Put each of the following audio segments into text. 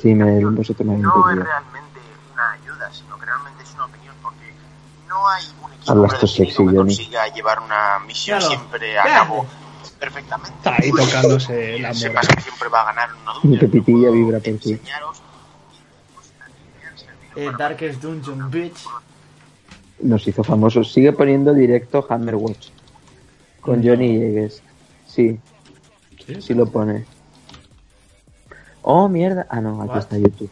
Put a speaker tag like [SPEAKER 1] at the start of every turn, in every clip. [SPEAKER 1] Sí, me, vosotros me
[SPEAKER 2] no es realmente una ayuda, sino que realmente es una opinión, porque no hay un equipo
[SPEAKER 1] Hablas tú
[SPEAKER 2] predefinido
[SPEAKER 1] sexy,
[SPEAKER 2] que
[SPEAKER 1] Johnny.
[SPEAKER 2] consiga llevar una misión
[SPEAKER 3] Claro.
[SPEAKER 2] siempre
[SPEAKER 3] Claro.
[SPEAKER 2] a cabo perfectamente.
[SPEAKER 3] Está ahí tocándose la
[SPEAKER 2] Se
[SPEAKER 3] mora.
[SPEAKER 2] pasa que siempre va a ganar una
[SPEAKER 1] Mi
[SPEAKER 2] duda.
[SPEAKER 1] pepitilla vibra por ti.
[SPEAKER 2] Enseñaros y cosas que han servido
[SPEAKER 4] Eh,
[SPEAKER 2] para-
[SPEAKER 4] Darkest Dungeon, bitch.
[SPEAKER 1] Nos hizo famosos. Sigue poniendo directo Hammerwatch. Con Johnny Yegues. Sí, sí lo pone. Oh, mierda. Ah, no, aquí
[SPEAKER 4] What?
[SPEAKER 1] está YouTube.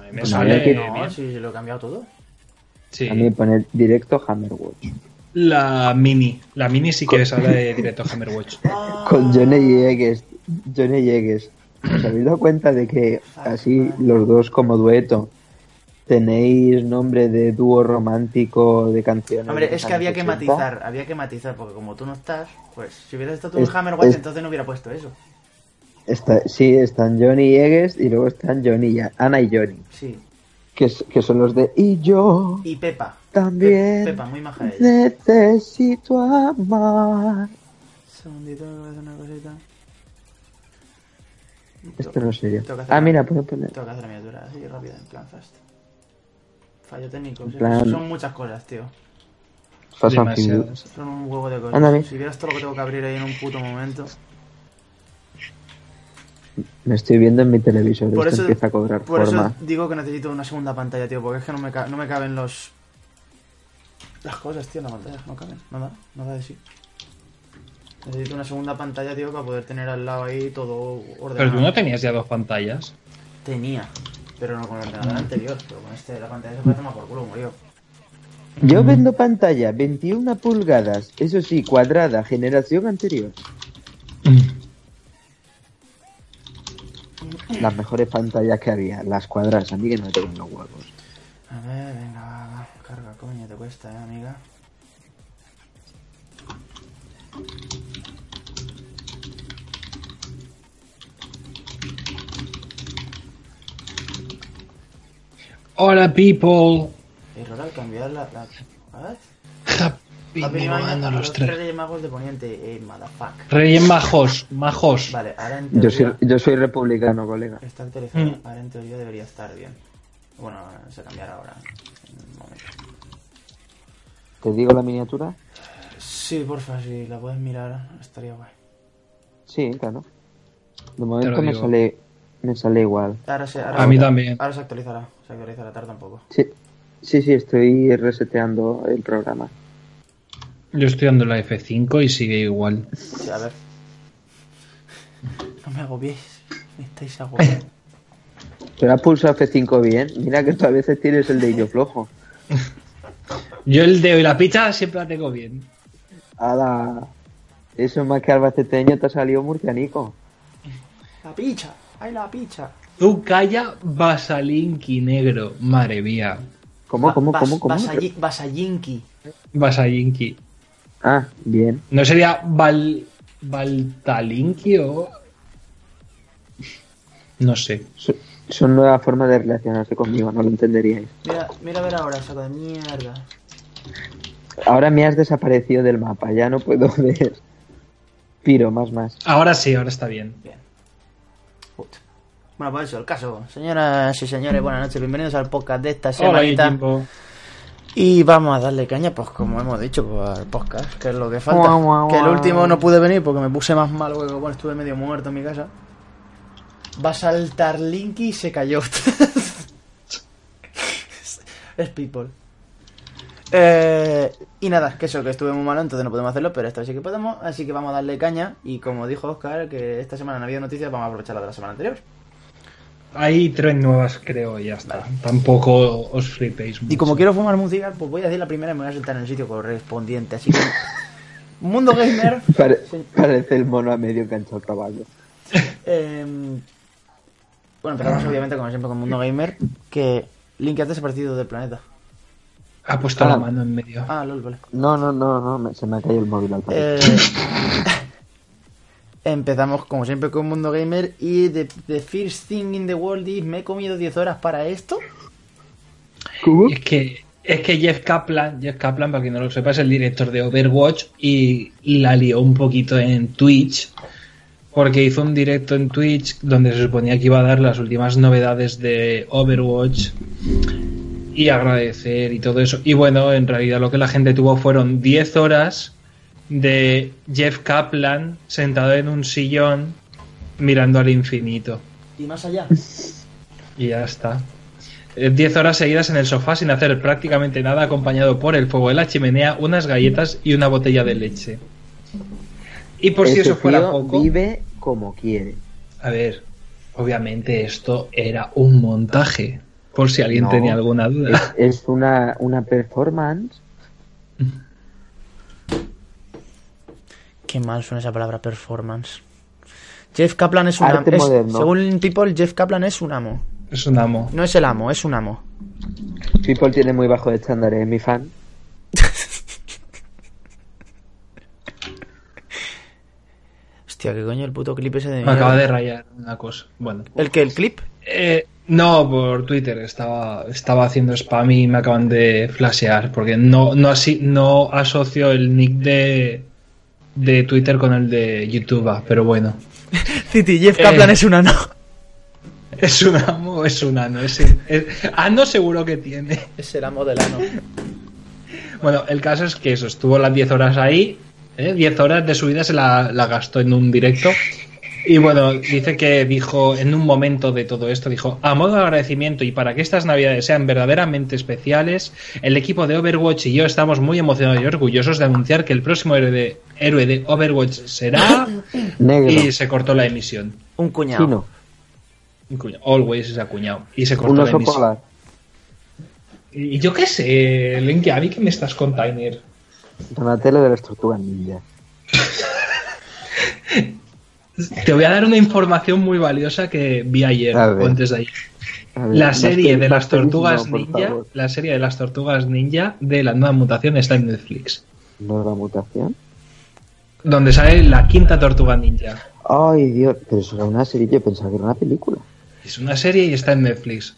[SPEAKER 3] Me
[SPEAKER 1] Bueno,
[SPEAKER 3] sale
[SPEAKER 1] habría Pues que-
[SPEAKER 3] bien.
[SPEAKER 4] Eh, No, sí, sí, lo he cambiado todo.
[SPEAKER 3] Sí.
[SPEAKER 1] A mí pone directo Hammerwatch.
[SPEAKER 3] La mini. La mini sí que sale de directo a Hammerwatch.
[SPEAKER 1] Con Johnny Yegues. Johnny Yegues. ¿Os habéis dado cuenta de que así los dos como dueto
[SPEAKER 5] ¿Tenéis nombre de dúo romántico de canciones? de
[SPEAKER 4] Hombre,
[SPEAKER 5] los
[SPEAKER 4] es que había
[SPEAKER 5] años
[SPEAKER 4] que
[SPEAKER 5] 80?
[SPEAKER 4] matizar, había que matizar, porque como tú no estás, pues si hubieras estado tú en
[SPEAKER 5] Es-
[SPEAKER 4] Hammerwatch,
[SPEAKER 5] es-
[SPEAKER 4] entonces no hubiera puesto eso.
[SPEAKER 5] Está- sí, están Johnny Eges y luego están Johnny y Ana y Johnny,
[SPEAKER 4] Sí.
[SPEAKER 5] que, es- que son los de Y yo
[SPEAKER 4] Y Pepa.
[SPEAKER 5] también
[SPEAKER 4] Pe- Pepa, muy maja ella.
[SPEAKER 5] necesito amar.
[SPEAKER 4] Segundito, me parece una cosita.
[SPEAKER 5] Esto no sé yo.
[SPEAKER 4] Tengo que hacer
[SPEAKER 5] Ah,
[SPEAKER 4] una-
[SPEAKER 5] mira, puedo poner.
[SPEAKER 4] Tengo que hacer la miniatura así rápida, en plan fast. Fallo técnico.
[SPEAKER 5] En
[SPEAKER 4] sí,
[SPEAKER 5] plan-
[SPEAKER 4] Son muchas cosas, tío.
[SPEAKER 5] Fast and Furious.
[SPEAKER 3] Demasiadas.
[SPEAKER 4] Son un huevo de cosas.
[SPEAKER 5] Anda, mira.
[SPEAKER 4] Si vieras todo lo que tengo que abrir ahí en un puto momento.
[SPEAKER 5] Me estoy viendo en mi televisor.
[SPEAKER 4] Por
[SPEAKER 5] Esto
[SPEAKER 4] eso-
[SPEAKER 5] empieza a cobrar
[SPEAKER 4] Por
[SPEAKER 5] forma.
[SPEAKER 4] eso digo que necesito una segunda pantalla, tío, porque es que no me, ca- no me caben los... Las cosas, tío, en la pantalla. No caben. No da, no da de sí. Necesito una segunda pantalla, tío, para poder tener al lado ahí todo ordenado.
[SPEAKER 3] Pero tú no tenías ya dos pantallas.
[SPEAKER 4] Tenía, pero no con el ordenador anterior. Pero con este, la pantalla se puede tomar por culo, murió.
[SPEAKER 5] Yo vendo pantalla 21 pulgadas, eso sí, cuadrada, generación anterior. Las mejores pantallas que había, las cuadradas, a mí que no me tocan los huevos.
[SPEAKER 4] A ver, venga, va, va. Carga, coño, te cuesta, eh, amiga.
[SPEAKER 3] Hola, people.
[SPEAKER 4] Error al cambiar la... la... ¿What?
[SPEAKER 3] Happy
[SPEAKER 4] Happy
[SPEAKER 3] New
[SPEAKER 4] New
[SPEAKER 3] Year
[SPEAKER 4] Year
[SPEAKER 3] a los tres.
[SPEAKER 4] Reyes Magos de Poniente, eh, motherfuck.
[SPEAKER 3] Reyes majos, majos.
[SPEAKER 4] Vale, ahora en
[SPEAKER 5] Yo
[SPEAKER 4] teoría...
[SPEAKER 5] soy, yo soy republicano, colega.
[SPEAKER 4] Está actualizada,
[SPEAKER 3] Mm.
[SPEAKER 4] ahora en teoría debería estar bien. Bueno, se cambiará ahora. en un momento.
[SPEAKER 5] ¿Te digo la miniatura?
[SPEAKER 4] Sí, porfa, si la puedes mirar, estaría guay.
[SPEAKER 5] Sí, claro. De momento
[SPEAKER 3] lo
[SPEAKER 5] me
[SPEAKER 3] digo.
[SPEAKER 5] sale, me sale igual.
[SPEAKER 4] Ahora se, ahora,
[SPEAKER 3] A mí también.
[SPEAKER 4] ahora se actualizará, se actualizará, tarda un poco.
[SPEAKER 5] Sí, sí, sí, estoy reseteando el programa.
[SPEAKER 3] Yo estoy dando la F5 y sigue igual.
[SPEAKER 4] Sí, a ver. No me agobiéis, me estáis agobiando.
[SPEAKER 5] Pero has pulsado F5 bien. Mira que tú a veces tienes el dedillo flojo.
[SPEAKER 3] Yo el dedo y la pizza siempre la tengo bien.
[SPEAKER 5] ¡Hala! Eso más que albaceteño te ha salido murcianico.
[SPEAKER 4] ¡La picha! ¡Ay, la picha!
[SPEAKER 3] Tú calla Basalinki negro. Madre mía.
[SPEAKER 5] ¿Cómo,
[SPEAKER 4] Ba-
[SPEAKER 5] cómo,
[SPEAKER 4] bas-
[SPEAKER 5] cómo, cómo?
[SPEAKER 4] basalli- Basallinki.
[SPEAKER 3] Basalinki.
[SPEAKER 5] Ah, bien.
[SPEAKER 3] ¿No sería Bal... Baltalinki o...? No sé.
[SPEAKER 5] So- Son nuevas formas de relacionarse conmigo, no lo entenderíais.
[SPEAKER 4] Mira, mira a ver ahora, saco de mierda.
[SPEAKER 5] Ahora me has desaparecido del mapa, ya no puedo ver. Piro, más, más.
[SPEAKER 3] Ahora sí, ahora está bien.
[SPEAKER 4] Bien. Ut. Bueno, pues eso, el caso. Señoras y señores, buenas noches. Bienvenidos al podcast de esta
[SPEAKER 3] Hola,
[SPEAKER 4] semanita.
[SPEAKER 3] equipo.
[SPEAKER 4] Y vamos a darle caña, pues como hemos dicho, pues, al podcast, que es lo que falta.
[SPEAKER 5] Guau, guau,
[SPEAKER 4] que el
[SPEAKER 5] guau.
[SPEAKER 4] último no pude venir porque me puse más mal, porque bueno, estuve medio muerto en mi casa. Va a saltar Linky y se cayó. es people. Eh, y nada, que eso, que estuve muy malo, entonces no podemos hacerlo, pero esta vez sí que podemos, así que vamos a darle caña. Y como dijo Oscar, que esta semana no ha habido noticias, vamos a aprovechar la de la semana anterior.
[SPEAKER 3] Hay tres nuevas, creo, y ya está. Tampoco os flipéis mucho.
[SPEAKER 4] Y como quiero fumar un cigarro, pues voy a decir la primera y me voy a sentar en el sitio correspondiente. Así que. Mundo Gamer.
[SPEAKER 5] Pare-
[SPEAKER 4] Sí.
[SPEAKER 5] parece el mono a medio cancho al caballo.
[SPEAKER 4] eh, bueno, empezamos obviamente, como siempre, con Mundo Gamer. Que Link ha desaparecido del planeta.
[SPEAKER 3] Ha puesto
[SPEAKER 5] Ah.
[SPEAKER 3] la mano en medio.
[SPEAKER 4] Ah, lol, vale.
[SPEAKER 5] No, no, no, no, me- se me ha caído el móvil al parecer.
[SPEAKER 4] Eh, empezamos, como siempre, con Mundo Gamer. Y the, the first thing in the world is: ¿me he comido 10 horas para esto?
[SPEAKER 5] ¿Cómo?
[SPEAKER 3] Es que, es que Jeff Kaplan, Jeff Kaplan, para quien no lo sepa, es el director de Overwatch y, y la lió un poquito en Twitch. Porque hizo un directo en Twitch donde se suponía que iba a dar las últimas novedades de Overwatch y agradecer y todo eso. Y bueno, en realidad lo que la gente tuvo fueron 10 horas de Jeff Kaplan sentado en un sillón mirando al infinito.
[SPEAKER 4] Y más allá.
[SPEAKER 3] Y ya está. Eh, 10 horas seguidas en el sofá sin hacer prácticamente nada, acompañado por el fuego de la chimenea, unas galletas y una botella de leche. Y por si
[SPEAKER 5] Ese
[SPEAKER 3] eso fuera
[SPEAKER 5] tío
[SPEAKER 3] poco.
[SPEAKER 5] vive como quiere.
[SPEAKER 3] A ver, obviamente esto era un montaje. Por si alguien
[SPEAKER 5] No.
[SPEAKER 3] tenía alguna duda.
[SPEAKER 5] Es una, una performance.
[SPEAKER 4] Qué mal suena esa palabra performance. Jeff Kaplan es un
[SPEAKER 5] Arte
[SPEAKER 4] amo.
[SPEAKER 5] moderno.
[SPEAKER 4] Según People, Jeff Kaplan es un amo.
[SPEAKER 3] Es un amo.
[SPEAKER 4] No es el amo, es un amo.
[SPEAKER 5] People tiene muy bajo de estándar, es mi fan.
[SPEAKER 4] Hostia, qué coño el puto clip ese de
[SPEAKER 5] Eh,
[SPEAKER 3] Me
[SPEAKER 4] mierda.
[SPEAKER 3] acaba de rayar una cosa. Bueno.
[SPEAKER 4] ¿El que el clip?
[SPEAKER 3] Eh, no, por Twitter estaba, estaba haciendo spam y me acaban de flashear porque no, no, así, no asocio el nick de, de Twitter con el de YouTube, ah, pero bueno.
[SPEAKER 4] City, Jeff
[SPEAKER 3] Eh.
[SPEAKER 4] Kaplan es un ano.
[SPEAKER 3] Es un amo, es un ano. Es, es- ano seguro que tiene.
[SPEAKER 4] Es el amo del ano.
[SPEAKER 3] Bueno, el caso es que eso, estuvo las 10 horas ahí, ¿eh? 10 horas de su vida se la, la gastó en un directo. Y bueno, dice que dijo en un momento de todo esto, dijo, a modo de agradecimiento y para que estas navidades sean verdaderamente especiales, el equipo de Overwatch y yo estamos muy emocionados y orgullosos de anunciar que el próximo héroe de, héroe de Overwatch será...
[SPEAKER 5] Negro,
[SPEAKER 3] Y se cortó la emisión.
[SPEAKER 4] Un cuñado.
[SPEAKER 5] chino,
[SPEAKER 3] Cuña- Always es acuñado. Y se cortó
[SPEAKER 5] un
[SPEAKER 3] la
[SPEAKER 5] oso
[SPEAKER 3] emisión.
[SPEAKER 5] polar.
[SPEAKER 3] Y yo qué sé, Lenky, a mí que me estás contando.
[SPEAKER 5] Donatello de las tortugas ninja.
[SPEAKER 3] Te voy a dar una información muy valiosa que vi ayer
[SPEAKER 5] A ver.
[SPEAKER 3] o antes de ayer.
[SPEAKER 5] A ver,
[SPEAKER 3] La
[SPEAKER 5] más
[SPEAKER 3] serie
[SPEAKER 5] que-
[SPEAKER 3] de
[SPEAKER 5] más
[SPEAKER 3] las
[SPEAKER 5] que Disney,
[SPEAKER 3] tortugas
[SPEAKER 5] no, por
[SPEAKER 3] ninja,
[SPEAKER 5] favor.
[SPEAKER 3] la serie de las tortugas ninja de la nueva mutación está en Netflix,
[SPEAKER 5] Nueva mutación.
[SPEAKER 3] donde sale la quinta tortuga ninja.
[SPEAKER 5] Ay, Dios, pero eso era una serie, yo pensaba que era una película.
[SPEAKER 3] Es una serie y está en Netflix.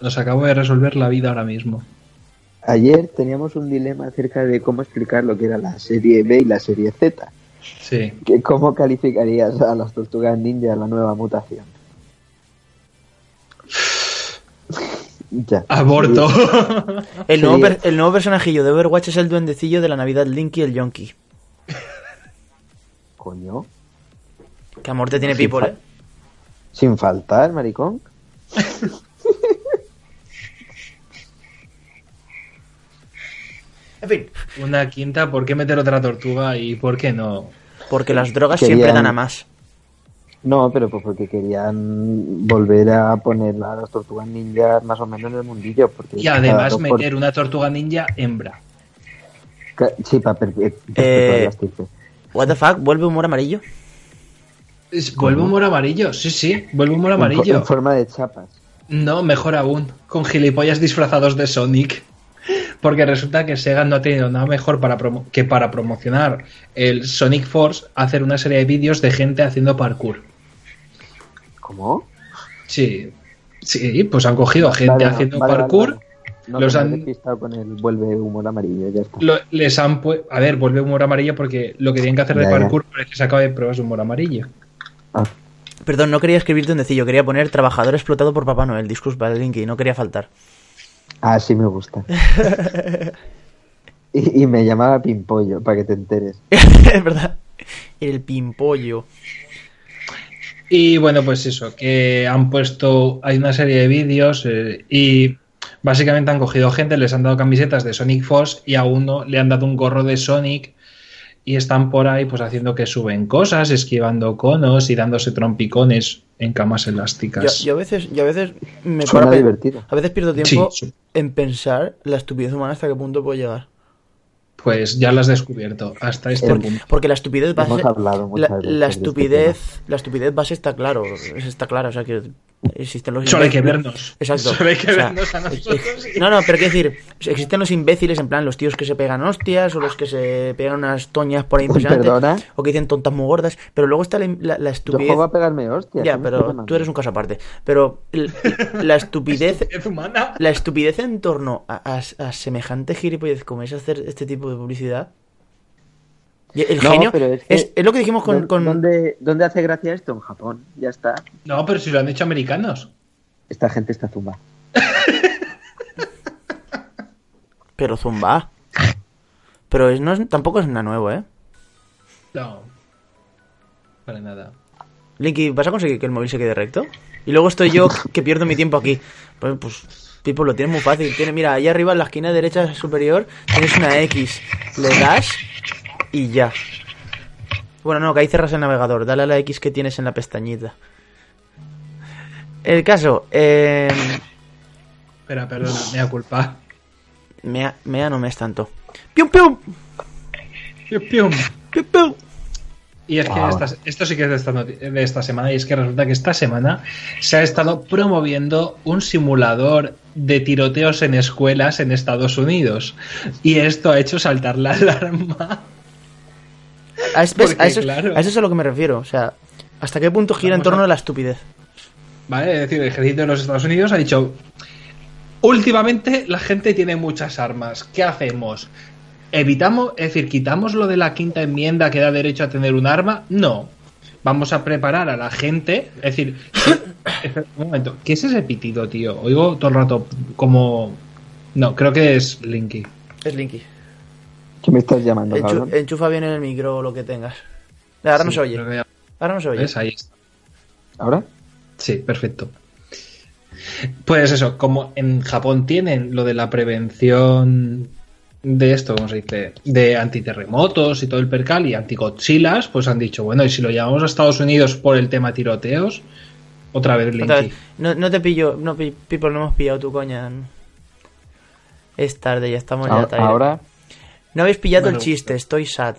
[SPEAKER 3] Nos acabo de resolver la vida ahora mismo.
[SPEAKER 5] Ayer teníamos un dilema acerca de cómo explicar lo que era la serie B y la serie Z.
[SPEAKER 3] Sí.
[SPEAKER 5] Que ¿Cómo calificarías a las tortugas ninja la nueva mutación? ya.
[SPEAKER 3] Aborto.
[SPEAKER 4] El, nuevo
[SPEAKER 5] Sí.
[SPEAKER 4] per- el nuevo personajillo de Overwatch es el duendecillo de la Navidad Linky el Yonky.
[SPEAKER 5] Coño.
[SPEAKER 4] Que amor te tiene
[SPEAKER 5] Sí,
[SPEAKER 4] people,
[SPEAKER 5] fa-
[SPEAKER 4] eh.
[SPEAKER 5] Sin faltar, maricón.
[SPEAKER 4] En fin.
[SPEAKER 3] una quinta, ¿por qué meter otra tortuga y por qué no?
[SPEAKER 4] Porque las drogas
[SPEAKER 5] Querían-
[SPEAKER 4] siempre dan a más.
[SPEAKER 5] No, pero pues porque querían volver a poner a las tortugas ninja más o menos en el mundillo. Porque
[SPEAKER 3] Y
[SPEAKER 5] cada
[SPEAKER 3] además
[SPEAKER 5] dos por-
[SPEAKER 3] meter una tortuga ninja hembra.
[SPEAKER 5] ca- Sí, para perpetuar
[SPEAKER 4] Eh,
[SPEAKER 5] las tripas.
[SPEAKER 4] What the fuck, vuelve humor amarillo.
[SPEAKER 3] Es- Vuelve humor amarillo, sí, sí, vuelve humor
[SPEAKER 5] En fo-
[SPEAKER 3] amarillo.
[SPEAKER 5] En forma de chapas.
[SPEAKER 3] No, mejor aún, con gilipollas disfrazados de Sonic. Porque resulta que Sega no ha tenido nada mejor para promo- que para promocionar el Sonic Force hacer una serie de vídeos de gente haciendo parkour.
[SPEAKER 5] ¿Cómo?
[SPEAKER 3] Sí, sí, pues han cogido a gente
[SPEAKER 5] Vale, no,
[SPEAKER 3] haciendo
[SPEAKER 5] vale, vale,
[SPEAKER 3] parkour.
[SPEAKER 5] vale. No,
[SPEAKER 3] los
[SPEAKER 5] que me
[SPEAKER 3] han-
[SPEAKER 5] he despistado con el vuelve humor amarillo, ya está.
[SPEAKER 3] lo- les han pu- A ver, vuelve humor amarillo porque lo que tienen que hacer de
[SPEAKER 5] Ya, ya.
[SPEAKER 3] parkour parece que se acaba de pruebas de humor amarillo.
[SPEAKER 5] Ah,
[SPEAKER 4] Perdón, no quería escribir duendecillo, quería poner trabajador explotado por Papá Noel. Disculpa, Linky, no quería faltar.
[SPEAKER 5] ah, sí me gusta. y, y me llamaba Pimpollo, para que te enteres.
[SPEAKER 4] Es verdad. El pimpollo.
[SPEAKER 3] Y bueno, pues eso, que han puesto, hay una serie de vídeos eh, y básicamente han cogido gente, les han dado camisetas de Sonic Force y a uno le han dado un gorro de Sonic y están por ahí pues haciendo que suben cosas, esquivando conos y dándose trompicones en camas
[SPEAKER 4] Yo,
[SPEAKER 3] elásticas.
[SPEAKER 4] yo a veces, yo a veces me
[SPEAKER 5] Suena
[SPEAKER 4] paro a pe-
[SPEAKER 5] divertido.
[SPEAKER 4] A veces pierdo tiempo
[SPEAKER 3] Sí, sí.
[SPEAKER 4] en pensar la estupidez humana hasta qué punto puedo llegar.
[SPEAKER 3] Pues ya las has descubierto hasta este
[SPEAKER 5] Porque-
[SPEAKER 3] punto.
[SPEAKER 4] Porque la estupidez base.
[SPEAKER 5] Eh, Hemos hablado muchas
[SPEAKER 4] la,
[SPEAKER 5] veces
[SPEAKER 4] la
[SPEAKER 5] de este
[SPEAKER 4] estupidez, la estupidez base está claro, está clara, o sea que existen los
[SPEAKER 3] Solo hay
[SPEAKER 4] imbéciles-
[SPEAKER 3] que vernos.
[SPEAKER 4] Exacto.
[SPEAKER 3] Solo hay que
[SPEAKER 4] o sea,
[SPEAKER 3] vernos a nosotros. y-
[SPEAKER 4] No, no, pero quiero decir, existen los imbéciles, en plan los tíos que se pegan hostias o los que se pegan unas toñas por ahí impresionantes
[SPEAKER 5] Perdona.
[SPEAKER 4] o que dicen tontas muy gordas, pero luego está la, la-
[SPEAKER 5] Yo
[SPEAKER 4] la estupidez.
[SPEAKER 5] juego a pegarme hostia.
[SPEAKER 4] ya, pero tú eres un caso aparte. Pero el- la estupidez
[SPEAKER 3] Es humana.
[SPEAKER 4] la estupidez en torno a, a- a semejante gilipollez como es hacer este tipo de publicidad. Y el
[SPEAKER 5] No,
[SPEAKER 4] genio.
[SPEAKER 5] pero es
[SPEAKER 4] Es,
[SPEAKER 5] que-
[SPEAKER 4] es lo que dijimos con. con-
[SPEAKER 5] ¿Dónde, dónde hace gracia esto? En Japón, ya está.
[SPEAKER 3] No, pero si lo han hecho americanos.
[SPEAKER 5] Esta gente está zumba.
[SPEAKER 4] Pero Zumba. Pero es, no es- tampoco es nada nuevo, ¿eh?
[SPEAKER 3] No. Para nada.
[SPEAKER 4] Linky, ¿vas a conseguir que el móvil se quede recto? Y luego estoy yo que pierdo mi tiempo aquí. Pues, pues Pipo, lo tienes muy fácil. Tiene, mira, ahí arriba en la esquina derecha superior tienes una X. Le das y ya. Bueno, no, que ahí cerras el navegador. Dale a la X que tienes en la pestañita. El caso, eh,
[SPEAKER 3] Espera, perdona, me da culpa.
[SPEAKER 4] mea, mea no me es tanto. ¡Pium, pium!
[SPEAKER 3] Pium, pium.
[SPEAKER 4] ¡Pium, pium!
[SPEAKER 3] Y es que
[SPEAKER 5] Wow.
[SPEAKER 3] estas- esto sí que es de esta, noti- de esta semana, y es que resulta que esta semana se ha estado promoviendo un simulador de tiroteos en escuelas en Estados Unidos. Y esto ha hecho saltar la alarma.
[SPEAKER 4] A, es- ves,
[SPEAKER 3] Porque,
[SPEAKER 4] a eso,
[SPEAKER 3] claro.
[SPEAKER 4] a eso es a lo que me refiero. O sea, ¿hasta qué punto gira en
[SPEAKER 3] Vamos
[SPEAKER 4] torno
[SPEAKER 3] a-
[SPEAKER 4] a la estupidez?
[SPEAKER 3] ¿Vale? Es decir, el ejército de los Estados Unidos ha dicho: Últimamente la gente tiene muchas armas. ¿Qué hacemos? ¿Evitamos, es decir, quitamos lo de la quinta enmienda que da derecho a tener un arma? No. Vamos a preparar a la gente. Es decir, espera un momento. ¿Qué es ese pitido, tío? Oigo todo el rato como. No, creo que es Linky.
[SPEAKER 4] Es Linky.
[SPEAKER 5] ¿Qué me estás llamando,
[SPEAKER 4] Enchu-
[SPEAKER 5] cabrón?
[SPEAKER 4] enchufa bien en el micro o lo que tengas. Ahora no
[SPEAKER 3] Sí,
[SPEAKER 4] se oye.
[SPEAKER 3] creo que ya-
[SPEAKER 4] Ahora no se oye.
[SPEAKER 3] ¿Ves? Ahí está.
[SPEAKER 5] ¿Ahora?
[SPEAKER 3] Sí, perfecto. Pues eso, como en Japón tienen lo de la prevención de esto, ¿cómo se dice? De antiterremotos y todo el percal y antigodzillas, pues han dicho, bueno, y si lo llevamos a Estados Unidos por el tema tiroteos, otra vez
[SPEAKER 4] Otra
[SPEAKER 3] Linky.
[SPEAKER 4] vez. No, no te pillo, no, pi- People, no hemos pillado tu coña. Es tarde, ya estamos ya
[SPEAKER 5] Ahora,
[SPEAKER 4] tarde.
[SPEAKER 5] Ah, ahora-
[SPEAKER 4] No habéis pillado
[SPEAKER 3] Bueno.
[SPEAKER 4] el chiste, estoy sad.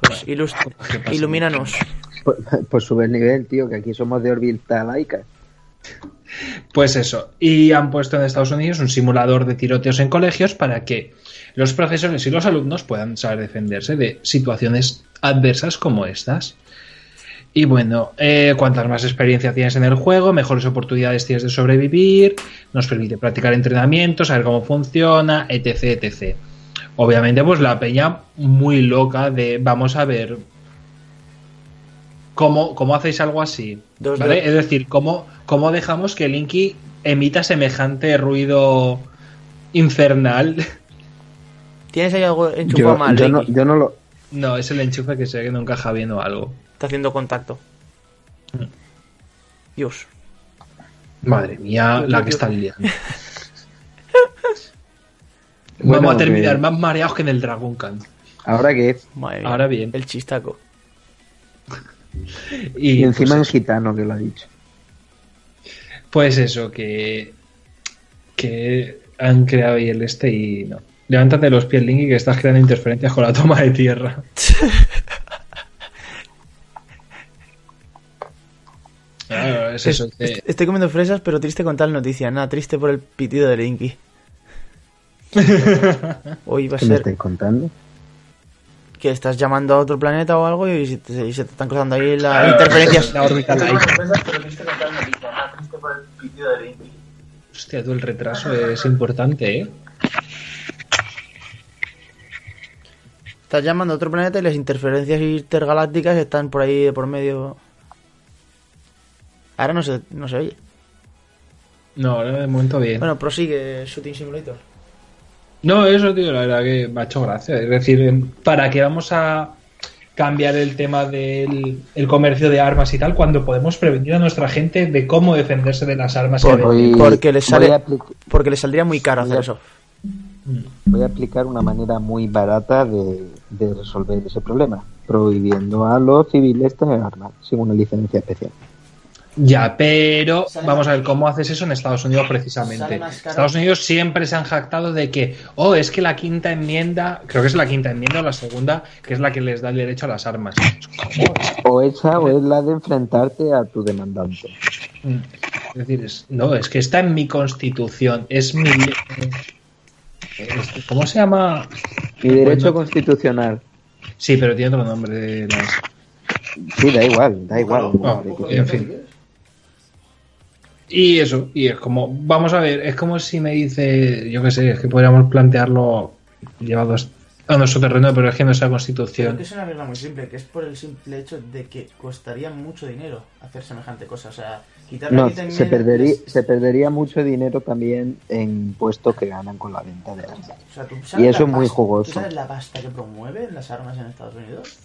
[SPEAKER 4] Pues ilustra,
[SPEAKER 3] Ah, ¿qué pasa?
[SPEAKER 4] ilumínanos.
[SPEAKER 5] pues, pues sube el nivel, tío, que aquí somos de órbita laica.
[SPEAKER 3] Pues eso, y han puesto en Estados Unidos un simulador de tiroteos en colegios para que los profesores y los alumnos puedan saber defenderse de situaciones adversas como estas. Y bueno, eh, cuantas más experiencia tienes en el juego, mejores oportunidades tienes de sobrevivir, nos permite practicar entrenamientos, saber cómo funciona, etc, etc. Obviamente, pues la peña muy loca de vamos a ver cómo, cómo hacéis algo así.
[SPEAKER 4] Dos
[SPEAKER 3] ¿vale?
[SPEAKER 4] de-
[SPEAKER 3] Es decir, cómo, cómo dejamos que Linky emita semejante ruido infernal.
[SPEAKER 4] ¿Tienes ahí algo enchufado
[SPEAKER 5] Yo,
[SPEAKER 4] mal? ¿eh?
[SPEAKER 5] yo no,
[SPEAKER 4] Ricky?
[SPEAKER 5] yo no lo.
[SPEAKER 3] No, es el enchufe que se ve que no encaja bien o algo.
[SPEAKER 4] Está haciendo contacto.
[SPEAKER 3] Mm.
[SPEAKER 4] Dios.
[SPEAKER 3] Madre mía,
[SPEAKER 4] Yo-
[SPEAKER 3] la
[SPEAKER 4] yo-
[SPEAKER 3] que
[SPEAKER 4] yo-
[SPEAKER 3] está liando.
[SPEAKER 5] Bueno,
[SPEAKER 3] Vamos a terminar
[SPEAKER 5] que-
[SPEAKER 3] más mareados que en el Dragon Khan.
[SPEAKER 5] Ahora que es.
[SPEAKER 4] Madre mía.
[SPEAKER 3] Ahora bien.
[SPEAKER 4] El chistaco.
[SPEAKER 3] Y,
[SPEAKER 5] Y, encima
[SPEAKER 3] pues,
[SPEAKER 5] en gitano que lo ha dicho.
[SPEAKER 3] pues eso, que. que han creado ahí el este y no. Levántate de los pies, Linky, que estás creando interferencias con la toma de tierra. Claro, es eso.
[SPEAKER 4] Es-
[SPEAKER 3] que-
[SPEAKER 4] est- Estoy comiendo fresas, pero triste con tal noticia. Nada, triste por el pitido de Linky. Hoy va a
[SPEAKER 5] ¿Qué me
[SPEAKER 4] ser
[SPEAKER 5] estáis contando?
[SPEAKER 4] que estás llamando a otro planeta o algo y se te, y se te están cruzando ahí
[SPEAKER 3] Ah,
[SPEAKER 4] las Ah, interferencias.
[SPEAKER 3] La órbita
[SPEAKER 2] Tengo
[SPEAKER 3] laica.
[SPEAKER 2] unas cosas, pero triste con tal noticia, nada, Ah, triste por el pitido de Linky.
[SPEAKER 3] Hostia, tú el retraso es importante, ¿eh?
[SPEAKER 4] Estás llamando a otro planeta y las interferencias intergalácticas están por ahí de por medio. Ahora no se, no se oye.
[SPEAKER 3] No, ahora de momento bien.
[SPEAKER 4] Bueno, prosigue Shooting Simulator.
[SPEAKER 3] No, eso, tío, la verdad que me ha hecho gracia. Es decir, em, ¿para qué vamos a cambiar el tema del el comercio de armas y tal cuando podemos prevenir a nuestra gente de cómo defenderse de las armas? que venden?
[SPEAKER 5] Voy-
[SPEAKER 4] Porque le sale-
[SPEAKER 5] Voy a, apli-
[SPEAKER 4] Porque le saldría muy caro hacer eso.
[SPEAKER 3] Mm.
[SPEAKER 5] voy a aplicar una manera muy barata de, de resolver ese problema. Prohibiendo a los civiles tener armas, sin una licencia especial.
[SPEAKER 3] Ya, pero vamos a ver cómo haces eso en Estados Unidos precisamente.
[SPEAKER 4] Sale más caro.
[SPEAKER 3] Estados Unidos siempre se han jactado de que, oh, es que la quinta enmienda, creo que es la quinta enmienda o la segunda, que es la que les da el derecho a las armas.
[SPEAKER 5] O esa o es la de enfrentarte a tu demandante.
[SPEAKER 3] Mm. Es decir, es- no, es que está en mi constitución, es mi... es- ¿Cómo se llama?
[SPEAKER 5] Mi derecho
[SPEAKER 3] Bueno.
[SPEAKER 5] constitucional.
[SPEAKER 3] Sí, pero tiene otro nombre. de las-
[SPEAKER 5] Sí, da igual, da igual.
[SPEAKER 3] Ah, en fin. Y eso, y es como, vamos a ver, es como si me dice, yo qué sé, es que podríamos plantearlo llevado a nuestro terreno, pero es que no es la
[SPEAKER 4] Creo
[SPEAKER 3] constitución.
[SPEAKER 4] que es una regla muy simple, que es por el simple hecho de que costaría mucho dinero hacer semejante cosa. O sea, quitar la
[SPEAKER 5] pues, No,
[SPEAKER 4] quita
[SPEAKER 5] se
[SPEAKER 4] enmienda-
[SPEAKER 5] perdería,
[SPEAKER 4] es-
[SPEAKER 5] se perdería mucho dinero también en impuestos que ganan con la venta de armas.
[SPEAKER 4] o sea, ¿tú sabes
[SPEAKER 5] y eso
[SPEAKER 4] la
[SPEAKER 5] es muy
[SPEAKER 4] pasta-
[SPEAKER 5] jugoso.
[SPEAKER 4] ¿Tú sabes la pasta que promueven las armas en Estados Unidos?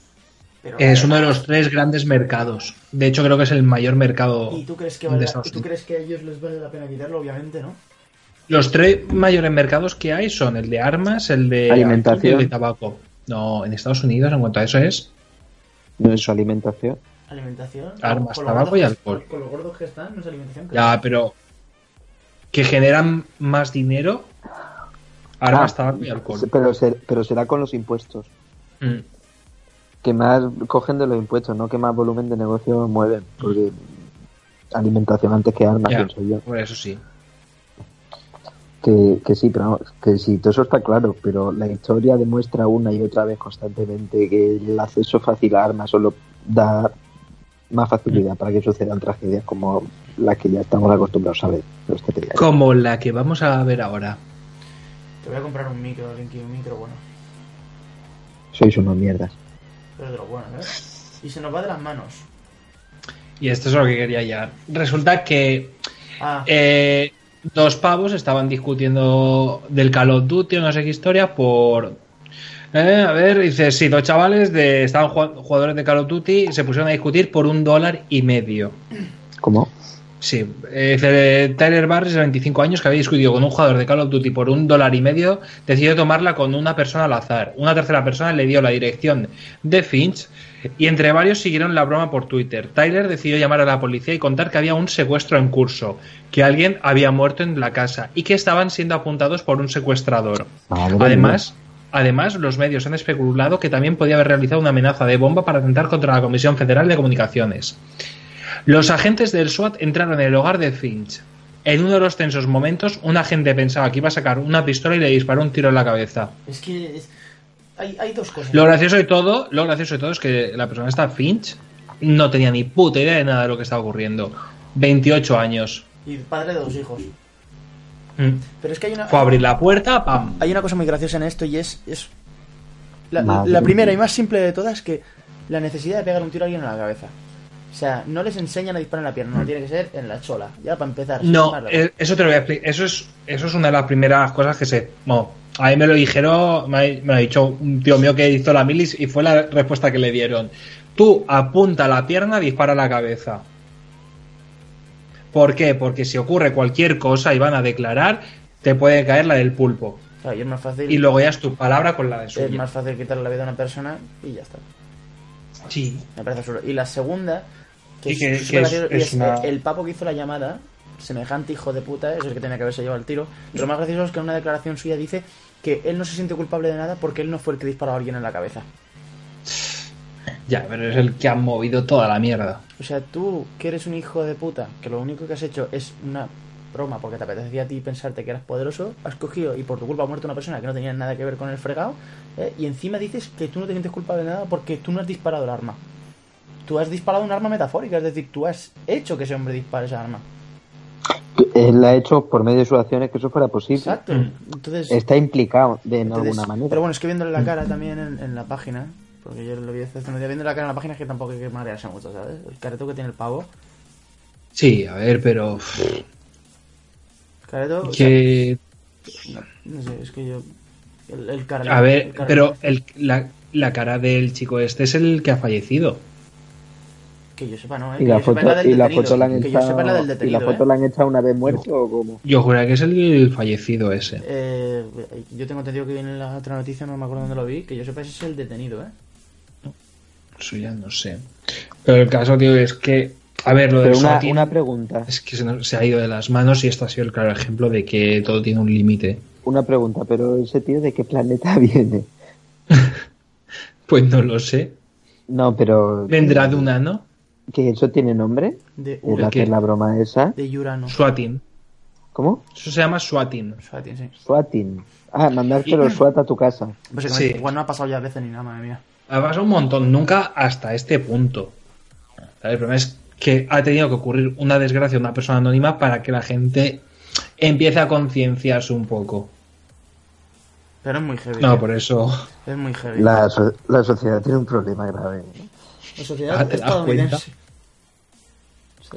[SPEAKER 4] Pero-
[SPEAKER 3] Es uno de los tres grandes mercados. De hecho, creo que es el mayor mercado.
[SPEAKER 4] ¿Y tú crees que,
[SPEAKER 3] de
[SPEAKER 4] vale la-
[SPEAKER 3] Estados
[SPEAKER 4] ¿y tú
[SPEAKER 3] Unidos.
[SPEAKER 4] crees que a ellos les vale la pena quitarlo? Obviamente, ¿no?
[SPEAKER 3] Los tres mayores mercados que hay son el de armas, el de
[SPEAKER 5] Alimentación.
[SPEAKER 3] alcohol y el de tabaco. No, en Estados Unidos, en cuanto a eso, es
[SPEAKER 5] No es su alimentación.
[SPEAKER 4] Alimentación.
[SPEAKER 3] Armas,
[SPEAKER 4] lo
[SPEAKER 3] tabaco
[SPEAKER 4] gordos
[SPEAKER 3] y
[SPEAKER 4] que-
[SPEAKER 3] alcohol.
[SPEAKER 4] Con los gordos que están, no es alimentación. creo.
[SPEAKER 3] Ya, pero que generan más dinero armas,
[SPEAKER 5] Ah,
[SPEAKER 3] tabaco y alcohol.
[SPEAKER 5] Pero, ser- pero será con los impuestos.
[SPEAKER 3] Mm.
[SPEAKER 5] que más cogen de los impuestos, no que más volumen de negocio mueven, porque alimentación antes que armas,
[SPEAKER 3] Ya.
[SPEAKER 5] pienso yo.
[SPEAKER 3] Por eso sí.
[SPEAKER 5] Que, que sí, pero vamos, que sí, todo eso está claro, pero la historia demuestra una y otra vez constantemente que el acceso fácil a armas solo da más facilidad para que sucedan tragedias como las que ya estamos acostumbrados a ver. los que te digo.
[SPEAKER 3] Como la que vamos a ver ahora.
[SPEAKER 4] Te voy a comprar un micro, Linky, un micro bueno.
[SPEAKER 5] Sois unos mierdas.
[SPEAKER 4] Pero de los buenos, ¿eh? Y se nos va de las manos.
[SPEAKER 3] Y esto es lo que quería llegar. Resulta que
[SPEAKER 4] Ah,
[SPEAKER 3] eh, dos pavos estaban discutiendo del Call of Duty o no sé qué historia por... eh, a ver, dice, sí, dos chavales de, estaban jugando- jugadores de Call of Duty se pusieron a discutir por un dólar y medio.
[SPEAKER 5] ¿Cómo?
[SPEAKER 3] Sí, eh, dice, Tyler Barnes, de 25 años, que había discutido con un jugador de Call of Duty por un dólar y medio, decidió tomarla con una persona al azar. Una tercera persona le dio la dirección de Finch y entre varios siguieron la broma por Twitter. Tyler decidió llamar a la policía y contar que había un secuestro en curso, que alguien había muerto en la casa y que estaban siendo apuntados por un secuestrador.
[SPEAKER 5] Madre mía.
[SPEAKER 3] Además, además, los medios han especulado que también podía haber realizado una amenaza de bomba para atentar contra la Comisión Federal de Comunicaciones. Los agentes del SWAT entraron en el hogar de Finch. En uno de los tensos momentos, un agente pensaba que iba a sacar una pistola y le disparó un tiro en la cabeza.
[SPEAKER 4] es que. es- Hay, hay dos cosas.
[SPEAKER 3] Lo gracioso de todo, lo gracioso de todo es que la persona esta, Finch, no tenía ni puta idea de nada de lo que estaba ocurriendo. 28 años.
[SPEAKER 4] Y padre de dos hijos.
[SPEAKER 3] Mm.
[SPEAKER 4] Pero es que hay una.
[SPEAKER 3] Fue a abrir la puerta, ¡pam!
[SPEAKER 4] hay una cosa muy graciosa en esto y es, es la,
[SPEAKER 5] Madre
[SPEAKER 4] la primera
[SPEAKER 5] mía.
[SPEAKER 4] y más simple de todas que la necesidad de pegar un tiro a alguien en la cabeza. O sea, no les enseñan a disparar en la pierna,
[SPEAKER 5] Mm.
[SPEAKER 4] no tiene que ser en la chola. Ya para empezar.
[SPEAKER 3] No,
[SPEAKER 4] Más rápido.
[SPEAKER 3] eh, eso te lo voy a explicar. Eso es, eso es una de las primeras cosas que sé. Bueno, a mí me lo dijeron, me ha, me lo ha dicho un tío mío que hizo la milis y fue la respuesta que le dieron. Tú apunta la pierna, dispara la cabeza. ¿Por qué? Porque si ocurre cualquier cosa y van a declarar, te puede caer la del pulpo.
[SPEAKER 4] Claro, y es más fácil.
[SPEAKER 3] Y luego ya es tu palabra con la de
[SPEAKER 4] es
[SPEAKER 3] suya.
[SPEAKER 4] más fácil quitarle la vida a una persona y ya está.
[SPEAKER 3] Sí.
[SPEAKER 4] Me parece absurdo. Y la segunda, que,
[SPEAKER 3] Y que-
[SPEAKER 4] es,
[SPEAKER 3] que es-
[SPEAKER 4] supergracioso, y
[SPEAKER 3] es
[SPEAKER 4] es,
[SPEAKER 3] una-
[SPEAKER 4] eh, el papo que hizo la llamada, semejante hijo de puta, es el que tenía que haberse llevado el tiro. Lo más gracioso es que en una declaración suya dice que él no se siente culpable de nada porque él no fue el que disparó a alguien en la cabeza.
[SPEAKER 3] Ya, pero es el que ha movido toda la mierda.
[SPEAKER 4] O sea, tú que eres un hijo de puta, que lo único que has hecho es una broma porque te apetecía a ti pensarte que eras poderoso, has cogido y por tu culpa ha muerto una persona que no tenía nada que ver con el fregado, ¿eh? y encima dices que tú no te sientes culpable de nada porque tú no has disparado el arma. Tú has disparado un arma metafórica, es decir, tú has hecho que ese hombre dispare esa arma.
[SPEAKER 5] Él la ha hecho por medio de sus acciones que eso fuera posible.
[SPEAKER 4] Exacto.
[SPEAKER 3] Mm.
[SPEAKER 4] Entonces,
[SPEAKER 5] Está implicado de en
[SPEAKER 4] entonces-
[SPEAKER 5] alguna manera.
[SPEAKER 4] Pero bueno, es que viéndole la cara también en, en la página, porque yo lo vi hace unos días, viéndole la cara en la página es que tampoco hay que marearse mucho, ¿sabes? El careto que tiene el pavo.
[SPEAKER 3] Sí, a ver, pero. pff,
[SPEAKER 4] Careto, o sea,
[SPEAKER 3] Que
[SPEAKER 4] No sé, es que yo. El, el carnet,
[SPEAKER 3] A ver,
[SPEAKER 4] el carnet.
[SPEAKER 3] pero el- la, la cara del chico este es el que ha fallecido.
[SPEAKER 4] Que yo sepa, no, ¿eh?
[SPEAKER 5] Y
[SPEAKER 4] Que
[SPEAKER 5] la
[SPEAKER 4] yo sepa
[SPEAKER 5] foto,
[SPEAKER 4] del
[SPEAKER 5] y la
[SPEAKER 4] detenido,
[SPEAKER 5] foto la han
[SPEAKER 4] Que yo sepa la del
[SPEAKER 5] echado. ¿Y
[SPEAKER 4] detenido.
[SPEAKER 5] la foto
[SPEAKER 4] ¿eh?
[SPEAKER 5] la han echado una vez muerto o cómo?
[SPEAKER 3] Yo juraría que es el fallecido ese.
[SPEAKER 4] Eh, yo tengo entendido que viene la otra noticia, no me acuerdo dónde lo vi. Que yo sepa, ese es el detenido, ¿eh?
[SPEAKER 3] Eso Pues ya no sé. Pero el caso, tío, es que. A ver, lo del
[SPEAKER 5] Pero una,
[SPEAKER 3] Sotin
[SPEAKER 5] una pregunta,
[SPEAKER 3] es que se, nos- se ha ido de las manos y este ha sido el claro ejemplo de que todo tiene un límite.
[SPEAKER 5] una pregunta, pero ese tío de qué planeta viene?
[SPEAKER 3] Pues no lo sé.
[SPEAKER 5] No, pero
[SPEAKER 3] Vendrá de un ano.
[SPEAKER 5] que eso tiene nombre,
[SPEAKER 4] De,
[SPEAKER 5] el
[SPEAKER 3] ¿El
[SPEAKER 5] hacer
[SPEAKER 3] qué?
[SPEAKER 5] la broma esa.
[SPEAKER 4] de Urano.
[SPEAKER 3] Suatin.
[SPEAKER 5] ¿Cómo?
[SPEAKER 3] Eso se llama Suatin.
[SPEAKER 4] Suatin, sí. Pues
[SPEAKER 5] Swatting. Ah, mandarte los SWAT a tu casa.
[SPEAKER 4] Básicamente,
[SPEAKER 3] Sí.
[SPEAKER 4] igual no ha pasado ya veces ni nada, madre mía.
[SPEAKER 3] Ha pasado un montón, nunca hasta este punto. ¿Vale? El problema es que ha tenido que ocurrir una desgracia a una persona anónima para que la gente empiece a concienciarse un poco.
[SPEAKER 4] Pero es muy heavy.
[SPEAKER 3] No,
[SPEAKER 4] tío.
[SPEAKER 3] por eso.
[SPEAKER 4] Es muy heavy.
[SPEAKER 5] La, so- la sociedad tiene un problema grave.
[SPEAKER 4] La sociedad
[SPEAKER 3] Ah, ¿te das
[SPEAKER 4] estadounidense.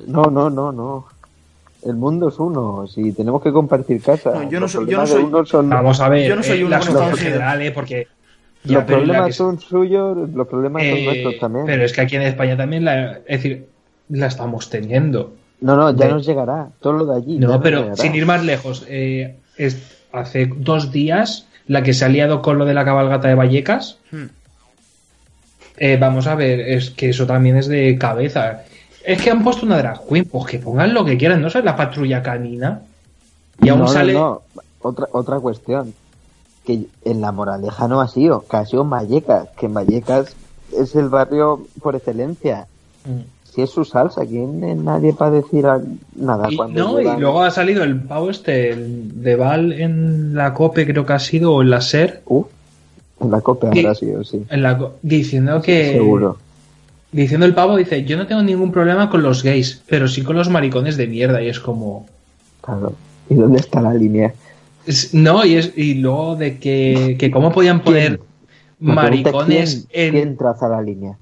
[SPEAKER 5] No, no, no, no. El mundo es uno, si tenemos que compartir casa.
[SPEAKER 4] No, yo no
[SPEAKER 5] Los
[SPEAKER 4] soy- yo
[SPEAKER 5] problemas
[SPEAKER 4] no
[SPEAKER 5] de
[SPEAKER 4] soy-
[SPEAKER 5] uno son-
[SPEAKER 3] Vamos a ver.
[SPEAKER 4] Yo no soy
[SPEAKER 3] eh,
[SPEAKER 4] uno
[SPEAKER 3] la
[SPEAKER 4] con
[SPEAKER 3] sociedad
[SPEAKER 4] Estados Unidos.
[SPEAKER 3] general, eh, porque. ya,
[SPEAKER 5] Los
[SPEAKER 3] pero la
[SPEAKER 5] problemas
[SPEAKER 3] que-
[SPEAKER 5] son suyos, los problemas son
[SPEAKER 3] eh,
[SPEAKER 5] nuestros también.
[SPEAKER 3] Pero es que aquí en España también la. Es decir, la estamos teniendo.
[SPEAKER 5] No, no, ya
[SPEAKER 3] de-
[SPEAKER 5] nos llegará. Todo lo de allí. ya
[SPEAKER 3] No,
[SPEAKER 5] nos
[SPEAKER 3] pero
[SPEAKER 5] llegará.
[SPEAKER 3] sin ir más lejos. eh, es- hace dos días, la que se ha liado con lo de la cabalgata de Vallecas.
[SPEAKER 4] Hmm.
[SPEAKER 3] Eh, vamos a ver, es que eso también es de cabeza. Es que han puesto una drag queen, pues que pongan lo que quieran, no sé, la patrulla canina. Y aún
[SPEAKER 5] No, no,
[SPEAKER 3] sale.
[SPEAKER 5] no. Otra, otra cuestión. Que en la moraleja no ha sido. Que ha sido en Vallecas. Que en Vallecas es el barrio por excelencia.
[SPEAKER 3] Mm.
[SPEAKER 5] Si es su salsa, aquí nadie para decir a- nada.
[SPEAKER 3] Y-
[SPEAKER 5] cuando
[SPEAKER 3] no,
[SPEAKER 5] llegan-
[SPEAKER 3] y luego ha salido el pavo este, el de Val en la COPE creo que ha sido, o en la SER,
[SPEAKER 5] Uh, en la copa
[SPEAKER 3] Sí.
[SPEAKER 5] habrá sido, sí.
[SPEAKER 3] en la co- diciendo que...
[SPEAKER 5] Seguro.
[SPEAKER 3] Diciendo el pavo, dice, yo no tengo ningún problema con los gays, pero sí con los maricones de mierda. Y es como...
[SPEAKER 5] Claro. ¿Y dónde está la línea?
[SPEAKER 3] es- no, y, es, y luego de que, que cómo podían poner
[SPEAKER 5] Me pregunta
[SPEAKER 3] maricones
[SPEAKER 5] quién,
[SPEAKER 3] en...
[SPEAKER 5] quién traza la línea?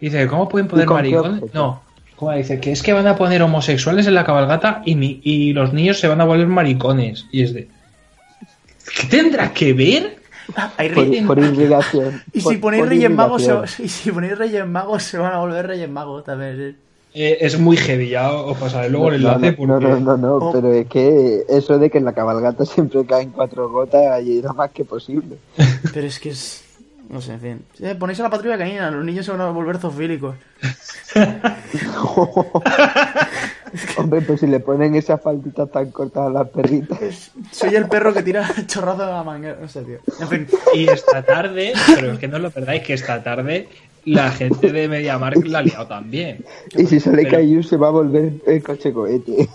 [SPEAKER 3] Dice, ¿cómo pueden poner
[SPEAKER 5] ¿Y con qué
[SPEAKER 3] maricones?
[SPEAKER 5] objeto?
[SPEAKER 3] No. ¿Cómo dice? Que es que van a poner homosexuales en la cabalgata y, ni- y los niños se van a volver maricones. Y es de... ¿Qué tendrá que ver?
[SPEAKER 4] Hay
[SPEAKER 5] Por,
[SPEAKER 4] rey-
[SPEAKER 5] por irrigación.
[SPEAKER 4] Y si
[SPEAKER 5] por-
[SPEAKER 4] ponéis
[SPEAKER 5] por
[SPEAKER 4] Reyes Magos, se,
[SPEAKER 5] irrigación.
[SPEAKER 4] va- y si ponéis Reyes Magos, se van a volver Reyes Magos también. sí.
[SPEAKER 3] Eh, es muy heavy, ya os pasaré luego el
[SPEAKER 5] No,
[SPEAKER 3] enlace.
[SPEAKER 5] no, no,
[SPEAKER 3] porque-
[SPEAKER 5] no, no, no,
[SPEAKER 4] Oh.
[SPEAKER 5] pero es que eso de que en la cabalgata siempre caen cuatro gotas y era más que posible.
[SPEAKER 4] Pero es que es. No sé, en fin. Eh, ponéis a la patrulla canina, los niños se van a volver zoofílicos.
[SPEAKER 5] Hombre, pues si le ponen esas falditas tan cortas a las perritas.
[SPEAKER 4] Soy el perro que tira chorrazo de la manguera. No sé, tío. En fin.
[SPEAKER 3] Y esta tarde, pero es que no os lo perdáis, que esta tarde la gente de MediaMarkt la ha liado también.
[SPEAKER 5] Y si sale
[SPEAKER 3] Pero-
[SPEAKER 5] Caillou se va a volver el coche cohete.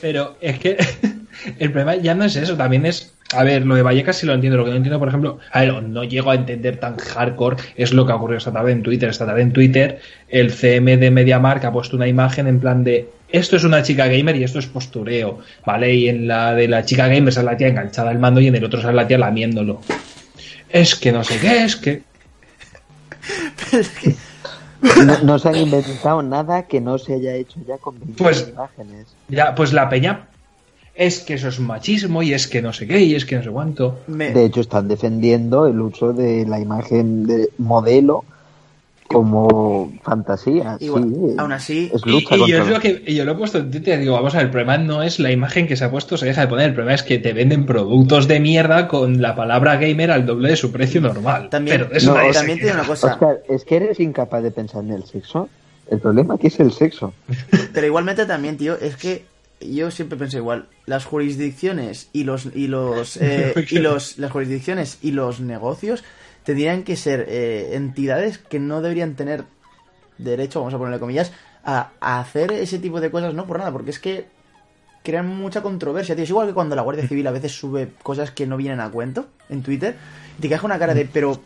[SPEAKER 3] Pero es que el problema ya no es eso, también es. A ver, lo de Vallecas sí lo entiendo, lo que no entiendo, por ejemplo, a ver, no llego a entender tan hardcore, es lo que ha ocurrido esta tarde en Twitter. Esta tarde en Twitter, el CM de MediaMarkt ha puesto una imagen en plan de esto es una chica gamer y esto es postureo, ¿vale? Y en la de la chica gamer sale la tía enganchada al mando y en el otro sale la tía lamiéndolo. Es que no sé qué, es que.
[SPEAKER 5] No, no se han inventado nada que no se haya hecho ya con millones
[SPEAKER 3] Pues-
[SPEAKER 5] de imágenes.
[SPEAKER 3] Ya, pues la peña es que eso es machismo y es que no sé qué y es que no sé cuánto.
[SPEAKER 4] Me,
[SPEAKER 5] De hecho, están defendiendo el uso de la imagen de modelo como fantasía.
[SPEAKER 4] igual,
[SPEAKER 5] sí,
[SPEAKER 4] aún así,
[SPEAKER 5] es
[SPEAKER 3] Y,
[SPEAKER 5] lucha
[SPEAKER 3] y yo,
[SPEAKER 5] contra
[SPEAKER 3] es lo que, y yo lo he puesto en Twitter, digo, vamos a ver, el problema no es la imagen que se ha puesto, se deja de poner, el problema es que te venden productos de mierda con la palabra gamer al doble de su precio normal.
[SPEAKER 4] también,
[SPEAKER 3] Pero de eso
[SPEAKER 5] No,
[SPEAKER 3] nadie se
[SPEAKER 4] también tiene
[SPEAKER 3] queja.
[SPEAKER 4] una cosa.
[SPEAKER 5] Oscar, es que eres incapaz de pensar en el sexo. El problema aquí es el sexo.
[SPEAKER 4] Pero igualmente también, tío, es que yo siempre pensé igual. Las jurisdicciones y los y los eh, y los las jurisdicciones y los negocios tendrían que ser eh, entidades que no deberían tener derecho, vamos a ponerle comillas, a, a hacer ese tipo de cosas no por nada, porque es que crean mucha controversia, tío. Es igual que cuando la Guardia Civil a veces sube cosas que no vienen a cuento en Twitter, y te cae una cara de pero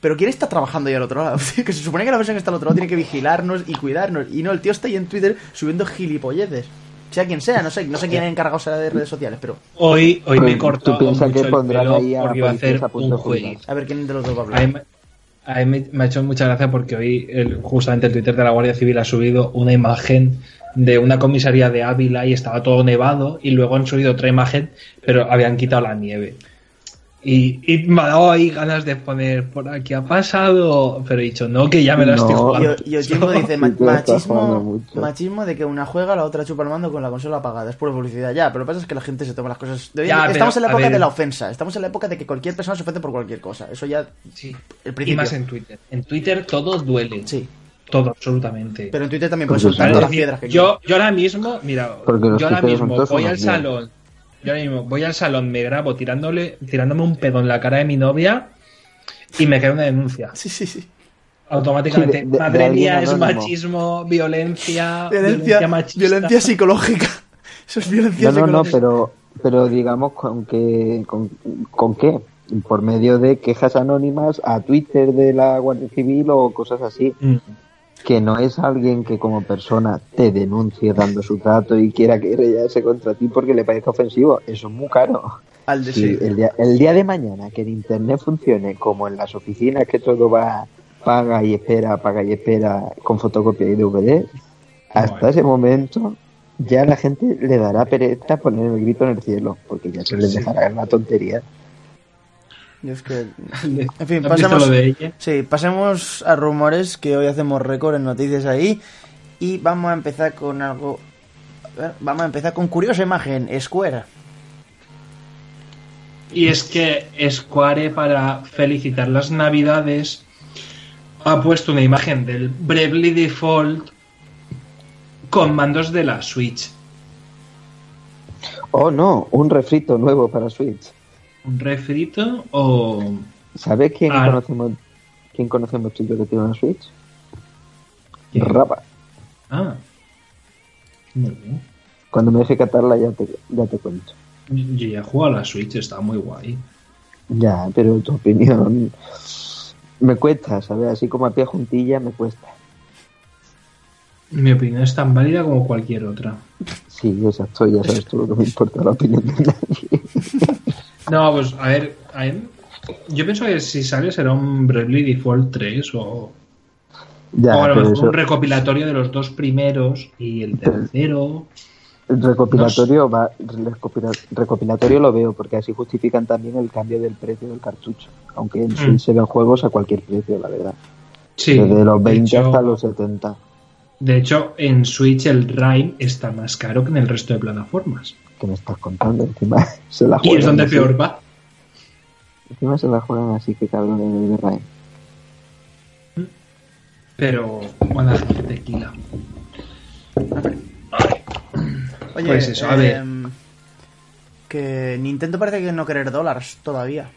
[SPEAKER 4] pero ¿quién está trabajando ahí al otro lado? que se supone que la persona que está al otro lado tiene que vigilarnos y cuidarnos. Y no, el tío está ahí en Twitter subiendo gilipolleces. Sea quien sea, no sé, no sé quién encargado será de redes sociales, pero
[SPEAKER 3] Hoy, hoy me he
[SPEAKER 5] Tú
[SPEAKER 3] cortado
[SPEAKER 5] piensa
[SPEAKER 3] mucho
[SPEAKER 5] que
[SPEAKER 3] el
[SPEAKER 5] pondrán
[SPEAKER 3] pelo
[SPEAKER 5] ahí a la
[SPEAKER 3] porque iba a
[SPEAKER 5] policía
[SPEAKER 3] hacer
[SPEAKER 5] a punto
[SPEAKER 3] un
[SPEAKER 5] de
[SPEAKER 3] juego.
[SPEAKER 5] jubilarse.
[SPEAKER 4] a ver quién de los dos va a
[SPEAKER 3] A mí,
[SPEAKER 4] hablar.
[SPEAKER 3] me- a mí me- me ha hecho mucha gracia porque hoy el- justamente el Twitter de la Guardia Civil ha subido una imagen de una comisaría de Ávila y estaba todo nevado y luego han subido otra imagen pero habían quitado la nieve. Y, y me ha dado ahí ganas de poner por aquí ha pasado, pero he dicho no, que ya me la estoy
[SPEAKER 5] No.
[SPEAKER 3] jugando.
[SPEAKER 4] Y, y Yojimbo dice, "Ma-
[SPEAKER 5] Sí, tú estás jugando
[SPEAKER 4] machismo,
[SPEAKER 5] mucho".
[SPEAKER 4] machismo de que una juega, la otra chupa el mando con la consola apagada. Es pura publicidad, ya, pero lo que pasa es que la gente se toma las cosas... de hoy en
[SPEAKER 3] Ya,
[SPEAKER 4] día.
[SPEAKER 3] pero,
[SPEAKER 4] estamos en la
[SPEAKER 3] a
[SPEAKER 4] época
[SPEAKER 3] ver.
[SPEAKER 4] de la ofensa, estamos en la época de que cualquier persona se ofende por cualquier cosa. Eso ya,
[SPEAKER 3] Sí.
[SPEAKER 4] el
[SPEAKER 3] Y
[SPEAKER 4] principio.
[SPEAKER 3] más en Twitter. En Twitter todo duele.
[SPEAKER 4] Sí,
[SPEAKER 3] Todo, absolutamente.
[SPEAKER 4] pero en Twitter también puedes
[SPEAKER 5] Pues
[SPEAKER 4] soltar
[SPEAKER 5] sí.
[SPEAKER 3] Es
[SPEAKER 4] todas las
[SPEAKER 3] decir,
[SPEAKER 4] piedras que
[SPEAKER 3] yo, yo ahora mismo, mira,
[SPEAKER 5] Porque los
[SPEAKER 3] yo ahora
[SPEAKER 5] tuiteros son
[SPEAKER 3] mismo
[SPEAKER 5] todos
[SPEAKER 3] voy al
[SPEAKER 5] unos mierda.
[SPEAKER 3] salón, yo ahora mismo voy al salón, me grabo tirándole, tirándome un pedo en la cara de mi novia y me cae una denuncia.
[SPEAKER 4] Sí, sí, sí.
[SPEAKER 3] Automáticamente,
[SPEAKER 5] Sí, de- de- de
[SPEAKER 3] madre
[SPEAKER 5] alguien
[SPEAKER 3] mía, es
[SPEAKER 5] anónimo.
[SPEAKER 3] machismo, violencia, violencia,
[SPEAKER 4] Violencia,
[SPEAKER 3] machista.
[SPEAKER 4] violencia psicológica. Eso es violencia
[SPEAKER 5] No, no, no,
[SPEAKER 4] psicológica.
[SPEAKER 5] pero, pero digamos con qué, con, con qué. Por medio de quejas anónimas a Twitter de la Guardia Civil o cosas así.
[SPEAKER 3] Mm.
[SPEAKER 5] Que no es alguien que como persona te denuncie dando su trato y quiera querellarse contra ti porque le parezca ofensivo. Eso es muy caro.
[SPEAKER 4] Al de
[SPEAKER 5] Sí, el, día, el día de mañana que el Internet funcione como en las oficinas, que todo va paga y espera, paga y espera con fotocopia y DVD, hasta
[SPEAKER 3] Bueno.
[SPEAKER 5] ese momento ya la gente le dará pereza poner el grito en el cielo, porque ya se les
[SPEAKER 3] Sí.
[SPEAKER 5] dejará la tontería.
[SPEAKER 4] Yo es que... En
[SPEAKER 3] ¿No
[SPEAKER 4] fin,
[SPEAKER 3] has visto
[SPEAKER 4] pasemos,
[SPEAKER 3] lo de ella?
[SPEAKER 4] sí, pasemos a rumores que hoy hacemos récord en noticias ahí. Y vamos a empezar con algo... a ver, Vamos a empezar con curiosa imagen, Square.
[SPEAKER 3] Y es que Square, para felicitar las navidades, ha puesto una imagen del Bravely Default con mandos de la Switch.
[SPEAKER 5] Oh no, un refrito nuevo para Switch.
[SPEAKER 3] ¿Un refrito o...?
[SPEAKER 5] ¿Sabes quién
[SPEAKER 3] Ah.
[SPEAKER 5] conocemos ¿Quién conoce un chico que tiene una Switch? Rapa.
[SPEAKER 3] Ah. Muy bien.
[SPEAKER 5] Cuando me deje catarla ya te, ya te cuento.
[SPEAKER 3] Yo ya juego a la Switch, está muy guay.
[SPEAKER 5] Ya, pero tu opinión me cuesta, ¿sabes? Así como a pie juntilla me cuesta.
[SPEAKER 3] Mi opinión es tan válida como cualquier otra.
[SPEAKER 5] Sí, exacto, ya sabes tú lo que me importa la opinión de nadie.
[SPEAKER 3] No, pues a ver, a ver, yo pienso que si sale será un Bravely Default 3 o,
[SPEAKER 5] Ya,
[SPEAKER 3] o a lo
[SPEAKER 5] pero
[SPEAKER 3] mejor
[SPEAKER 5] eso,
[SPEAKER 3] un recopilatorio de los dos primeros y el tercero.
[SPEAKER 5] el recopilatorio, va, recopila- recopilatorio lo veo, porque así justifican también el cambio del precio del cartucho. Aunque en sí
[SPEAKER 3] Mm.
[SPEAKER 5] se ven juegos a cualquier precio, la verdad.
[SPEAKER 3] Sí,
[SPEAKER 5] Desde los 20
[SPEAKER 3] de hecho-
[SPEAKER 5] hasta los 70.
[SPEAKER 3] De hecho, en Switch el Rhyme está más caro que en el resto de plataformas.
[SPEAKER 5] que me estás contando? Encima se la
[SPEAKER 3] Y
[SPEAKER 5] juegan
[SPEAKER 3] es donde
[SPEAKER 5] así.
[SPEAKER 3] peor va.
[SPEAKER 5] Encima se la juegan así, que cabrón el de eh. Ryan.
[SPEAKER 3] Pero, bueno, tequila.
[SPEAKER 4] Oye,
[SPEAKER 3] Pues eso, a ver.
[SPEAKER 4] em, que Nintendo parece que no querer dólares todavía.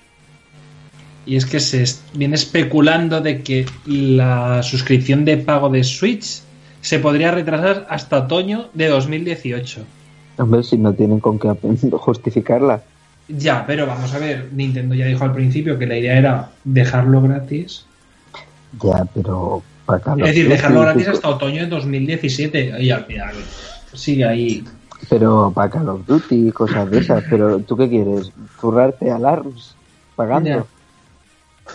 [SPEAKER 3] Y es que se es- viene especulando de que la suscripción de pago de Switch se podría retrasar hasta otoño de 2018.
[SPEAKER 5] Hombre, si no tienen con qué ap- justificarla.
[SPEAKER 3] Ya, pero vamos a ver, Nintendo ya dijo al principio que la idea era dejarlo gratis.
[SPEAKER 5] Ya, pero para Call of
[SPEAKER 3] es decir,
[SPEAKER 5] Duty,
[SPEAKER 3] dejarlo gratis
[SPEAKER 5] tú-
[SPEAKER 3] hasta otoño de 2017. Y al final sigue ahí.
[SPEAKER 5] Pero para Call of Duty y cosas de esas. Pero tú qué quieres? ¿Zurrarte al ARMS pagando?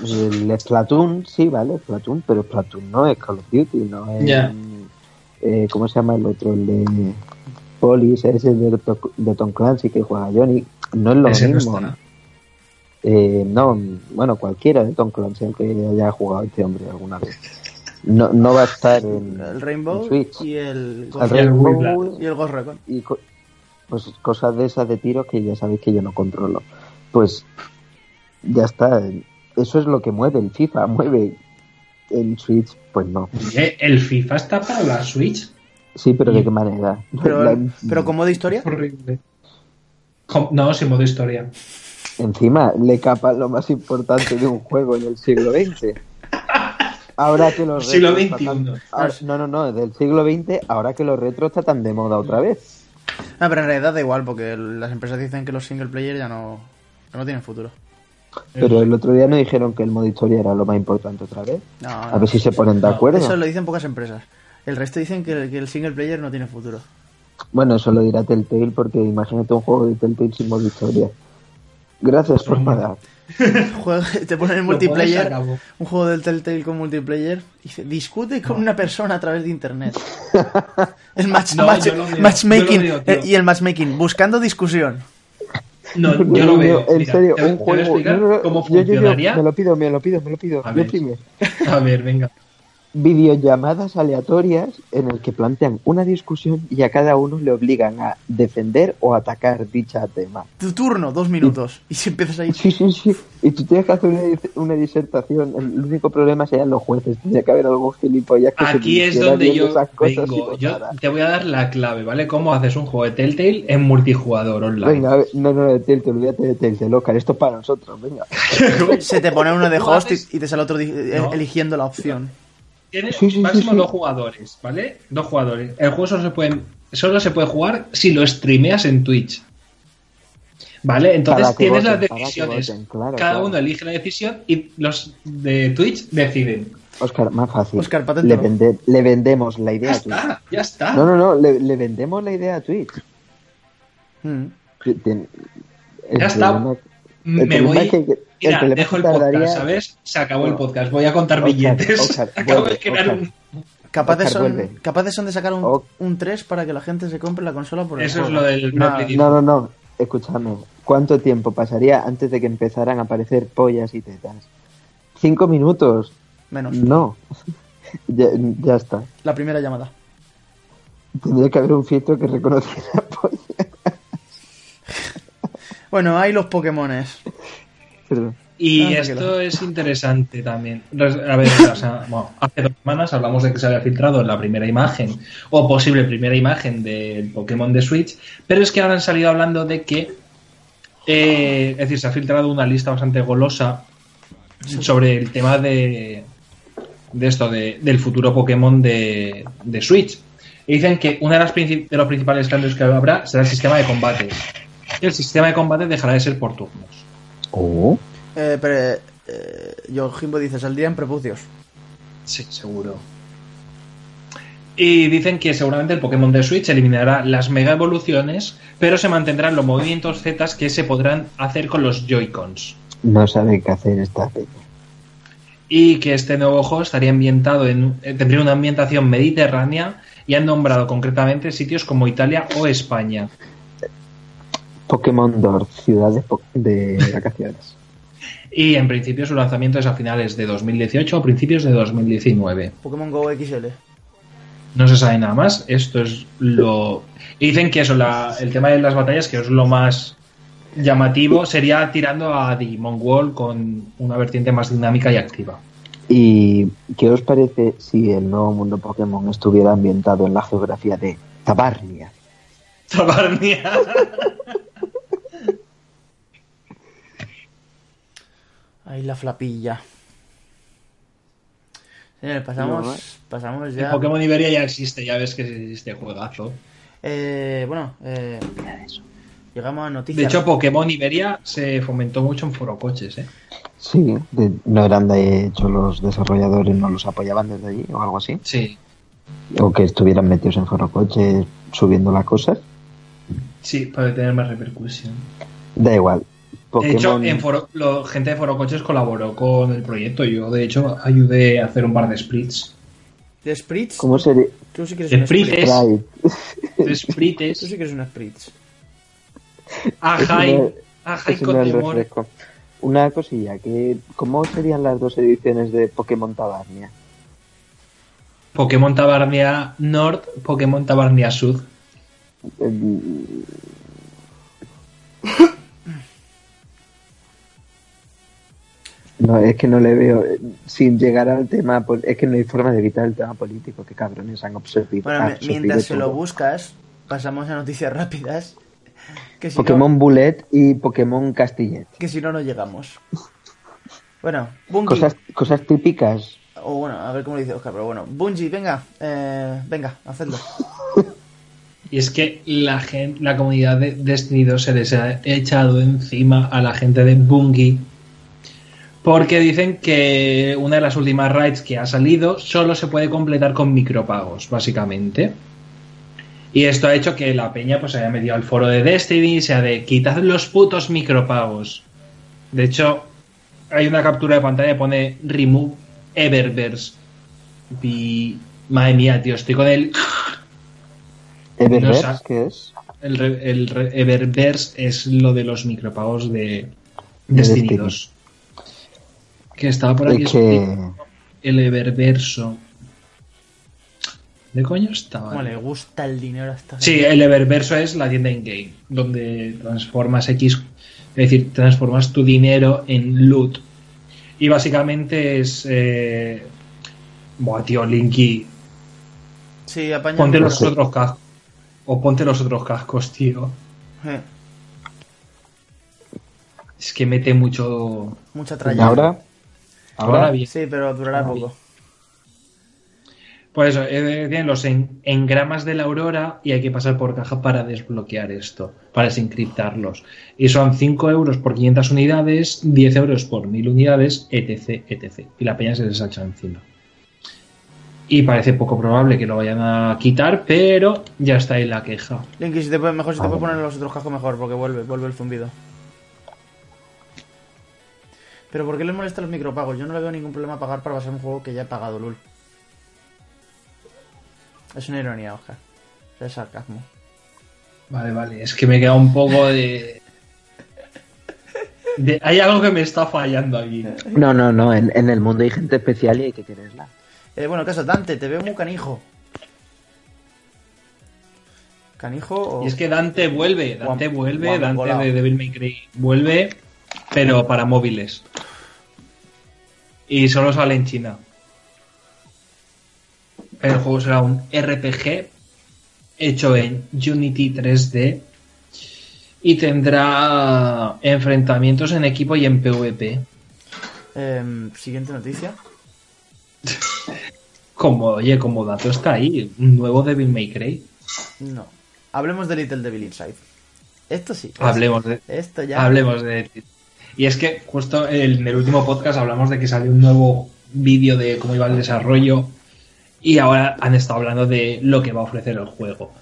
[SPEAKER 5] El Splatoon, sí, vale, Splatoon, pero Splatoon no es Call of Duty, no es.
[SPEAKER 3] Ya.
[SPEAKER 5] eh, ¿Cómo se llama el otro? El de Polis, ese de, To- de Tom Clancy que juega Johnny. No es lo
[SPEAKER 3] Ese no
[SPEAKER 5] mismo.
[SPEAKER 3] está.
[SPEAKER 5] Eh, no, bueno, cualquiera de Tom Clancy al que haya jugado este hombre alguna vez. No, no va a estar en
[SPEAKER 4] El Rainbow
[SPEAKER 5] en Switch.
[SPEAKER 4] y el,
[SPEAKER 5] El
[SPEAKER 4] Ghost-
[SPEAKER 5] Rainbow
[SPEAKER 3] Wildlands.
[SPEAKER 4] y el Ghost Recon.
[SPEAKER 5] y co- pues cosas de esas de tiros que ya sabéis que yo no controlo. Pues ya está. Eso es lo que mueve el FIFA, mueve el Switch, pues no.
[SPEAKER 3] Oye, El FIFA está para la Switch.
[SPEAKER 5] Sí, pero de qué manera.
[SPEAKER 4] Pero,
[SPEAKER 5] La-
[SPEAKER 4] pero con modo historia.
[SPEAKER 3] Horrible. Com- No, sin modo historia.
[SPEAKER 5] Encima, le capan lo más importante de un juego en el siglo XX. Ahora que los
[SPEAKER 3] Siglo
[SPEAKER 5] retros están-
[SPEAKER 3] XXI.
[SPEAKER 5] ahora- no, no, no, del siglo XX, ahora que los retro está tan de moda otra vez.
[SPEAKER 4] No, pero en realidad da igual porque las empresas dicen que los single player ya no, ya no tienen futuro.
[SPEAKER 5] Pero el otro día no dijeron que el modo historia era lo más importante otra vez.
[SPEAKER 4] No,
[SPEAKER 5] A
[SPEAKER 4] no.
[SPEAKER 5] ver si se ponen de
[SPEAKER 3] No,
[SPEAKER 5] acuerdo.
[SPEAKER 4] Eso lo dicen pocas empresas. El resto dicen que, el- que el single player no tiene futuro.
[SPEAKER 5] Bueno, eso lo dirá Telltale, porque imagínate un juego de Telltale sin modo historia. Gracias por pagar.
[SPEAKER 4] Juega- te ponen
[SPEAKER 3] Lo
[SPEAKER 4] en
[SPEAKER 3] pones,
[SPEAKER 4] multiplayer,
[SPEAKER 3] acabó.
[SPEAKER 4] un juego del Telltale con multiplayer, y dice, discute con una persona a través de internet. Es match-
[SPEAKER 3] No,
[SPEAKER 4] match-
[SPEAKER 3] yo lo veo,
[SPEAKER 4] matchmaking.
[SPEAKER 3] yo lo veo,
[SPEAKER 4] eh, y el matchmaking, buscando discusión.
[SPEAKER 3] No, yo lo veo.
[SPEAKER 5] En
[SPEAKER 3] Mira,
[SPEAKER 5] serio,
[SPEAKER 3] te- te
[SPEAKER 5] un
[SPEAKER 3] voy a
[SPEAKER 5] juego.
[SPEAKER 3] explicar
[SPEAKER 5] no, no, no,
[SPEAKER 3] cómo
[SPEAKER 5] yo- yo- yo-
[SPEAKER 3] funcionaría.
[SPEAKER 5] me lo pido, me lo pido, me lo pido.
[SPEAKER 3] A
[SPEAKER 5] Yo
[SPEAKER 3] ver.
[SPEAKER 5] primero.
[SPEAKER 3] A ver, venga.
[SPEAKER 5] Videollamadas aleatorias en el que plantean una discusión y a cada uno le obligan a defender o atacar dicha tema.
[SPEAKER 4] Tu turno, dos minutos. Y si empiezas ahí.
[SPEAKER 5] Sí, sí, sí. Y tú tienes que hacer una, dis- una disertación. El único problema serían los jueces. Tendría que haber algún gilipollas que se
[SPEAKER 3] Aquí es
[SPEAKER 5] pusiera
[SPEAKER 3] donde
[SPEAKER 5] viendo
[SPEAKER 3] yo
[SPEAKER 5] esas cosas y pues
[SPEAKER 3] vengo. Yo
[SPEAKER 5] votaran.
[SPEAKER 3] te voy a dar la clave, ¿vale? Cómo haces un juego de Telltale en multijugador online.
[SPEAKER 5] Venga, a ver, no, no, no, Telltale, olvídate de Telltale, Oscar. Esto es para nosotros, venga.
[SPEAKER 4] Se te pone uno de
[SPEAKER 3] Tú
[SPEAKER 4] host
[SPEAKER 3] haces-
[SPEAKER 4] y, y te sale otro di- eh,
[SPEAKER 3] No.
[SPEAKER 4] eligiendo la opción.
[SPEAKER 3] Tienes
[SPEAKER 5] Sí, sí, sí,
[SPEAKER 3] máximo
[SPEAKER 5] sí.
[SPEAKER 3] dos jugadores, ¿vale? Dos jugadores. El juego solo se puede, solo se puede jugar si lo streameas en Twitch. ¿Vale? Entonces
[SPEAKER 5] Para que
[SPEAKER 3] tienes
[SPEAKER 5] voten,
[SPEAKER 3] las
[SPEAKER 5] para que
[SPEAKER 3] decisiones.
[SPEAKER 5] voten, claro,
[SPEAKER 3] Cada
[SPEAKER 5] claro.
[SPEAKER 3] uno elige la decisión y los de Twitch deciden.
[SPEAKER 5] Oscar, más fácil.
[SPEAKER 4] Óscar, paténtalo.
[SPEAKER 5] le, vende- le vendemos la idea
[SPEAKER 3] Ya
[SPEAKER 5] a Twitch.
[SPEAKER 3] está, ya está.
[SPEAKER 5] No, no, no, le, le vendemos la idea a Twitch.
[SPEAKER 4] Mm.
[SPEAKER 5] Que tiene- el
[SPEAKER 3] Ya está.
[SPEAKER 5] problema- el
[SPEAKER 3] Me
[SPEAKER 5] problema
[SPEAKER 3] voy.
[SPEAKER 5] es que- el
[SPEAKER 3] Mira,
[SPEAKER 5] problema es
[SPEAKER 3] dejo
[SPEAKER 5] que
[SPEAKER 3] el
[SPEAKER 5] tardaría-
[SPEAKER 3] podcast, ¿sabes? Se acabó el
[SPEAKER 5] Bueno,
[SPEAKER 3] podcast. Voy a contar
[SPEAKER 5] Óscar,
[SPEAKER 3] billetes.
[SPEAKER 5] Óscar,
[SPEAKER 3] Acabo
[SPEAKER 5] vuelve,
[SPEAKER 3] de crear
[SPEAKER 5] Óscar.
[SPEAKER 3] un.
[SPEAKER 4] Capaces
[SPEAKER 5] Oscar,
[SPEAKER 4] son,
[SPEAKER 5] vuelve.
[SPEAKER 4] capaces son de sacar un,
[SPEAKER 5] O-
[SPEAKER 4] un 3 para que la gente se compre la consola por el
[SPEAKER 3] Eso es
[SPEAKER 4] juego.
[SPEAKER 3] lo del
[SPEAKER 4] Nada.
[SPEAKER 3] Bradley Dick.
[SPEAKER 5] No, no, no, escúchame. ¿Cuánto tiempo pasaría antes de que empezaran a aparecer pollas y tetas? Cinco minutos.
[SPEAKER 4] Menos.
[SPEAKER 5] No. ya, ya está.
[SPEAKER 4] La primera llamada.
[SPEAKER 5] Tendría que haber un filtro que reconociera pollas.
[SPEAKER 4] Bueno, hay los Pokémones.
[SPEAKER 5] Perdón.
[SPEAKER 3] Y
[SPEAKER 4] Ah,
[SPEAKER 3] esto
[SPEAKER 4] tranquilo.
[SPEAKER 3] es interesante también. Res- A ver, o sea, bueno, hace dos semanas hablamos de que se había filtrado la primera imagen o posible primera imagen del Pokémon de Switch, pero es que ahora han salido hablando de que, eh, es decir, se ha filtrado una lista bastante golosa sobre el tema de, de esto, de- del futuro Pokémon de, de Switch. Y dicen que uno de, las princip- de los principales cambios que habrá será el sistema de combates. Y el sistema de combates dejará de ser por turnos.
[SPEAKER 5] Oh.
[SPEAKER 4] Eh, pero, eh, yo, Jimbo, dice, saldría en prepucios.
[SPEAKER 3] Sí, seguro. Y dicen que seguramente el Pokémon de Switch eliminará las mega evoluciones, pero se mantendrán los movimientos Z que se podrán hacer con los Joy-Cons.
[SPEAKER 5] No sabe qué hacer esta peña.
[SPEAKER 3] y que este nuevo juego estaría ambientado en eh, tendría una ambientación mediterránea y han nombrado concretamente sitios como Italia o España.
[SPEAKER 5] Pokémon Dor, ciudades po- de vacaciones.
[SPEAKER 3] Y en principio su lanzamiento es a finales de 2018 o principios de 2019.
[SPEAKER 4] Pokémon Go XL.
[SPEAKER 3] No se sabe nada más. Esto es lo. Y dicen que eso, la- el tema de las batallas, que es lo más llamativo, sería tirando a Digimon World con una vertiente más dinámica y activa.
[SPEAKER 5] ¿Y qué os parece si el nuevo mundo Pokémon estuviera ambientado en la geografía de Tabarnia?
[SPEAKER 3] Tabarnia.
[SPEAKER 4] Ahí la flapilla. Señores, pasamos,
[SPEAKER 5] No, eh.
[SPEAKER 4] pasamos
[SPEAKER 3] El
[SPEAKER 4] ya.
[SPEAKER 3] Pokémon Iberia ya existe, ya ves que existe juegazo.
[SPEAKER 4] Eh, bueno, eh, llegamos a noticias.
[SPEAKER 3] De hecho, Pokémon Iberia se fomentó mucho en forocoches, ¿eh?
[SPEAKER 5] Sí, de- no eran de hecho los desarrolladores, no los apoyaban desde allí o algo así.
[SPEAKER 3] Sí.
[SPEAKER 5] O que estuvieran metidos en ferrocoches subiendo las cosas.
[SPEAKER 3] Sí, para tener más repercusión.
[SPEAKER 5] Da igual.
[SPEAKER 3] De hecho,
[SPEAKER 5] Pokémon,
[SPEAKER 3] en foro- lo- gente de forocoches colaboró con el proyecto. Yo, de hecho, ayudé a hacer un par de splits.
[SPEAKER 4] ¿De Spritz?
[SPEAKER 5] ¿Cómo sería?
[SPEAKER 4] Tú sí que eres
[SPEAKER 3] De
[SPEAKER 4] un Spritz.
[SPEAKER 3] Frites.
[SPEAKER 5] Right.
[SPEAKER 3] De
[SPEAKER 4] Tú
[SPEAKER 3] splites.
[SPEAKER 4] sí que eres un Spritz.
[SPEAKER 3] Ajay. Ajay
[SPEAKER 5] Eso me da
[SPEAKER 3] con
[SPEAKER 5] el
[SPEAKER 3] temor.
[SPEAKER 5] refresco. Una cosilla, que ¿cómo serían las dos ediciones de Pokémon Tabarnia?
[SPEAKER 3] Pokémon Tabarnia Nord, Pokémon Tabarnia Sud.
[SPEAKER 5] Eh, No, es que no le veo. eh, Sin llegar al tema, pol- es que no hay forma de evitar el tema político. Qué cabrones han absorbido.
[SPEAKER 4] Bueno, mi-
[SPEAKER 5] absorbido
[SPEAKER 4] mientras se lo
[SPEAKER 5] todo.
[SPEAKER 4] buscas, pasamos a noticias rápidas. Que si
[SPEAKER 5] Pokémon
[SPEAKER 4] no,
[SPEAKER 5] Bullet y Pokémon Castillet.
[SPEAKER 4] que si no, no llegamos. Bueno, Bungie.
[SPEAKER 5] Cosas, cosas típicas.
[SPEAKER 4] O bueno, a ver cómo lo dice Oscar, pero bueno. Bungie, venga, eh, venga, hacedlo.
[SPEAKER 3] Y es que la, gente, la comunidad de Destiny 2 se les ha echado encima a la gente de Bungie. Porque dicen que una de las últimas raids que ha salido solo se puede completar con micropagos, básicamente. Y esto ha hecho que la peña pues, se haya metido al foro de Destiny, sea de quitad los putos micropagos. De hecho, hay una captura de pantalla que pone remove Eververse. Y... Madre mía, tío, estoy con el...
[SPEAKER 5] Eververse,
[SPEAKER 3] No sa-
[SPEAKER 5] ¿qué es?
[SPEAKER 3] El, re- el re- Eververse es lo de los micropagos de
[SPEAKER 5] De
[SPEAKER 3] Destiny
[SPEAKER 5] Destiny.
[SPEAKER 3] 2. Que estaba por aquí
[SPEAKER 5] Es que.
[SPEAKER 3] explicado el Eververso. ¿De coño estaba?
[SPEAKER 4] Como le gusta el dinero a esta
[SPEAKER 3] Sí,
[SPEAKER 4] gente.
[SPEAKER 3] el Eververso es la tienda in-game, donde transformas X, es decir, transformas tu dinero en loot. Y básicamente es... Eh... Buah, tío, Linky,
[SPEAKER 4] Sí, apaña
[SPEAKER 3] eh. ponte
[SPEAKER 4] el
[SPEAKER 3] los
[SPEAKER 4] dinero.
[SPEAKER 3] otros cascos. O ponte los otros cascos, tío.
[SPEAKER 4] Eh,
[SPEAKER 3] Es que mete mucho.
[SPEAKER 4] mucha
[SPEAKER 5] ¿Y
[SPEAKER 4] tralla.
[SPEAKER 5] Pues ahora? Ah,
[SPEAKER 3] Ahora bien.
[SPEAKER 4] Sí, pero durará
[SPEAKER 3] Ahora
[SPEAKER 4] poco.
[SPEAKER 3] Pues eso, eh, tienen los en- engramas de la aurora y hay que pasar por caja para desbloquear esto, para desencriptarlos. Y son 5 euros por 500 unidades, 10 euros por 1000 unidades, etc, etc. Y la peña se les ha echado encima. Y parece poco probable que lo vayan a quitar, pero ya está ahí la queja.
[SPEAKER 4] Linky, si te puedes, mejor si te
[SPEAKER 5] Ah,
[SPEAKER 4] puedes
[SPEAKER 5] bueno.
[SPEAKER 4] poner los otros cascos mejor, porque vuelve, vuelve el zumbido. Pero ¿por qué les molesta los micropagos? Yo no le veo ningún problema pagar para pasar un juego que ya he pagado, Lul. Es una ironía, Oscar. Es sarcasmo.
[SPEAKER 3] Vale, vale, es que me queda un poco de... de- Hay algo que me está fallando aquí.
[SPEAKER 5] No, no, no. En, en el mundo hay gente especial y hay que quererla.
[SPEAKER 4] Eh, bueno, caso, Dante, te veo muy canijo. ¿Canijo o.?
[SPEAKER 3] Y es que Dante vuelve, Dante
[SPEAKER 4] Guam-
[SPEAKER 3] vuelve,
[SPEAKER 4] guambolao.
[SPEAKER 3] Dante de Devil May Cry vuelve, pero para móviles. Y solo sale en China. El juego será un RPG hecho en Unity 3D y tendrá enfrentamientos en equipo y en PvP.
[SPEAKER 4] Em, siguiente noticia.
[SPEAKER 3] Como, oye, como dato está ahí, un nuevo Devil May Cry.
[SPEAKER 4] No. Hablemos de Little Devil Inside. Esto sí. es-
[SPEAKER 3] Hablemos de,
[SPEAKER 4] Esto ya.
[SPEAKER 3] Hablemos de. Y es que justo en el último podcast hablamos de que salió un nuevo vídeo de cómo iba el desarrollo y ahora han estado hablando de lo que va a ofrecer el juego.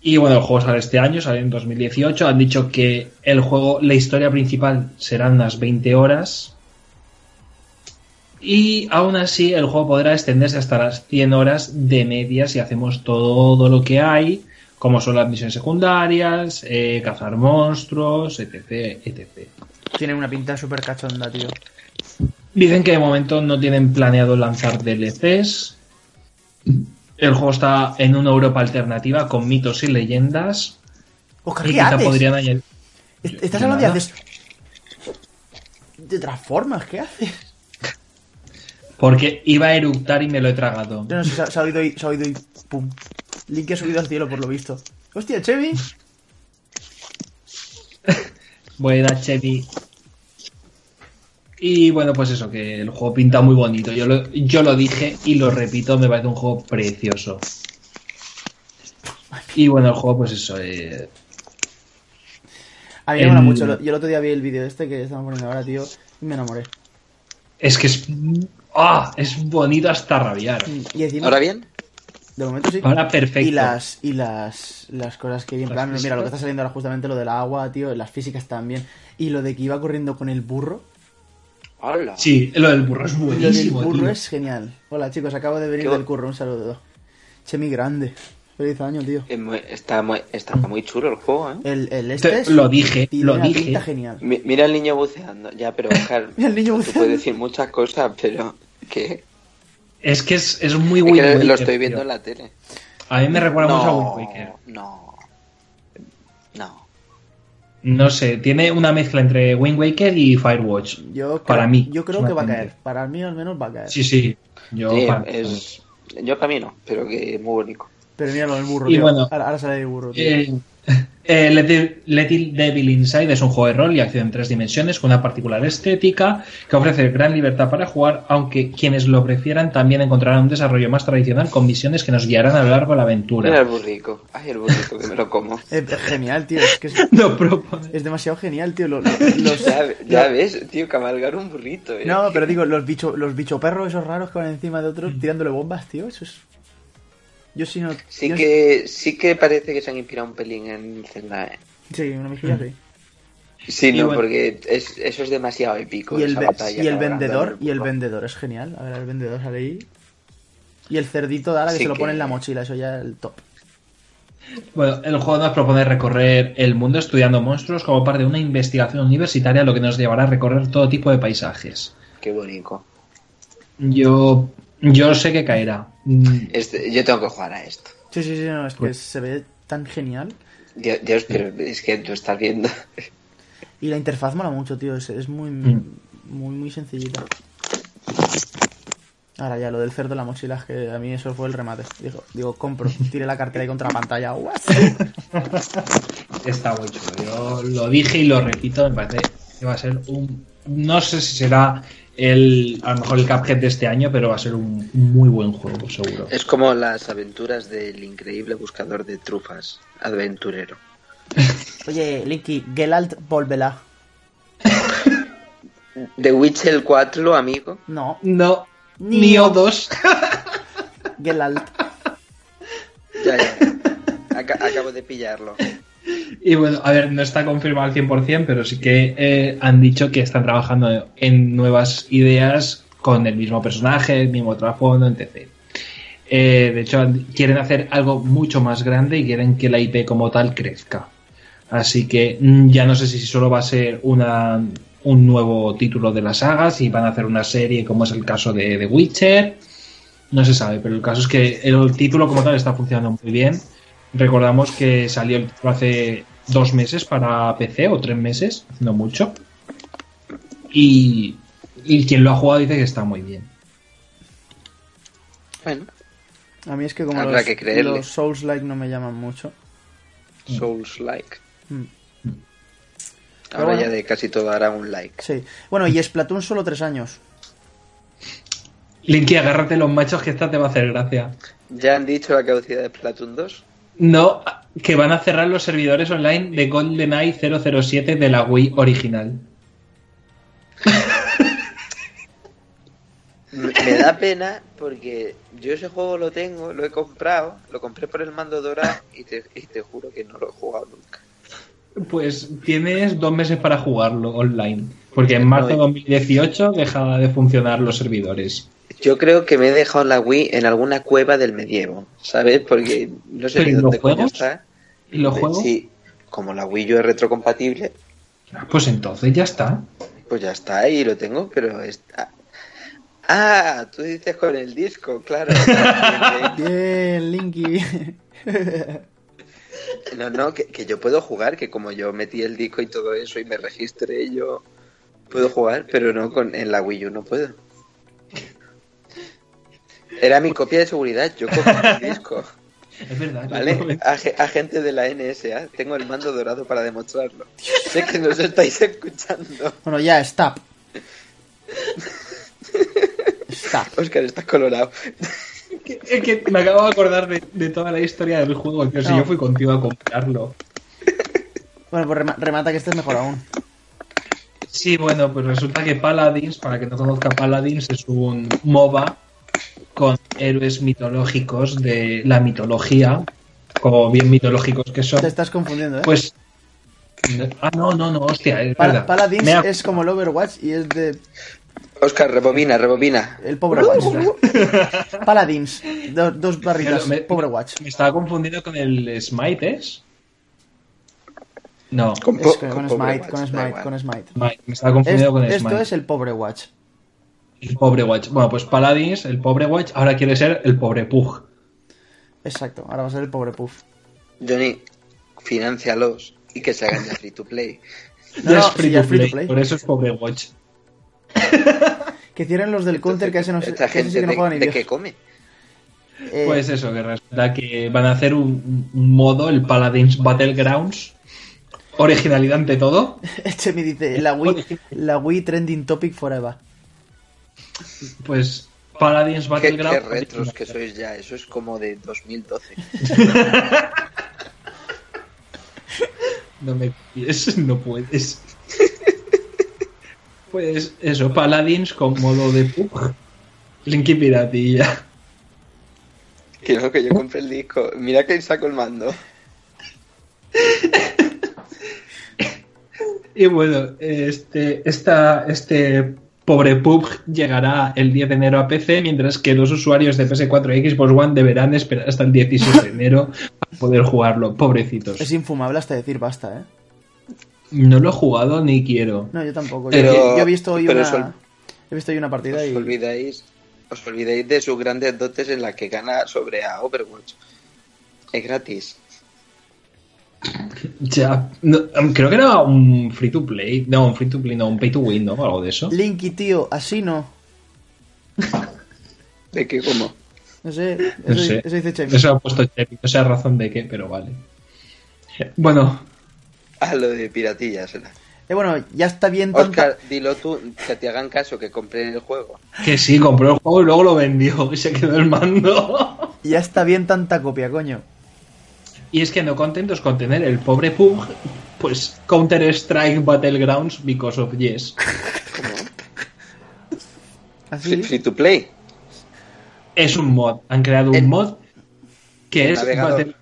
[SPEAKER 3] Y bueno, el juego sale este año, sale en 2018. Han dicho que el juego, la historia principal serán unas 20 horas. Y aún así, el juego podrá extenderse hasta las 100 horas de media si hacemos todo lo que hay como son las misiones secundarias, eh, cazar monstruos, etc, etc.
[SPEAKER 4] Tiene una pinta súper cachonda, tío.
[SPEAKER 3] Dicen que de momento no tienen planeado lanzar DLCs. El juego está en una Europa alternativa con mitos y leyendas.
[SPEAKER 4] Oscar,
[SPEAKER 3] Y
[SPEAKER 4] ¿qué
[SPEAKER 3] quizá
[SPEAKER 4] haces?
[SPEAKER 3] podrían añadir.
[SPEAKER 4] Est-
[SPEAKER 3] Yo-
[SPEAKER 4] Estás
[SPEAKER 3] yo
[SPEAKER 4] hablando de
[SPEAKER 3] nada.
[SPEAKER 4] haces. Te transformas, ¿qué haces?
[SPEAKER 3] Porque iba a eructar y me lo he tragado.
[SPEAKER 4] Yo no sé, se ha- se ha oído y. Se ha oído y. Pum. Link ha subido al cielo, por lo visto. Hostia, Chevy.
[SPEAKER 3] Buena, Chevy. Y bueno, pues eso, que el juego pinta muy bonito. Yo lo, yo lo dije y lo repito, me parece un juego precioso. Y bueno, el juego, pues eso, eh,
[SPEAKER 4] A mí me mola
[SPEAKER 3] El-
[SPEAKER 4] mucho. lo- Yo el otro día vi el vídeo este que estamos poniendo ahora, tío. Y me enamoré.
[SPEAKER 3] es que es. ¡Ah! Es bonito hasta rabiar.
[SPEAKER 4] Y encima.
[SPEAKER 6] ¿Ahora bien?
[SPEAKER 4] De momento sí.
[SPEAKER 3] Ahora perfecto.
[SPEAKER 4] Y las, y las, las cosas que hay en
[SPEAKER 3] Las
[SPEAKER 4] plan, mira,
[SPEAKER 3] físicas.
[SPEAKER 4] lo que está saliendo ahora justamente lo del agua, tío, las físicas también. Y lo de que iba corriendo con el burro.
[SPEAKER 6] ¡Hala!
[SPEAKER 3] Sí, lo del burro es
[SPEAKER 4] Lo del
[SPEAKER 3] buenísimo.
[SPEAKER 4] burro
[SPEAKER 3] tío.
[SPEAKER 4] es genial. Hola chicos, acabo de venir
[SPEAKER 6] Qué
[SPEAKER 4] del
[SPEAKER 6] bu-
[SPEAKER 4] curro, un saludo. Chemi grande. Feliz año, tío.
[SPEAKER 6] Es muy- está, muy, está muy chulo el juego, ¿eh?
[SPEAKER 4] El, el este
[SPEAKER 3] Te-
[SPEAKER 4] es-
[SPEAKER 3] lo dije,
[SPEAKER 4] tiene
[SPEAKER 3] lo
[SPEAKER 4] una pinta
[SPEAKER 3] dije.
[SPEAKER 4] genial.
[SPEAKER 6] Mi- mira al niño buceando. Ya, pero Oscar,
[SPEAKER 4] Mira el niño
[SPEAKER 6] tú
[SPEAKER 4] buceando.
[SPEAKER 6] puedes decir muchas cosas, pero... ¿Qué?
[SPEAKER 3] Es que es, es muy
[SPEAKER 6] Es que
[SPEAKER 3] Wind
[SPEAKER 6] lo
[SPEAKER 3] Waker,
[SPEAKER 6] estoy viendo
[SPEAKER 3] tío.
[SPEAKER 6] en la tele.
[SPEAKER 3] A mí me recuerda mucho a Wind Waker.
[SPEAKER 6] no, no. No.
[SPEAKER 3] No sé, tiene una mezcla entre Wind Waker y Firewatch.
[SPEAKER 4] Yo creo,
[SPEAKER 3] Para mí,
[SPEAKER 4] Yo creo
[SPEAKER 3] es
[SPEAKER 4] que va a
[SPEAKER 3] una
[SPEAKER 4] caer. Para mí al menos va a caer.
[SPEAKER 3] Sí, sí. Yo, pues.
[SPEAKER 6] Sí,
[SPEAKER 3] para-
[SPEAKER 6] es... Yo camino, pero que es muy bonito.
[SPEAKER 4] Pero mira lo del burro,
[SPEAKER 3] Y
[SPEAKER 4] tío.
[SPEAKER 3] bueno.
[SPEAKER 4] ahora, ahora sale el burro, tío.
[SPEAKER 3] Eh, eh, Let the- Let the Devil Inside es un juego de rol y acción en tres dimensiones con una particular estética que ofrece gran libertad para jugar, aunque quienes lo prefieran también encontrarán un desarrollo más tradicional con misiones que nos guiarán a lo largo de la
[SPEAKER 6] Mira el
[SPEAKER 3] aventura.
[SPEAKER 6] burrico. Ay, el burrico, que me lo como.
[SPEAKER 4] Eh, es genial, tío. Es que es,
[SPEAKER 3] No propone.
[SPEAKER 4] es demasiado genial, tío. Lo- lo- los,
[SPEAKER 6] Ya, ya ves, tío, cabalgar un burrito, ¿eh?
[SPEAKER 4] No, pero digo, los bicho, los bichoperros esos raros que van encima de
[SPEAKER 3] Mm.
[SPEAKER 4] otros tirándole bombas, tío, eso es... Yo sí no...
[SPEAKER 6] Sí
[SPEAKER 4] yo-
[SPEAKER 6] que, sí que parece que se han inspirado un pelín en Zelda, ¿eh?
[SPEAKER 4] Sí, una mejilla sí.
[SPEAKER 6] Mm. Sí,
[SPEAKER 3] Y
[SPEAKER 6] no,
[SPEAKER 3] bueno.
[SPEAKER 6] porque es- eso es demasiado épico.
[SPEAKER 4] Y el,
[SPEAKER 6] esa
[SPEAKER 4] ve-
[SPEAKER 6] batalla
[SPEAKER 4] y el
[SPEAKER 6] cabalgando
[SPEAKER 4] vendedor,
[SPEAKER 6] en
[SPEAKER 4] y el
[SPEAKER 6] burro.
[SPEAKER 4] vendedor, es genial. A ver, el vendedor sale ahí. Y el cerdito de ala que
[SPEAKER 6] Sí
[SPEAKER 4] se lo
[SPEAKER 6] que-
[SPEAKER 4] pone en la mochila, eso ya es el top.
[SPEAKER 3] Bueno, el juego nos propone recorrer el mundo estudiando monstruos como parte de una investigación universitaria, lo que nos llevará a recorrer todo tipo de paisajes.
[SPEAKER 6] Qué bonito.
[SPEAKER 3] Yo, yo sé que caerá. Mm,
[SPEAKER 6] Este, yo tengo que jugar a esto.
[SPEAKER 4] Sí, sí, sí, no, es que
[SPEAKER 3] Pues-
[SPEAKER 4] se ve tan genial.
[SPEAKER 6] Dios, Dios, pero es que tú estás viendo.
[SPEAKER 4] Y la interfaz mola mucho, tío, es, es muy,
[SPEAKER 3] Mm.
[SPEAKER 4] muy, muy sencillita. Ahora ya, lo del cerdo en la mochila, es que a mí eso fue el remate. Digo, digo compro, tiré la cartera ahí contra la pantalla. ¡guau!
[SPEAKER 3] Está muy chulo. Yo lo dije y lo repito, me parece que va a ser un. No sé si será el, a lo mejor el Cuphead de este año, pero va a ser un muy buen juego, seguro.
[SPEAKER 6] Es como las aventuras del increíble buscador de trufas, aventurero.
[SPEAKER 4] Oye, Linky, Gelalt volverá.
[SPEAKER 6] The Witcher 4, amigo.
[SPEAKER 4] No,
[SPEAKER 3] No,
[SPEAKER 4] Nioh.
[SPEAKER 3] Nioh 2.
[SPEAKER 4] Gelalt.
[SPEAKER 6] Ya, ya. Aca- acabo de pillarlo.
[SPEAKER 3] Y bueno, a ver, no está confirmado al 100%, pero sí que eh, han dicho que están trabajando en nuevas ideas con el mismo personaje, el mismo trasfondo, etc. Eh, de hecho, han- quieren hacer algo mucho más grande y quieren que la IP como tal crezca. Así que mm, ya no sé si solo va a ser una, un nuevo título de la saga, si van a hacer una serie como es el caso de The Witcher. No se sabe, pero el caso es que el título como tal está funcionando muy bien. Recordamos que salió el título hace dos meses para PC o tres meses, no mucho. Y, y quien lo ha jugado dice que está muy bien.
[SPEAKER 6] Bueno,
[SPEAKER 4] A mí es que como
[SPEAKER 6] Habrá
[SPEAKER 4] los,
[SPEAKER 6] que creerle.
[SPEAKER 4] los Souls like no me llaman mucho.
[SPEAKER 6] Souls like.
[SPEAKER 4] Mm.
[SPEAKER 6] Ahora
[SPEAKER 4] bueno.
[SPEAKER 6] ya de casi todo hará un like.
[SPEAKER 4] Sí. Bueno, y Splatoon solo tres años.
[SPEAKER 3] Linky, agárrate los machos que esta te va a hacer gracia.
[SPEAKER 6] ¿Ya han dicho la caducidad de Splatoon 2?
[SPEAKER 3] No, que van a cerrar los servidores online de GoldenEye 007 de la Wii original.
[SPEAKER 6] Me me da pena porque yo ese juego lo tengo, lo he comprado, lo compré por el mando dorado y te, y te juro que no lo he jugado nunca.
[SPEAKER 3] Pues tienes dos meses para jugarlo online, porque en marzo de
[SPEAKER 6] Ay.
[SPEAKER 3] 2018 dejaba de funcionar los servidores.
[SPEAKER 6] Yo creo que me he dejado la Wii en alguna cueva del medievo, ¿sabes? Porque no sé
[SPEAKER 3] ¿Pero
[SPEAKER 6] ni
[SPEAKER 3] y los
[SPEAKER 6] dónde coño
[SPEAKER 3] juegos?
[SPEAKER 6] está.
[SPEAKER 3] ¿Y los
[SPEAKER 6] Eh,
[SPEAKER 3] juegos?
[SPEAKER 6] Sí, como la Wii yo es retrocompatible,
[SPEAKER 3] Ah, Pues entonces ya está.
[SPEAKER 6] pues ya está, ahí lo tengo, pero está... Ah, tú dices con el disco, claro.
[SPEAKER 4] Bien, Linky.
[SPEAKER 6] No, no, que, que yo puedo jugar, que como yo metí el disco y todo eso y me registré, yo puedo jugar, pero no con en la Wii U no puedo. Era mi copia de seguridad, yo cogí el disco,
[SPEAKER 3] Es verdad.
[SPEAKER 6] ¿vale? Ag- agente de la NSA, tengo el mando dorado para demostrarlo. Sé que nos estáis escuchando.
[SPEAKER 4] Bueno, ya, stop. Stop.
[SPEAKER 6] Oscar, estás colorado.
[SPEAKER 3] Es que me acabo de acordar de, de toda la historia del juego, que si
[SPEAKER 4] No.
[SPEAKER 3] yo fui contigo a comprarlo.
[SPEAKER 4] Bueno, pues rema- remata que este es mejor aún.
[SPEAKER 3] Sí, bueno, pues resulta que Paladins, para que no conozca Paladins, es un MOBA con héroes mitológicos de la mitología, o bien mitológicos que son.
[SPEAKER 4] Te estás confundiendo, ¿eh?
[SPEAKER 3] Pues. Ah, no, no, no, hostia. Es
[SPEAKER 4] Pal-
[SPEAKER 3] verdad.
[SPEAKER 4] Paladins
[SPEAKER 3] Me ha-
[SPEAKER 4] es como el Overwatch y es de
[SPEAKER 6] Oscar, rebobina, rebobina.
[SPEAKER 4] el pobre Watch. Paladins, do- dos barritas,
[SPEAKER 3] Me- me-
[SPEAKER 4] pobre Watch.
[SPEAKER 3] Me estaba confundiendo con el Smite, ¿es? No,
[SPEAKER 6] Con, po-
[SPEAKER 4] Es que con
[SPEAKER 6] con pobre
[SPEAKER 4] Smite,
[SPEAKER 6] Watch,
[SPEAKER 4] con
[SPEAKER 6] da
[SPEAKER 4] Smite,
[SPEAKER 6] igual.
[SPEAKER 4] con Smite.
[SPEAKER 3] Smite, me estaba confundiendo
[SPEAKER 4] Es-
[SPEAKER 3] con el
[SPEAKER 4] esto
[SPEAKER 3] Smite.
[SPEAKER 4] es el pobre Watch.
[SPEAKER 3] El pobre Watch. Bueno, pues Paladins, el pobre Watch, ahora quiere ser el pobre Pug.
[SPEAKER 4] Exacto, ahora va a ser el pobre Puff.
[SPEAKER 6] Johnny, financialos y que se hagan de free to play.
[SPEAKER 4] No,
[SPEAKER 3] Ya
[SPEAKER 4] no,
[SPEAKER 3] es
[SPEAKER 4] sí,
[SPEAKER 3] free
[SPEAKER 4] ya
[SPEAKER 3] to play, por eso es pobre Watch.
[SPEAKER 4] Que cierren los del counter, que ese no sé,
[SPEAKER 6] Esta
[SPEAKER 4] que ese
[SPEAKER 6] gente
[SPEAKER 4] sí que no
[SPEAKER 6] de-
[SPEAKER 4] juega ni
[SPEAKER 6] de
[SPEAKER 4] Dios.
[SPEAKER 6] qué come.
[SPEAKER 4] Eh,
[SPEAKER 3] Pues eso, que resulta que van a hacer un, un modo, el Paladins Battlegrounds. Originalidad ante todo.
[SPEAKER 4] Este me dice, la Wii, la Wii trending topic forever.
[SPEAKER 3] Pues Paladins
[SPEAKER 6] Qué, qué
[SPEAKER 3] Battlegrounds.
[SPEAKER 6] retros que sois ya, eso es como de 2012.
[SPEAKER 3] No me pides, no puedes. pues eso, Paladins con modo de pug. Linky Piratilla.
[SPEAKER 6] Que no, que yo compré el disco. Mira que saco el mando.
[SPEAKER 3] Y bueno, este, esta, este pobre pug llegará el 10 de enero a PC, mientras que los usuarios de PS4 y Xbox One deberán esperar hasta el 16 de enero para poder jugarlo. Pobrecitos.
[SPEAKER 4] Es infumable hasta decir basta, ¿eh?
[SPEAKER 3] No lo he jugado ni quiero.
[SPEAKER 4] No, yo tampoco.
[SPEAKER 6] Pero-
[SPEAKER 4] yo, yo he visto hoy
[SPEAKER 6] pero
[SPEAKER 4] una...
[SPEAKER 6] sol-
[SPEAKER 4] He visto hoy una partida
[SPEAKER 6] Os
[SPEAKER 4] y...
[SPEAKER 6] olvidáis, os olvidáis de sus grandes dotes en la que gana sobre a Overwatch. Es gratis.
[SPEAKER 3] Ya, no, em, creo que era un free to play. No, un free to play, no, un pay to win, ¿no? Algo de eso.
[SPEAKER 4] Linky, tío, así no.
[SPEAKER 6] ¿De qué como?
[SPEAKER 4] No sé, eso,
[SPEAKER 3] No sé.
[SPEAKER 4] eso dice Chemi.
[SPEAKER 3] Eso ha puesto Chemi, no sé a razón de qué, pero vale. Bueno,
[SPEAKER 6] Ah, lo de piratillas. era.
[SPEAKER 4] Eh, bueno, ya está bien tanta...
[SPEAKER 6] Oscar, dilo tú, que te hagan caso, que compré el juego.
[SPEAKER 3] que sí, compró el juego y luego lo vendió y se quedó el mando.
[SPEAKER 4] Ya está bien tanta copia, coño.
[SPEAKER 3] Y es que no contentos con tener el pobre Pug, pues Counter-Strike Battlegrounds because of yes.
[SPEAKER 6] Free,
[SPEAKER 3] ¿Ah,
[SPEAKER 4] Así.
[SPEAKER 6] free to play.
[SPEAKER 3] Es un mod, han creado un
[SPEAKER 6] El-
[SPEAKER 3] mod que
[SPEAKER 6] el
[SPEAKER 3] es
[SPEAKER 6] navegador.
[SPEAKER 3] Battle-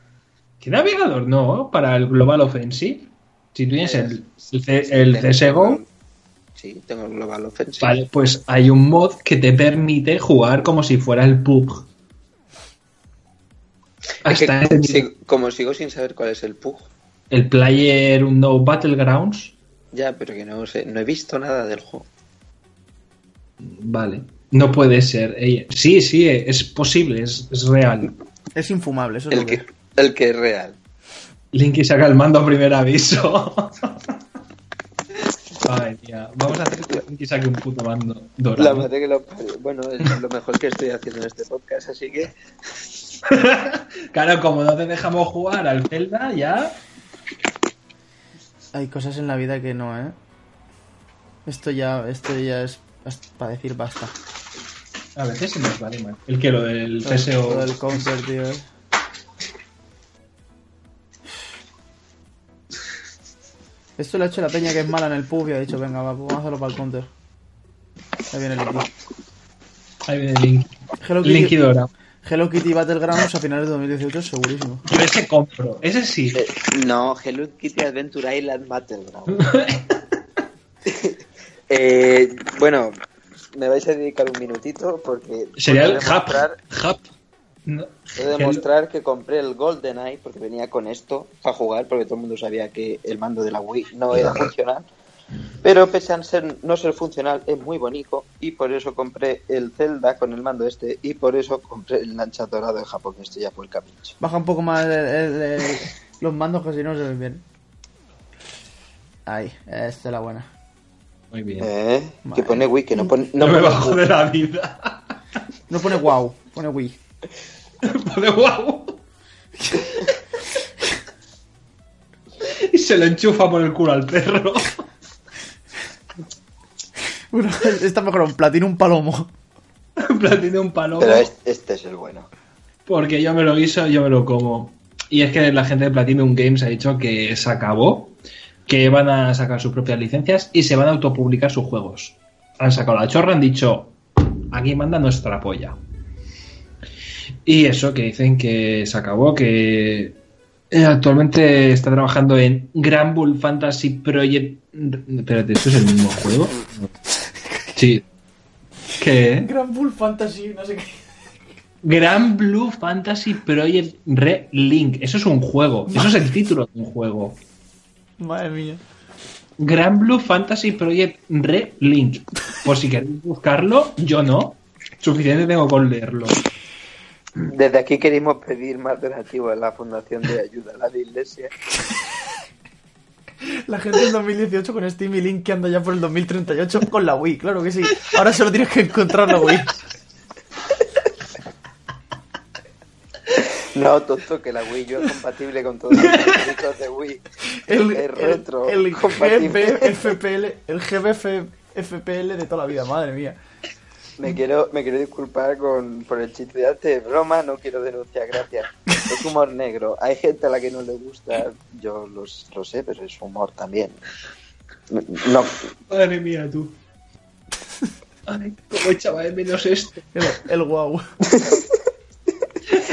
[SPEAKER 3] ¿Qué navegador? No, para el Global Offensive. Si tú tienes el, el, C- el CSGO,
[SPEAKER 6] Sí, tengo el Global Offensive.
[SPEAKER 3] Vale, pues hay un mod que te permite jugar como si fuera el PUBG.
[SPEAKER 6] Es que
[SPEAKER 3] Hasta este nivel.
[SPEAKER 6] si- como sigo sin saber cuál es el PUG.
[SPEAKER 3] el player no Battlegrounds.
[SPEAKER 6] Ya, pero que no sé, no he visto nada del juego.
[SPEAKER 3] Vale. No puede ser. Ey, Sí, sí, eh, es posible, es, es real.
[SPEAKER 4] Es infumable, eso es
[SPEAKER 6] El
[SPEAKER 4] lo que...
[SPEAKER 6] que, el que es real.
[SPEAKER 3] Linky saca el mando a primer aviso. Ay, tía. Vamos a hacer que Linky saque un puto mando
[SPEAKER 6] La
[SPEAKER 3] dorado.
[SPEAKER 6] madre que lo parió. Bueno, es lo mejor que estoy haciendo en este podcast, así que.
[SPEAKER 3] Claro, como no te dejamos jugar al Zelda, ya.
[SPEAKER 4] Hay cosas en la vida que no, ¿eh? Esto ya, esto ya es, es para decir basta.
[SPEAKER 3] A veces se nos vale mal. El que lo del
[SPEAKER 4] Todo el- Todo
[SPEAKER 3] CSO.
[SPEAKER 4] el counter, tío. ¿eh? Esto lo ha hecho la peña que es mala en el pub y ha dicho, venga, va, pues vamos a hacerlo para el counter. Ahí viene el Linky.
[SPEAKER 3] Ahí viene Link.
[SPEAKER 4] Hello Kitty,
[SPEAKER 3] Linky Dora.
[SPEAKER 4] Hello Kitty Battlegrounds a finales de 2018, segurísimo.
[SPEAKER 3] Yo ese compro. Ese sí.
[SPEAKER 6] Eh, No, Hello Kitty Adventure Island Battleground. Eh, bueno, me vais a dedicar un minutito porque.
[SPEAKER 3] Sería el
[SPEAKER 6] puedo
[SPEAKER 3] Hub.
[SPEAKER 6] demostrar-
[SPEAKER 3] Hub. No.
[SPEAKER 6] He de demostrar que compré el GoldenEye porque venía con esto para jugar, porque todo el mundo sabía que el mando de la Wii no era funcional. Pero pese a ser, no ser funcional, es muy bonito y por eso compré el Zelda con el mando este y por eso compré el lancha dorado de Japón, que esto ya fue el capricho.
[SPEAKER 4] Baja un poco más el- el- el- los mandos que si no se ven bien. Ahí, esta es la buena.
[SPEAKER 3] Muy bien.
[SPEAKER 6] ¿Eh?
[SPEAKER 4] Vale.
[SPEAKER 6] Que pone Wii, que no pone...
[SPEAKER 3] No me
[SPEAKER 6] pone-
[SPEAKER 3] bajo de la vida.
[SPEAKER 4] No pone wow, pone Wii.
[SPEAKER 3] Pone guau. Y se lo enchufa por el culo al perro.
[SPEAKER 4] Bueno, está mejor un platino, un palomo.
[SPEAKER 3] En plan, tiene un palomo.
[SPEAKER 6] Pero es- este es el bueno.
[SPEAKER 3] Porque yo me lo guiso, yo me lo como. Y es que la gente de Platinum Games ha dicho que se acabó, que van a sacar sus propias licencias y se van a autopublicar sus juegos. Han sacado la chorra, han dicho, aquí manda nuestra polla. Y eso, que dicen que se acabó, que eh, actualmente está trabajando en Grand Bull Fantasy Project... Espérate, ¿esto es el mismo juego? Sí. ¿Qué?
[SPEAKER 4] Gran Bull Fantasy, no sé qué.
[SPEAKER 3] Gran Blue Fantasy Project Red Link. Eso es un juego. Eso es el título de un juego.
[SPEAKER 4] Madre mía.
[SPEAKER 3] Gran Blue Fantasy Project Red Link. Por si queréis buscarlo, yo no. Suficiente tengo con leerlo.
[SPEAKER 6] Desde aquí queremos pedir más donativos a la Fundación de Ayuda a la de Iglesia.
[SPEAKER 4] La gente en 2018 con Steam y Link que anda ya por el 2038 con la Wii, claro que sí. Ahora solo tienes que encontrar la Wii.
[SPEAKER 6] No, tonto, que la Wii yo es compatible con todos los dispositivos de Wii.
[SPEAKER 4] El,
[SPEAKER 6] es
[SPEAKER 4] el,
[SPEAKER 6] retro.
[SPEAKER 4] el
[SPEAKER 6] compatible.
[SPEAKER 4] GP, FPL, el GBF, FPL de toda la vida, madre mía.
[SPEAKER 6] Me quiero, me quiero disculpar con, por el chiste de antes, es broma, no quiero denunciar, gracias. Es humor negro. Hay gente a la que no le gusta, yo los- lo sé, pero es humor también. No,
[SPEAKER 3] Madre mía, tú. Ay, cómo echaba de menos esto.
[SPEAKER 4] El, el wow.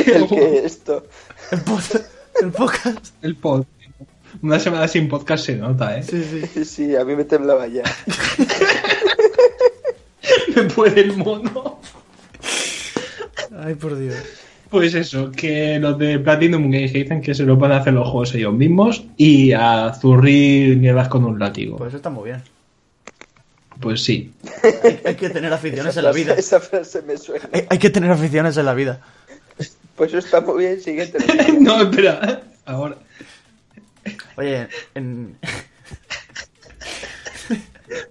[SPEAKER 6] el que esto.
[SPEAKER 4] El, pod- el podcast.
[SPEAKER 3] El pod. Una semana sin podcast se nota, ¿eh?
[SPEAKER 4] Sí, sí.
[SPEAKER 6] Sí, a mí me temblaba ya.
[SPEAKER 3] Me puede el mono.
[SPEAKER 4] Ay, por Dios.
[SPEAKER 3] Pues eso, que los de Platinum Games que dicen que se lo van a hacer los juegos ellos mismos y a zurrir mierdas con un látigo.
[SPEAKER 4] Pues eso está muy bien.
[SPEAKER 3] Pues sí.
[SPEAKER 4] Hay, hay que tener aficiones en la vida.
[SPEAKER 6] Esa frase me suena.
[SPEAKER 4] Hay, hay que tener aficiones en la vida.
[SPEAKER 6] Pues eso está muy bien, siguiente. noticia.
[SPEAKER 3] No, espera. Ahora.
[SPEAKER 4] Oye, en,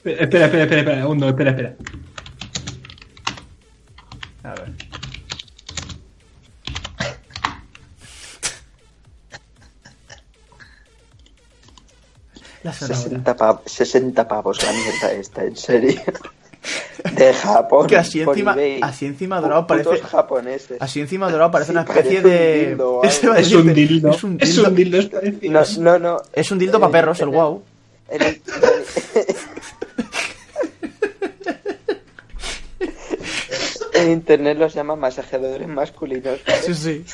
[SPEAKER 3] Espera, espera, espera, espera. Un, no, espera, espera.
[SPEAKER 4] A ver. La sonora.
[SPEAKER 6] 60 pavos, 60 pavos la mierda esta, en serio. De Japón.
[SPEAKER 4] Que así
[SPEAKER 6] por
[SPEAKER 4] encima-
[SPEAKER 6] eBay.
[SPEAKER 4] así encima dorado
[SPEAKER 6] Putos
[SPEAKER 4] parece-
[SPEAKER 6] japoneses.
[SPEAKER 4] Así encima dorado parece
[SPEAKER 6] Sí,
[SPEAKER 4] una especie
[SPEAKER 6] parece un
[SPEAKER 4] de.
[SPEAKER 6] dildo o algo.
[SPEAKER 4] Eso iba a
[SPEAKER 3] Es un
[SPEAKER 4] decirte.
[SPEAKER 3] dildo.
[SPEAKER 4] Es un dildo.
[SPEAKER 3] es parecido.
[SPEAKER 6] No, no, no. Eh,
[SPEAKER 4] Es un dildo para perros, el wow.
[SPEAKER 6] En el- en el- En internet los llaman masajeadores masculinos.
[SPEAKER 4] Sí, sí.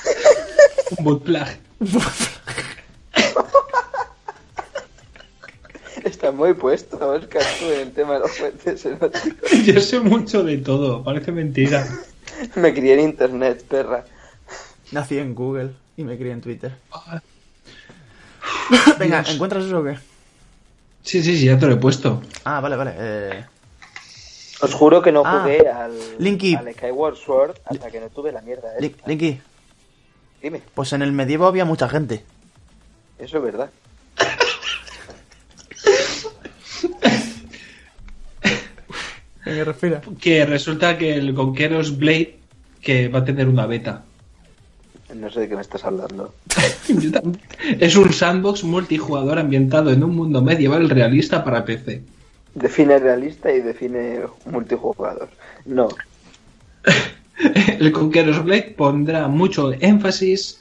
[SPEAKER 3] Un bot plug.
[SPEAKER 6] Están muy puestos, Oscar, tú en el tema de los fuentes eróticos.
[SPEAKER 3] Yo sé mucho de todo. Parece mentira.
[SPEAKER 6] Me crié en internet, perra.
[SPEAKER 4] Nací en Google y me crié en Twitter. Venga,
[SPEAKER 3] Dios.
[SPEAKER 4] ¿encuentras eso o qué?
[SPEAKER 3] Sí, sí, sí, ya te lo he puesto.
[SPEAKER 4] Ah, vale, vale. Eh,
[SPEAKER 6] Os juro que no
[SPEAKER 4] Ah,
[SPEAKER 6] jugué al,
[SPEAKER 4] Linky.
[SPEAKER 6] al Skyward Sword hasta que no tuve la mierda.
[SPEAKER 4] Lin-
[SPEAKER 6] esta.
[SPEAKER 4] Linky,
[SPEAKER 6] Dime,
[SPEAKER 4] pues en el medievo había mucha gente.
[SPEAKER 6] eso es verdad.
[SPEAKER 4] Venga, respira.
[SPEAKER 3] Que resulta que el Conqueros Blade que va a tener una beta.
[SPEAKER 6] No sé de qué me estás hablando.
[SPEAKER 3] Yo tam- Es un sandbox multijugador ambientado en un mundo medieval realista para PC.
[SPEAKER 6] Define realista y define multijugador. No.
[SPEAKER 3] El Conqueror's Blade pondrá mucho énfasis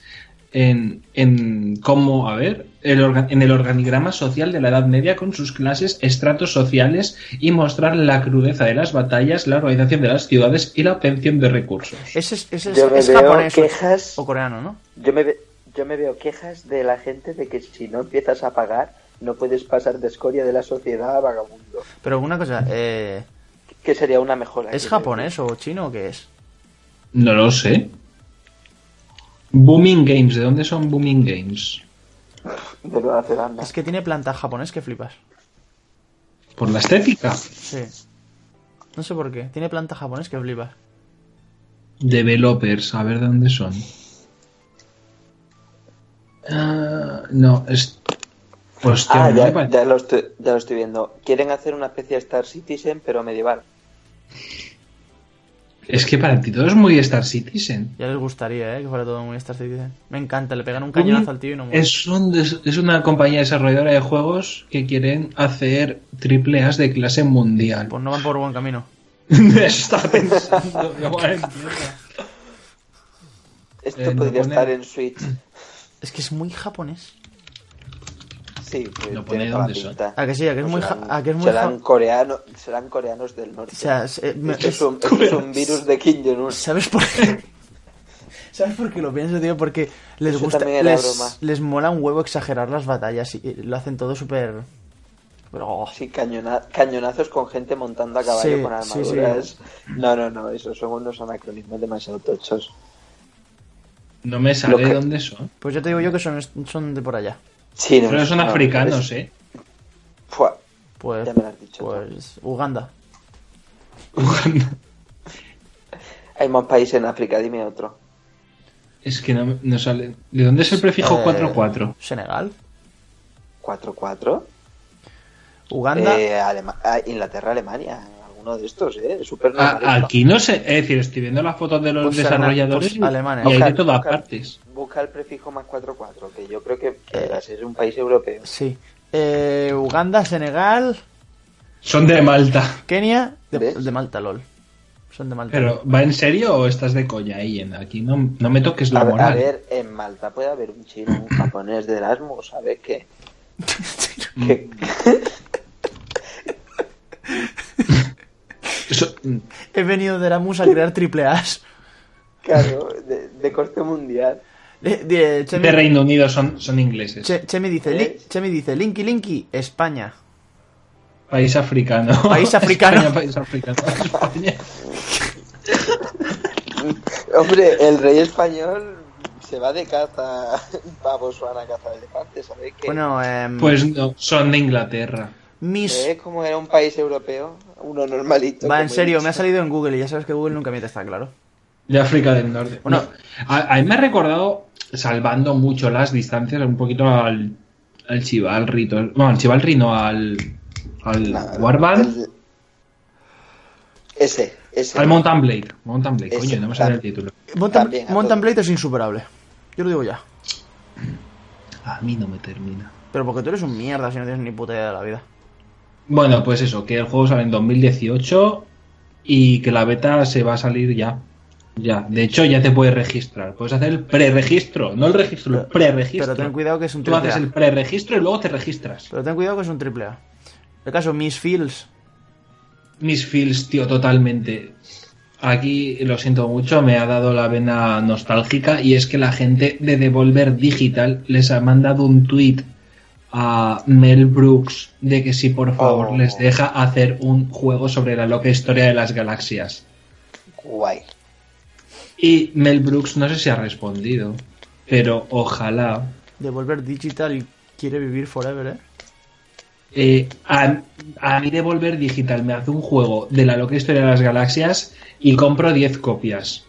[SPEAKER 3] en, en cómo, a ver, el orga- en el organigrama social de la Edad Media con sus clases, estratos sociales y mostrar la crudeza de las batallas, la organización de las ciudades y la obtención de recursos.
[SPEAKER 4] Ese es, ese es,
[SPEAKER 6] Yo me
[SPEAKER 4] es
[SPEAKER 6] veo
[SPEAKER 4] japonés o-
[SPEAKER 6] quejas.
[SPEAKER 4] o coreano, ¿no?
[SPEAKER 6] Yo me, ve- yo me veo quejas de la gente de que si no empiezas a pagar, no puedes pasar de escoria de la sociedad a vagabundo.
[SPEAKER 4] Pero una cosa, eh,
[SPEAKER 6] Que sería una mejora.
[SPEAKER 4] ¿es
[SPEAKER 6] creo.
[SPEAKER 4] japonés o chino o qué es?
[SPEAKER 3] No lo sé. Booming Games, ¿de dónde son Booming Games?
[SPEAKER 6] De Nueva Zelanda.
[SPEAKER 4] Es que tiene planta japonés que flipas.
[SPEAKER 3] ¿Por la estética?
[SPEAKER 4] Sí. No sé por qué, tiene planta japonés que flipas.
[SPEAKER 3] Developers, a ver de dónde son. Ah, no, es. Hostia,
[SPEAKER 6] Ah,
[SPEAKER 3] no me
[SPEAKER 6] ya,
[SPEAKER 3] pare-
[SPEAKER 6] ya lo estoy, ya lo estoy viendo. Quieren hacer una especie de Star Citizen, pero medieval.
[SPEAKER 3] es que para ti todo es muy Star Citizen.
[SPEAKER 4] Ya les gustaría, ¿eh? Que fuera todo muy Star Citizen. Me encanta, le pegan un
[SPEAKER 3] Booming
[SPEAKER 4] cañonazo al tío y no muere.
[SPEAKER 3] es, un des- es una compañía desarrolladora de juegos que quieren hacer triple A's de clase mundial.
[SPEAKER 4] Pues no van por buen camino.
[SPEAKER 3] Está pensando, me voy a entierrar.
[SPEAKER 6] Esto
[SPEAKER 3] Eh, no
[SPEAKER 6] podría
[SPEAKER 3] pone-
[SPEAKER 6] estar en Switch.
[SPEAKER 4] Es que es muy japonés.
[SPEAKER 6] Sí, pues
[SPEAKER 3] No
[SPEAKER 6] tiene
[SPEAKER 3] pone
[SPEAKER 6] toda la
[SPEAKER 3] dónde son.
[SPEAKER 6] pinta.
[SPEAKER 4] ¿A que sí? ¿A que es
[SPEAKER 6] Pues
[SPEAKER 4] muy, ja-
[SPEAKER 6] serán,
[SPEAKER 4] a que es muy
[SPEAKER 6] serán,
[SPEAKER 4] ja-
[SPEAKER 6] coreano- serán coreanos del norte.
[SPEAKER 4] O sea, es- eh, me-
[SPEAKER 6] Esto es,
[SPEAKER 4] es-
[SPEAKER 6] un, esto es un virus de Kim Jong-un.
[SPEAKER 4] ¿Sabes por qué? ¿Sabes por qué lo pienso, tío? Porque les
[SPEAKER 6] Eso
[SPEAKER 4] gusta.
[SPEAKER 6] también era
[SPEAKER 4] les,
[SPEAKER 6] broma.
[SPEAKER 4] les mola un huevo exagerar las batallas y y lo hacen todo súper. Pero. oh,
[SPEAKER 6] Sí, cañona- cañonazos con gente montando a caballo
[SPEAKER 4] Sí,
[SPEAKER 6] con
[SPEAKER 4] sí,
[SPEAKER 6] armaduras. No, no, no, esos son unos anacronismos demasiado tochos.
[SPEAKER 3] No me
[SPEAKER 6] Lo
[SPEAKER 3] sale
[SPEAKER 6] que-
[SPEAKER 3] dónde son.
[SPEAKER 4] Pues yo te digo yo que son, son de por allá.
[SPEAKER 6] Sí, no,
[SPEAKER 3] Pero son
[SPEAKER 6] no,
[SPEAKER 3] africanos,
[SPEAKER 6] es-
[SPEAKER 3] ¿eh?
[SPEAKER 6] Fua,
[SPEAKER 4] Pues.
[SPEAKER 6] Ya me lo has dicho,
[SPEAKER 4] Pues. Uganda.
[SPEAKER 6] Hay más países en África, dime otro.
[SPEAKER 3] Es que no, no sale. ¿De dónde es el prefijo
[SPEAKER 4] Eh,
[SPEAKER 3] 44?
[SPEAKER 4] Senegal.
[SPEAKER 6] ¿4-4?
[SPEAKER 4] Uganda.
[SPEAKER 6] Eh, Alema- ah, Inglaterra, Alemania, alguno de estos, ¿eh? Súper
[SPEAKER 3] A-
[SPEAKER 6] normal.
[SPEAKER 3] Ah, aquí no sé, es decir, estoy viendo las fotos de los
[SPEAKER 4] Pues
[SPEAKER 3] desarrolladores
[SPEAKER 4] alema- pues alemanes.
[SPEAKER 3] y hay de
[SPEAKER 6] Ojalá,
[SPEAKER 3] todas
[SPEAKER 6] ojalá.
[SPEAKER 3] partes.
[SPEAKER 6] Busca el prefijo más 4-4, que yo creo que deberá ser un país europeo.
[SPEAKER 4] Sí. Eh, Uganda, Senegal.
[SPEAKER 3] Son de Malta.
[SPEAKER 4] Kenia. De,
[SPEAKER 6] ¿Ves?
[SPEAKER 4] de Malta, lol. Son de Malta.
[SPEAKER 3] Pero, ¿va en serio o estás de colla ahí? en- Aquí no, no me toques la
[SPEAKER 6] A, ver- a
[SPEAKER 3] moral.
[SPEAKER 6] ver, en Malta puede haber un chino, un japonés de Erasmus, ¿sabes qué? Que-
[SPEAKER 3] Eso-
[SPEAKER 4] He venido de Eramus a crear triple A's.
[SPEAKER 6] claro, de, de corte mundial.
[SPEAKER 4] De, de- Chemi,
[SPEAKER 3] de Reino Unido son, son ingleses.
[SPEAKER 4] Che- Chemi dice,
[SPEAKER 6] ¿Eh?
[SPEAKER 4] Lin- Chemi dice, Linky Linky, España.
[SPEAKER 3] País africano.
[SPEAKER 4] País africano.
[SPEAKER 3] España, país africano. España.
[SPEAKER 6] Hombre, el rey español se va de caza a Botswana a cazar elefantes, ¿sabes qué?
[SPEAKER 4] Bueno, em,
[SPEAKER 3] Pues no, son de Inglaterra.
[SPEAKER 4] Miss...
[SPEAKER 6] ¿Ves cómo era un país europeo? Uno normalito.
[SPEAKER 4] Va,
[SPEAKER 6] como
[SPEAKER 4] en
[SPEAKER 6] he
[SPEAKER 4] serio,
[SPEAKER 6] dicho.
[SPEAKER 4] me ha salido en Google y ya sabes que Google nunca miente, está claro.
[SPEAKER 3] De África del Norte.
[SPEAKER 4] Bueno.
[SPEAKER 3] No, a, a mí me ha recordado, salvando mucho las distancias, un poquito al, al Chivalry. to- No, al Chivalry no, al, al
[SPEAKER 6] Nada,
[SPEAKER 3] Warband.
[SPEAKER 6] el- Ese, ese.
[SPEAKER 3] Al Mountain Blade. Mountain Blade,
[SPEAKER 6] Ese,
[SPEAKER 3] coño, no me sale el
[SPEAKER 6] también.
[SPEAKER 3] título.
[SPEAKER 4] Mountain,
[SPEAKER 6] También, a
[SPEAKER 4] Mountain
[SPEAKER 6] todo.
[SPEAKER 4] Blade es insuperable. Yo lo digo ya.
[SPEAKER 3] A mí no me termina.
[SPEAKER 4] Pero porque tú eres un mierda si no tienes ni puta idea de la vida.
[SPEAKER 3] Bueno, pues eso, que el juego sale en 2018 y que la beta se va a salir ya. Ya, de hecho ya te puedes registrar. Puedes hacer el preregistro, no el registro, el
[SPEAKER 4] Pero-
[SPEAKER 3] preregistro.
[SPEAKER 4] Pero ten cuidado que es un
[SPEAKER 3] Tú
[SPEAKER 4] triple
[SPEAKER 3] haces
[SPEAKER 4] A.
[SPEAKER 3] el preregistro y luego te registras.
[SPEAKER 4] Pero ten cuidado que es un triple A. El caso Miss Fields.
[SPEAKER 3] Mis feels, tío, totalmente. Aquí, lo siento mucho, me ha dado la vena nostálgica y es que la gente de Devolver Digital les ha mandado un tweet a Mel Brooks de que si por favor
[SPEAKER 6] Oh.
[SPEAKER 3] les deja hacer un juego sobre la loca historia de las galaxias.
[SPEAKER 6] Guay.
[SPEAKER 3] Y Mel Brooks no sé si ha respondido, pero ojalá.
[SPEAKER 4] Devolver Digital y quiere vivir forever, ¿eh?
[SPEAKER 3] eh, a, a mí Devolver Digital me hace un juego de la loca historia de las galaxias y compro 10 copias.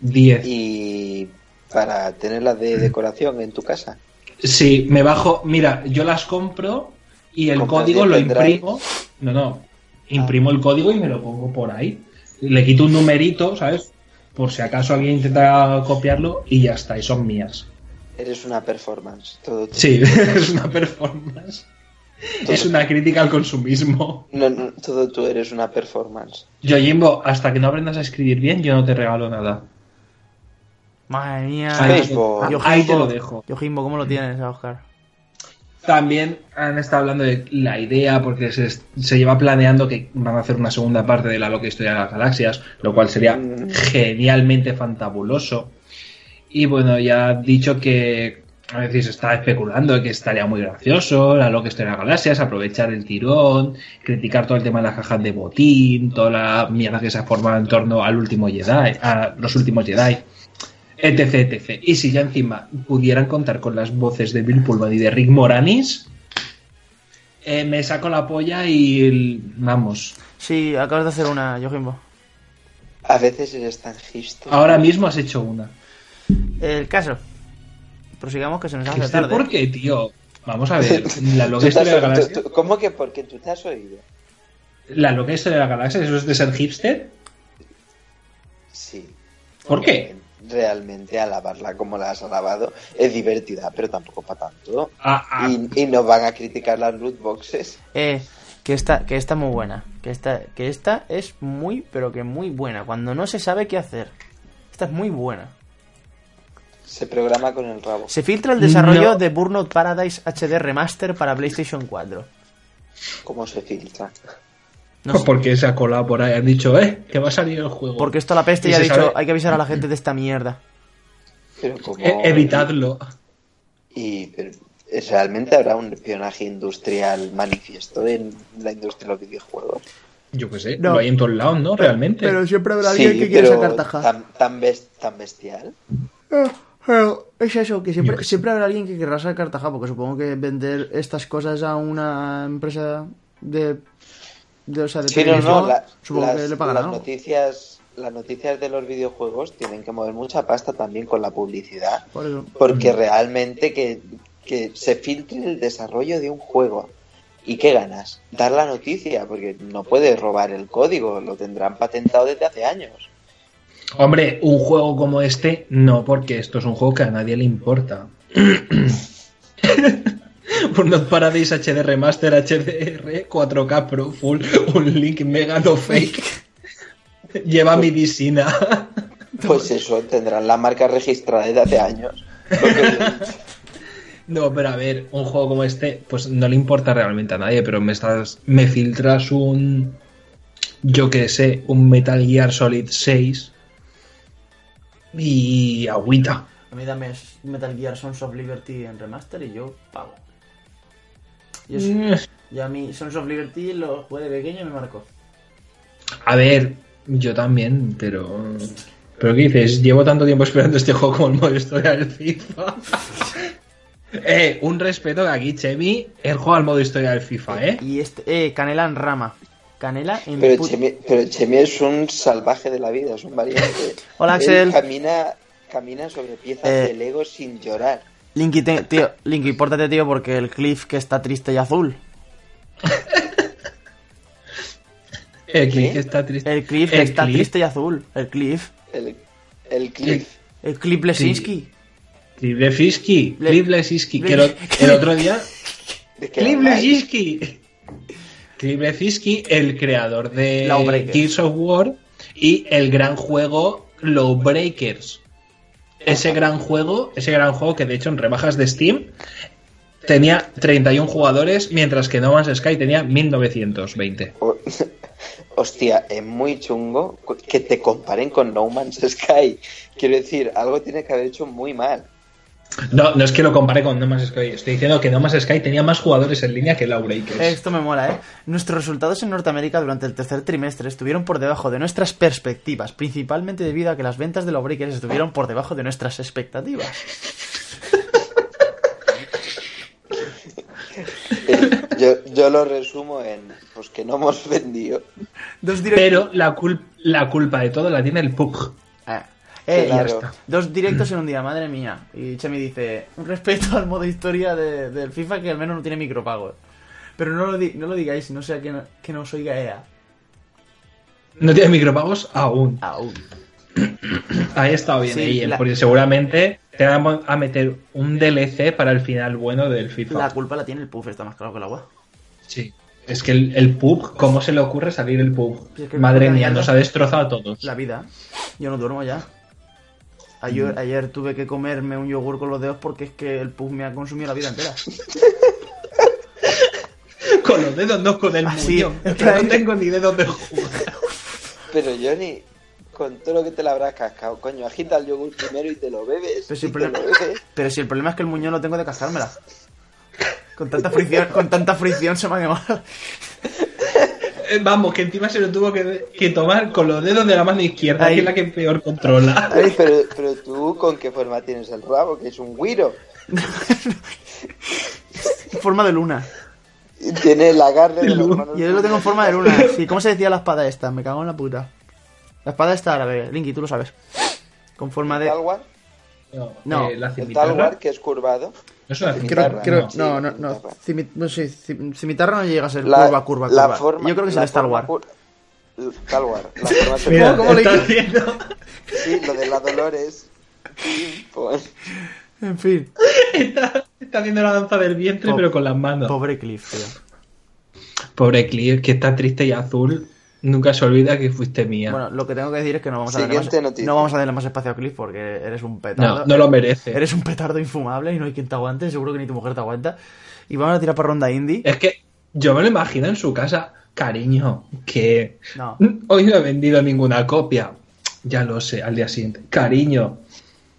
[SPEAKER 3] 10.
[SPEAKER 6] Y para tenerlas de decoración en tu casa.
[SPEAKER 3] Sí, me bajo. Mira, yo las compro y el
[SPEAKER 6] Compras
[SPEAKER 3] código
[SPEAKER 6] 10
[SPEAKER 3] lo
[SPEAKER 6] pendrive.
[SPEAKER 3] imprimo. No, no. Imprimo el código y me lo pongo por ahí. Le quito un numerito, ¿sabes? por si acaso alguien intenta copiarlo y ya está, y son mías.
[SPEAKER 6] Eres una performance. Todo tú.
[SPEAKER 3] Sí, es una performance. Es una crítica al consumismo.
[SPEAKER 6] No, no, todo tú eres una performance.
[SPEAKER 3] Yo, Jimbo, hasta que no aprendas a escribir bien, yo no te regalo nada.
[SPEAKER 4] Madre mía.
[SPEAKER 3] Ahí,
[SPEAKER 6] Ah, Facebook.
[SPEAKER 3] ahí- ahí te lo dejo.
[SPEAKER 4] Yojimbo, ¿cómo lo tienes a Oscar?
[SPEAKER 3] También han estado hablando de la idea, porque se, se lleva planeando que van a hacer una segunda parte de la Loki Historia de las Galaxias, lo cual sería
[SPEAKER 6] Mm.
[SPEAKER 3] genialmente fantabuloso. Y bueno, ya ha dicho que a veces está especulando que estaría muy gracioso la Loki Historia de las Galaxias, aprovechar el tirón, criticar todo el tema de las cajas de botín, toda la mierda que se ha formado en torno al último Jedi, a los últimos Jedi etc, etc. Y si ya encima pudieran contar con las voces de Bill Pullman y de Rick Moranis, eh, me saco la polla y el- vamos.
[SPEAKER 4] Sí, acabas de hacer una, Yojimbo.
[SPEAKER 6] A veces eres tan gisto.
[SPEAKER 3] Ahora mismo has hecho una.
[SPEAKER 4] El caso. Prosigamos que se nos hace
[SPEAKER 3] Este,
[SPEAKER 4] tarde.
[SPEAKER 3] ¿Por qué, tío? Vamos a ver, la
[SPEAKER 6] Tú
[SPEAKER 3] loca
[SPEAKER 6] te has-
[SPEAKER 3] historia de la
[SPEAKER 6] tú-
[SPEAKER 3] galaxia.
[SPEAKER 6] tú- ¿Cómo que porque tú te has oído?
[SPEAKER 3] La loca historia de la galaxia, eso es de ser hipster.
[SPEAKER 6] Sí. Eh,
[SPEAKER 3] ¿Por qué?
[SPEAKER 6] Realmente alabarla como la has alabado es divertida, pero tampoco para tanto.
[SPEAKER 3] Ah, ah,
[SPEAKER 6] Y, y no van a criticar las loot boxes.
[SPEAKER 4] Eh, que esta, que esta muy buena. Que esta, que esta es muy, pero que muy buena. Cuando no se sabe qué hacer. Esta es muy buena.
[SPEAKER 6] Se programa con el rabo.
[SPEAKER 4] Se filtra el desarrollo
[SPEAKER 3] No.
[SPEAKER 4] de Burnout Paradise HD Remaster para PlayStation 4.
[SPEAKER 6] ¿Cómo se filtra?
[SPEAKER 4] No sé,
[SPEAKER 3] Porque se ha colado Ah, por ahí. Han dicho, eh, que va a salir el juego.
[SPEAKER 4] porque esto a la peste
[SPEAKER 3] ¿Y
[SPEAKER 4] ya ha
[SPEAKER 3] se
[SPEAKER 4] dicho,
[SPEAKER 3] sabe? Mm.
[SPEAKER 4] hay que avisar a la gente de esta mierda.
[SPEAKER 6] Pero como...
[SPEAKER 3] Eh, evitadlo.
[SPEAKER 6] Y pero, eh, realmente habrá un espionaje industrial manifiesto en la industria de los videojuegos.
[SPEAKER 3] Yo qué sé,
[SPEAKER 4] No.
[SPEAKER 3] lo hay en todos lados, ¿no? Realmente.
[SPEAKER 4] siempre
[SPEAKER 6] sí, pero tan, tan, bes- tan bestial.
[SPEAKER 4] Ah, Es eso, que
[SPEAKER 3] Yo
[SPEAKER 4] siempre,
[SPEAKER 3] qué sé.
[SPEAKER 4] siempre habrá alguien que querrá sacar taja, porque supongo que vender estas cosas a una empresa de... de o sea, de
[SPEAKER 6] Sí, no, no,
[SPEAKER 4] televisión,
[SPEAKER 6] la-
[SPEAKER 4] supongo
[SPEAKER 6] las,
[SPEAKER 4] que le pagarán
[SPEAKER 6] las
[SPEAKER 4] algo.
[SPEAKER 6] noticias, las noticias de los videojuegos tienen que mover mucha pasta también con la publicidad.
[SPEAKER 4] Por eso.
[SPEAKER 6] Porque realmente que, que se filtre el desarrollo de un juego. ¿Y qué ganas? Dar la noticia, porque no puedes robar el código, lo tendrán patentado desde hace años.
[SPEAKER 3] Hombre, un juego como este, no, porque esto es un juego que a nadie le importa. Burnout Paradise HD Remaster HDR 4K Pro Full un link mega no fake lleva medicina
[SPEAKER 6] Pues eso, tendrán la marca registrada desde hace años.
[SPEAKER 3] no pero a ver un juego como este pues no le importa realmente a nadie pero me estás me filtras un yo que sé un Metal Gear Solid 6 y agüita
[SPEAKER 4] A mí dame s- Metal Gear Sons of Liberty en remaster y yo pago. Yo s-
[SPEAKER 3] Mm.
[SPEAKER 4] y a mí Sons of Liberty lo jugué de pequeño y me marcó.
[SPEAKER 3] A ver, yo también, pero. Pero ¿qué dices? Llevo tanto tiempo esperando este juego como el modo historia del FIFA. eh, un respeto que aquí, Chemi, el juego al modo historia del FIFA, ¿eh?
[SPEAKER 4] Y este, eh, Canela en rama. Canela en
[SPEAKER 6] Pero
[SPEAKER 4] put-
[SPEAKER 6] Chemi, pero Chemi es un salvaje de la vida, es un variante.
[SPEAKER 4] Hola,
[SPEAKER 6] Él
[SPEAKER 4] Axel.
[SPEAKER 6] Camina, camina sobre piezas
[SPEAKER 4] Eh.
[SPEAKER 6] de Lego sin llorar.
[SPEAKER 4] Linky, te- tío, Linky, pórtate, tío, porque el cliff que está triste y azul.
[SPEAKER 3] El click
[SPEAKER 6] ¿Qué?
[SPEAKER 3] está triste.
[SPEAKER 4] ¿eh? El cliff que
[SPEAKER 3] El
[SPEAKER 4] está
[SPEAKER 3] cliff.
[SPEAKER 4] triste y azul. El cliff.
[SPEAKER 6] El, el Cliff.
[SPEAKER 4] El cliff Lesinski.
[SPEAKER 3] Clip de Fisky.
[SPEAKER 4] Le-
[SPEAKER 3] Clip Lesinski, Que
[SPEAKER 4] Le-
[SPEAKER 3] el, el otro día.
[SPEAKER 6] ¿De qué
[SPEAKER 3] Clip
[SPEAKER 6] habláis?
[SPEAKER 3] Lesinski. Clip Lesinski, el creador de
[SPEAKER 4] Lawbreakers.
[SPEAKER 3] Gears of War y el gran juego Lawbreakers. Ese gran juego, ese gran juego que de hecho en rebajas de Steam tenía 31 jugadores, mientras que No Man's Sky tenía 1920.
[SPEAKER 6] O- Hostia, es muy chungo cu- que te comparen con No Man's Sky. Quiero decir, algo tiene que haber hecho muy mal.
[SPEAKER 3] No, no es que lo compare con No Man's Sky, estoy diciendo que No Man's Sky tenía más jugadores en línea que Lawbreakers.
[SPEAKER 4] Esto me mola, ¿eh? Nuestros resultados en Norteamérica durante el tercer trimestre estuvieron por debajo de nuestras perspectivas, principalmente debido a que las ventas de los breakers estuvieron por debajo de nuestras expectativas.
[SPEAKER 6] Eh, Yo, yo lo resumo en, pues que no hemos vendido.
[SPEAKER 4] Dos directos.
[SPEAKER 3] Pero la, cul- la culpa de todo la tiene el PUG.
[SPEAKER 4] Ah, eh,
[SPEAKER 6] Claro.
[SPEAKER 4] ya está. Dos directos en un día, madre mía. Y Chemi dice: Un respeto al modo historia de- del FIFA que al menos no tiene micropagos. Pero no lo, di- no lo digáis, no sea que no, que no os oiga EA.
[SPEAKER 3] No tiene micropagos aún.
[SPEAKER 4] Aún.
[SPEAKER 3] Ahí está bien,
[SPEAKER 4] Sí,
[SPEAKER 3] ahí,
[SPEAKER 4] la-
[SPEAKER 3] porque seguramente te van a mon- a meter un DLC para el final bueno del FIFA.
[SPEAKER 4] La culpa la tiene el puff, está más claro que el agua.
[SPEAKER 3] Sí. Es que el, el pub, ¿cómo se le ocurre salir el pub?
[SPEAKER 4] Pero es que
[SPEAKER 3] Madre
[SPEAKER 4] la
[SPEAKER 3] mía,
[SPEAKER 4] mierda-
[SPEAKER 3] nos ha destrozado a todos.
[SPEAKER 4] La vida. Mm. Yo no duermo ya. Ayer, ayer tuve que comerme un yogur con los dedos porque es que el puff me ha consumido la vida entera.
[SPEAKER 3] Con los dedos, no con el
[SPEAKER 4] Así,
[SPEAKER 3] muñón.
[SPEAKER 4] Ah, en
[SPEAKER 3] que
[SPEAKER 4] plan-
[SPEAKER 3] no tengo ni dedos de jugar.
[SPEAKER 6] Pero Johnny, con todo lo que te la habrás cascado, coño, agita el yogur primero y te lo bebes.
[SPEAKER 4] Pero si, el
[SPEAKER 6] y te
[SPEAKER 4] problema,
[SPEAKER 6] lo bebes.
[SPEAKER 4] pero si el problema es que el muñón lo tengo de cascármela. Con tanta fricción, con tanta fricción se me ha quemado.
[SPEAKER 3] Eh, Vamos, que encima se lo tuvo que, que tomar con los dedos de la mano izquierda,
[SPEAKER 4] Ahí.
[SPEAKER 3] que es la que peor controla.
[SPEAKER 6] Ay, pero, pero tú, ¿con qué forma tienes el rabo? Que es un guiro.
[SPEAKER 4] En forma de luna.
[SPEAKER 6] Y Tiene el agarre de las
[SPEAKER 3] Lu-
[SPEAKER 6] manos.
[SPEAKER 4] Y yo lo tengo en forma de luna. Sí, ¿cómo se decía la espada esta? Me cago en la puta. La espada esta árabe, Linky, tú lo sabes. Con forma de.
[SPEAKER 6] Tal War,
[SPEAKER 3] No,
[SPEAKER 4] No,
[SPEAKER 3] eh, la
[SPEAKER 6] el Tal
[SPEAKER 3] cimitarra.
[SPEAKER 6] War, que es curvado.
[SPEAKER 3] No es una
[SPEAKER 4] Creo,
[SPEAKER 3] cimitarra,
[SPEAKER 4] creo,
[SPEAKER 3] no.
[SPEAKER 4] no, no, no. Cimi- no sé, ci- cimitarra no llega a ser curva, curva,
[SPEAKER 6] la
[SPEAKER 4] curva.
[SPEAKER 6] forma-
[SPEAKER 4] Yo creo que es
[SPEAKER 6] la
[SPEAKER 4] el Star
[SPEAKER 6] forma
[SPEAKER 4] Wars.
[SPEAKER 6] cur- el Tal War. La forma se-
[SPEAKER 3] Mira, eh.
[SPEAKER 4] ¿Cómo- cómo le-
[SPEAKER 3] está haciendo-
[SPEAKER 6] Sí, lo de la Dolores. pues, Pim, pum.
[SPEAKER 4] En fin.
[SPEAKER 3] está haciendo la danza del vientre,
[SPEAKER 4] Po-
[SPEAKER 3] pero con las manos.
[SPEAKER 4] Pobre Cliff, tío.
[SPEAKER 3] Pobre Clear, que está triste y azul. Nunca se olvida que fuiste mía.
[SPEAKER 4] Bueno, lo que tengo que decir es que no vamos a
[SPEAKER 6] Siguiente
[SPEAKER 4] darle más,
[SPEAKER 6] noticia.
[SPEAKER 4] no vamos a darle más espacio a Cliff porque eres un petardo.
[SPEAKER 3] no, no lo merece.
[SPEAKER 4] Eres un petardo infumable y no hay quien te aguante, seguro que ni tu mujer te aguanta. Y vamos a tirar para ronda indie.
[SPEAKER 3] Es que yo me lo imagino en su casa, cariño, que
[SPEAKER 4] No.
[SPEAKER 3] hoy no he vendido ninguna copia. Ya lo sé, al día siguiente. Cariño,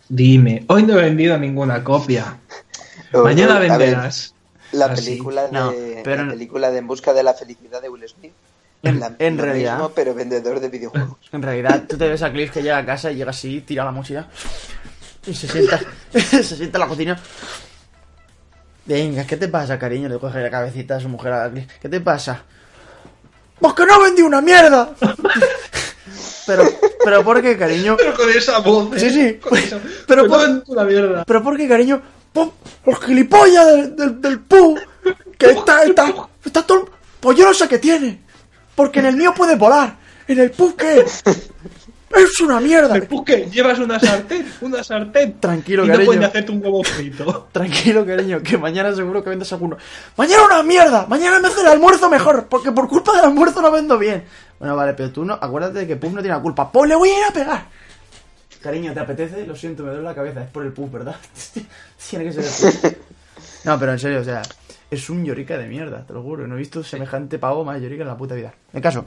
[SPEAKER 3] dime, hoy no he vendido ninguna copia. Mañana
[SPEAKER 6] A ver,
[SPEAKER 3] venderás. Ah,
[SPEAKER 6] La
[SPEAKER 3] Así.
[SPEAKER 6] película, de,
[SPEAKER 4] No, pero
[SPEAKER 6] la
[SPEAKER 4] no-
[SPEAKER 6] película de En busca de la felicidad de Will Smith.
[SPEAKER 4] En-
[SPEAKER 6] La-
[SPEAKER 4] en
[SPEAKER 6] lo
[SPEAKER 4] realidad.
[SPEAKER 6] mismo, pero vendedor de videojuegos.
[SPEAKER 4] En realidad, tú te ves a Cliff que llega a casa y llega así, tira la mochila y se sienta, se sienta en la cocina. Venga, ¿qué te pasa, cariño? Le coge la cabecita a su mujer a Cliff. ¿Qué te pasa? ¡Pues que no vendí una mierda! pero, pero ¿por qué, cariño?
[SPEAKER 3] Pero con esa voz.
[SPEAKER 4] Sí,
[SPEAKER 3] ¿eh?
[SPEAKER 4] sí,
[SPEAKER 3] Con
[SPEAKER 4] pues-
[SPEAKER 3] esa-
[SPEAKER 4] pero
[SPEAKER 3] con
[SPEAKER 4] por-
[SPEAKER 3] toda la mierda.
[SPEAKER 4] ¿Pero por qué, cariño? Pues los gilipollas del, del, del pu, Que está, está, está todo... Pues yo no sé qué tiene. Porque en el mío puede volar. En el pub que es... Es una mierda.
[SPEAKER 3] El buque, llevas una sartén, una sartén.
[SPEAKER 4] Tranquilo,
[SPEAKER 3] y no
[SPEAKER 4] cariño.
[SPEAKER 3] puedes hacerte un huevo frito.
[SPEAKER 4] Tranquilo, cariño, que mañana seguro que vendes alguno. ¡Mañana una mierda! ¡Mañana me hace el almuerzo mejor! Porque por culpa del almuerzo no vendo bien. Bueno, vale, pero tú no, acuérdate de que Pum no tiene la culpa. ¡Pues le voy a ir a pegar! Cariño, ¿te apetece? Lo siento, me duele la cabeza. Es por el Pum, ¿verdad? tiene que ser el Pum. No, pero en serio, o sea, es un llorica de mierda, te lo juro. No he visto semejante pavo más llorica en la puta vida. En caso,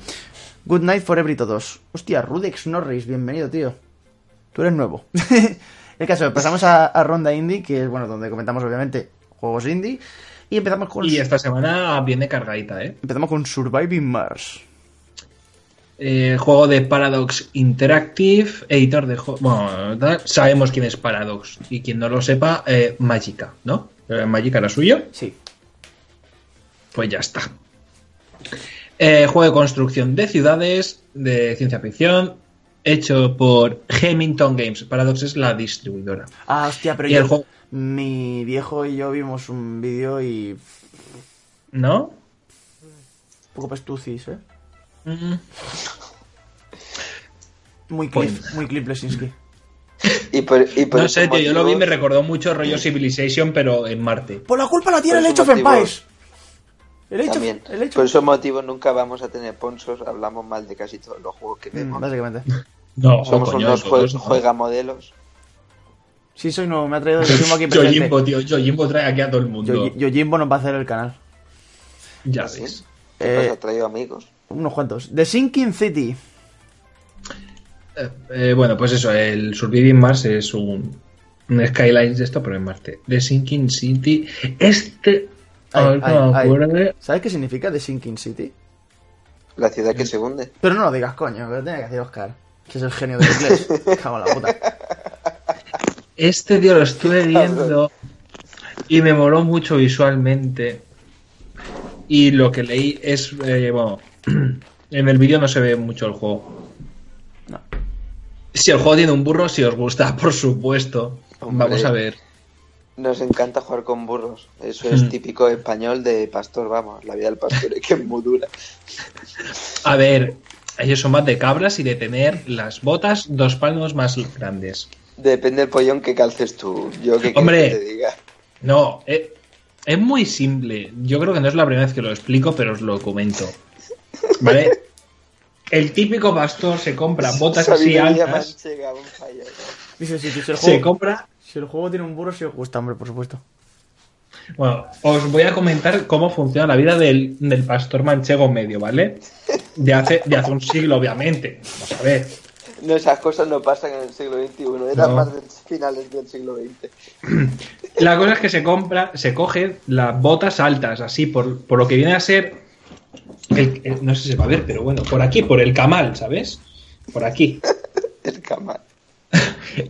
[SPEAKER 4] Good Night for Every Todos. Hostia, Rudex Norris, bienvenido, tío. Tú eres nuevo. El caso, pasamos a, a ronda indie, que es bueno, donde comentamos obviamente juegos indie. Y empezamos con,
[SPEAKER 3] Y esta semana viene cargadita, ¿eh?
[SPEAKER 4] empezamos con Surviving Mars.
[SPEAKER 3] Eh, juego de Paradox Interactive, editor de juego. Bueno, da- sabemos quién es Paradox. Y quien no lo sepa, eh, Magica, ¿no? Eh, Magica era suyo.
[SPEAKER 4] Sí.
[SPEAKER 3] Pues ya está. Eh, juego de construcción de ciudades, de ciencia ficción, hecho por Hemington Games. Paradox es la distribuidora.
[SPEAKER 4] Ah, hostia, pero
[SPEAKER 3] Y
[SPEAKER 4] yo-
[SPEAKER 3] el juego-
[SPEAKER 4] mi viejo y yo vimos un vídeo y un
[SPEAKER 3] ¿No?
[SPEAKER 4] poco pestucis, ¿eh?
[SPEAKER 3] Mm.
[SPEAKER 4] Muy
[SPEAKER 3] Pues-
[SPEAKER 4] clip, muy clip Lesinski.
[SPEAKER 6] Y por, y por
[SPEAKER 3] No
[SPEAKER 6] ese
[SPEAKER 3] sé, tío, yo lo vi y
[SPEAKER 6] motivo-
[SPEAKER 3] me recordó mucho rollo Civilization, pero en Marte.
[SPEAKER 4] Por la culpa la tiene
[SPEAKER 6] Por
[SPEAKER 4] el Age
[SPEAKER 6] ese
[SPEAKER 4] of
[SPEAKER 6] motivo-
[SPEAKER 4] Empires. El Age
[SPEAKER 6] También.
[SPEAKER 4] of, el Age
[SPEAKER 6] Por
[SPEAKER 4] of-
[SPEAKER 6] esos motivos nunca vamos a tener sponsors. Hablamos mal de casi todos los juegos que
[SPEAKER 4] Mm,
[SPEAKER 6] vemos.
[SPEAKER 4] Básicamente.
[SPEAKER 3] No,
[SPEAKER 6] Somos
[SPEAKER 3] Oh, coño,
[SPEAKER 6] unos
[SPEAKER 3] todos, ¿no?
[SPEAKER 6] juega modelos.
[SPEAKER 4] Sí, soy nuevo, me ha traído el mismo aquí presente.
[SPEAKER 3] Yojimbo, tío, Yojimbo trae aquí a todo el
[SPEAKER 4] Yo,
[SPEAKER 3] mundo.
[SPEAKER 4] yo Jimbo nos va a hacer el canal.
[SPEAKER 3] Ya
[SPEAKER 6] ¿sí?
[SPEAKER 3] ves.
[SPEAKER 6] ¿Qué
[SPEAKER 4] Eh,
[SPEAKER 6] pasa? Traigo amigos.
[SPEAKER 4] Unos cuantos. The Sinking City.
[SPEAKER 3] Eh, eh, bueno, pues eso, el Surviving Mars es un, un Skylines de esto, pero en Marte. The Sinking City. Este.
[SPEAKER 4] Ay,
[SPEAKER 3] a ver,
[SPEAKER 4] ay,
[SPEAKER 3] no me
[SPEAKER 4] ay.
[SPEAKER 3] acuerdo.
[SPEAKER 4] ¿Sabes qué significa The Sinking City?
[SPEAKER 6] La ciudad
[SPEAKER 4] eh,
[SPEAKER 6] que se hunde.
[SPEAKER 4] Pero no lo digas, coño, que lo tiene que decir Oscar, que es el genio del inglés. Cago en la puta.
[SPEAKER 3] Este, tío, lo estuve viendo y me moló mucho visualmente. Y lo que leí es. eh, bueno, en el vídeo no se ve mucho el juego.
[SPEAKER 4] No.
[SPEAKER 3] Si el juego tiene un burro, si os gusta, por supuesto.
[SPEAKER 6] Hombre.
[SPEAKER 3] Vamos a ver.
[SPEAKER 6] Nos encanta jugar con burros. Eso
[SPEAKER 3] Hmm.
[SPEAKER 6] es típico español de pastor, vamos. La vida del pastor es que es muy dura.
[SPEAKER 3] A ver, Ellos son más de cabras y de tener las botas dos palmos más grandes.
[SPEAKER 6] Depende del pollón que calces tú. Yo que
[SPEAKER 3] Hombre.
[SPEAKER 6] te diga.
[SPEAKER 3] No, eh, es muy simple. Yo creo que no es la primera vez que lo explico, pero os lo comento. ¿Vale? El típico pastor se compra botas así
[SPEAKER 6] Sabiduría
[SPEAKER 3] altas,
[SPEAKER 6] manchega, un fallo.
[SPEAKER 4] Dice, si, si el
[SPEAKER 3] se
[SPEAKER 4] juego,
[SPEAKER 3] compra...
[SPEAKER 4] si el juego tiene un burro, sí os gusta, hombre, por supuesto.
[SPEAKER 3] Bueno, os voy a comentar cómo funciona la vida del, del pastor manchego medio, ¿vale? De hace, de hace un siglo, obviamente. Vamos a ver.
[SPEAKER 6] No, esas cosas no pasan en el siglo XXI. Eran
[SPEAKER 3] No.
[SPEAKER 6] más de finales del siglo XX.
[SPEAKER 3] La cosa es que se compra, se coge las botas altas, así, por, por lo que viene a ser. el- el- no sé si se va a ver, pero bueno, por aquí, por el camal, ¿sabes? Por aquí.
[SPEAKER 6] El camal.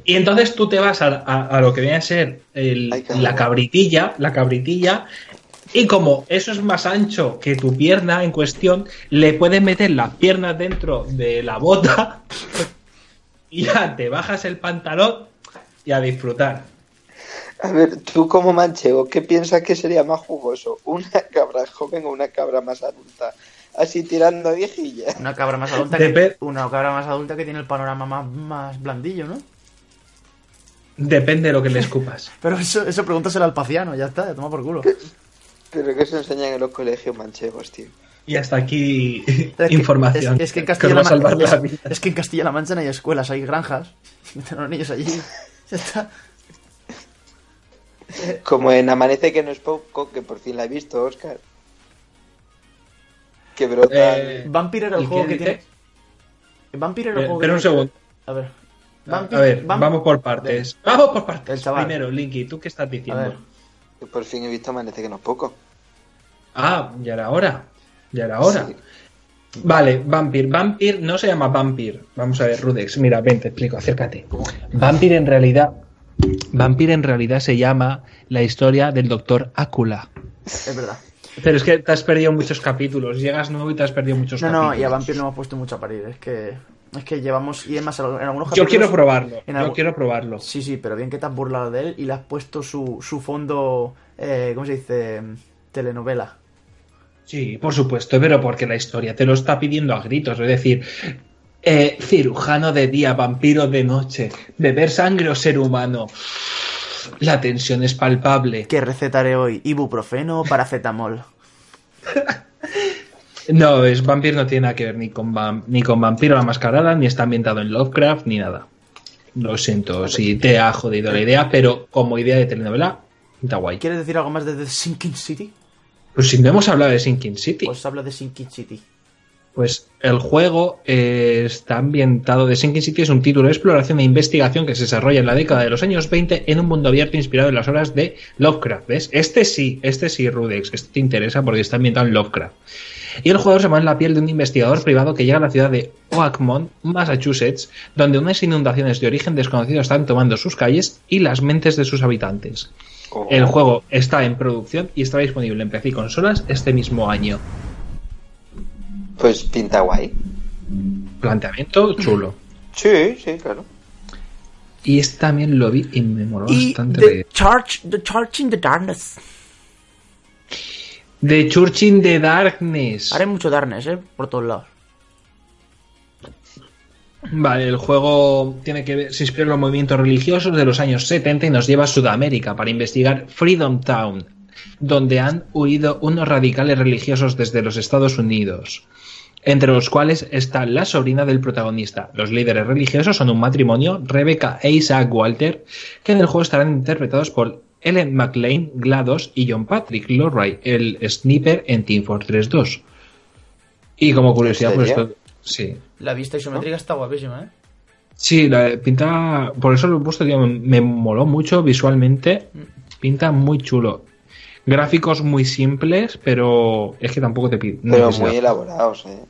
[SPEAKER 3] Y entonces tú te vas a, a- a lo que viene a ser el-
[SPEAKER 6] Ay, qué
[SPEAKER 3] la
[SPEAKER 6] horror.
[SPEAKER 3] cabritilla, la cabritilla, y como eso es más ancho que tu pierna en cuestión, le puedes meter las piernas dentro de la bota y ya te bajas el pantalón y a disfrutar.
[SPEAKER 6] A ver, tú como manchego, ¿qué piensas que sería más jugoso? ¿Una cabra joven o una cabra más adulta? Así tirando a viejilla.
[SPEAKER 4] Una cabra más adulta
[SPEAKER 3] Depe-
[SPEAKER 4] que, una cabra más adulta que tiene el panorama más, más blandillo, ¿no?
[SPEAKER 3] Depende de lo que le escupas.
[SPEAKER 4] Pero eso, eso pregúntaselo al paciano, ya está, toma por culo.
[SPEAKER 6] Pero que se enseñan en los colegios manchegos, tío.
[SPEAKER 3] Y hasta aquí
[SPEAKER 4] Es que-
[SPEAKER 3] información.
[SPEAKER 4] Es, es que en
[SPEAKER 3] que os va
[SPEAKER 4] Castilla-La
[SPEAKER 3] a salvar la
[SPEAKER 4] Mancha.
[SPEAKER 3] vida.
[SPEAKER 4] Es, es que en Castilla-La Mancha no hay escuelas, hay granjas. Meten a los niños allí. Ya está.
[SPEAKER 6] Como en Amanece que no es poco, que por fin la he visto, Oscar. Que brota.
[SPEAKER 3] Eh,
[SPEAKER 4] Vampire era
[SPEAKER 3] ¿Y
[SPEAKER 4] el juego
[SPEAKER 3] qué
[SPEAKER 4] que
[SPEAKER 3] dice?
[SPEAKER 4] tiene. Vampire era el
[SPEAKER 3] Eh,
[SPEAKER 4] juego que
[SPEAKER 3] Espera un
[SPEAKER 4] tiene-
[SPEAKER 3] segundo.
[SPEAKER 4] A ver.
[SPEAKER 3] A-
[SPEAKER 4] Vampi-
[SPEAKER 3] a ver,
[SPEAKER 4] Vam-
[SPEAKER 3] vamos por partes. Vamos por partes.
[SPEAKER 4] El chaval.
[SPEAKER 3] Primero, Linky, ¿tú qué estás
[SPEAKER 4] A ver.
[SPEAKER 3] diciendo?
[SPEAKER 6] que por fin he visto Amanece que no es poco.
[SPEAKER 3] Ah, ya era hora. Ya era hora.
[SPEAKER 6] Sí.
[SPEAKER 3] Vale, Vampir. Vampir no se llama Vampir. Vamos a ver, Rudex. Mira, ven, te explico, acércate. Vampir en realidad. Vampir en realidad se llama la historia del doctor Ácula.
[SPEAKER 4] Es verdad.
[SPEAKER 3] Pero es que te has perdido muchos capítulos. Llegas nuevo y te has perdido muchos
[SPEAKER 4] No,
[SPEAKER 3] capítulos.
[SPEAKER 4] no, y a Vampire no hemos puesto mucho a parir. Es que. Es que llevamos. Y es más, en algunos
[SPEAKER 3] Yo
[SPEAKER 4] capítulos.
[SPEAKER 3] quiero probarlo.
[SPEAKER 4] en
[SPEAKER 3] Yo
[SPEAKER 4] algún-
[SPEAKER 3] quiero probarlo.
[SPEAKER 4] Sí, sí, pero bien que te has burlado de él y le has puesto su, su fondo. Eh, ¿Cómo se dice? Telenovela.
[SPEAKER 3] Sí, por supuesto, pero porque la historia te lo está pidiendo a gritos. Es decir, eh, cirujano de día, vampiro de noche, beber sangre o ser humano. La tensión es palpable.
[SPEAKER 4] ¿Qué recetaré hoy? ¿Ibuprofeno o paracetamol?
[SPEAKER 3] No, es vampiro no tiene nada que ver ni con, vam- ni con vampiro la mascarada, ni está ambientado en Lovecraft, ni nada. Lo siento si te ha jodido la idea, pero como idea de telenovela, está guay.
[SPEAKER 4] ¿Quieres decir algo más de The Sinking City?
[SPEAKER 3] Pues si no hemos hablado de Sinking City.
[SPEAKER 4] Pues habla de Sinking City.
[SPEAKER 3] Pues el juego eh, está ambientado de Sinking City, es un título de exploración e investigación que se desarrolla en la década de los años 20 en un mundo abierto inspirado en las obras de Lovecraft. ¿Ves? Este sí, este sí, Rudex, este te interesa porque está ambientado en Lovecraft. Y el jugador se va en la piel de un investigador privado que llega a la ciudad de Oakmont, Massachusetts, donde unas inundaciones de origen desconocido están tomando sus calles y las mentes de sus habitantes. El juego está en producción y estará disponible en PC y consolas este mismo año.
[SPEAKER 6] Pues pinta guay.
[SPEAKER 3] Planteamiento chulo.
[SPEAKER 6] Sí, sí, claro.
[SPEAKER 3] Y este también lo vi y me moló
[SPEAKER 4] Y
[SPEAKER 3] bastante.
[SPEAKER 4] The
[SPEAKER 3] reír.
[SPEAKER 4] Church, The Church in the Darkness.
[SPEAKER 3] The Church in the Darkness.
[SPEAKER 4] Ahora hay mucho Darkness, ¿eh? Por todos lados.
[SPEAKER 3] Vale, el juego tiene que ver, se inspira en los movimientos religiosos de los años 70 y nos lleva a Sudamérica para investigar Freedom Town, donde han huido unos radicales religiosos desde los Estados Unidos, entre los cuales está la sobrina del protagonista. Los líderes religiosos son un matrimonio, Rebecca e Isaac Walter, que en el juego estarán interpretados por Ellen McLean, GLaDOS y John Patrick Lorray, el sniper en Team Fortress 2. Y como curiosidad,
[SPEAKER 6] ¿En
[SPEAKER 3] pues
[SPEAKER 6] serio?
[SPEAKER 3] esto- Sí.
[SPEAKER 4] La vista isométrica está guapísima, ¿eh?
[SPEAKER 3] Sí, la pinta. Por eso lo he puesto, tío. Me moló mucho visualmente. Pinta muy chulo. Gráficos muy simples, pero es que tampoco te pide.
[SPEAKER 6] Pero
[SPEAKER 3] necesidad.
[SPEAKER 6] muy elaborados, eh.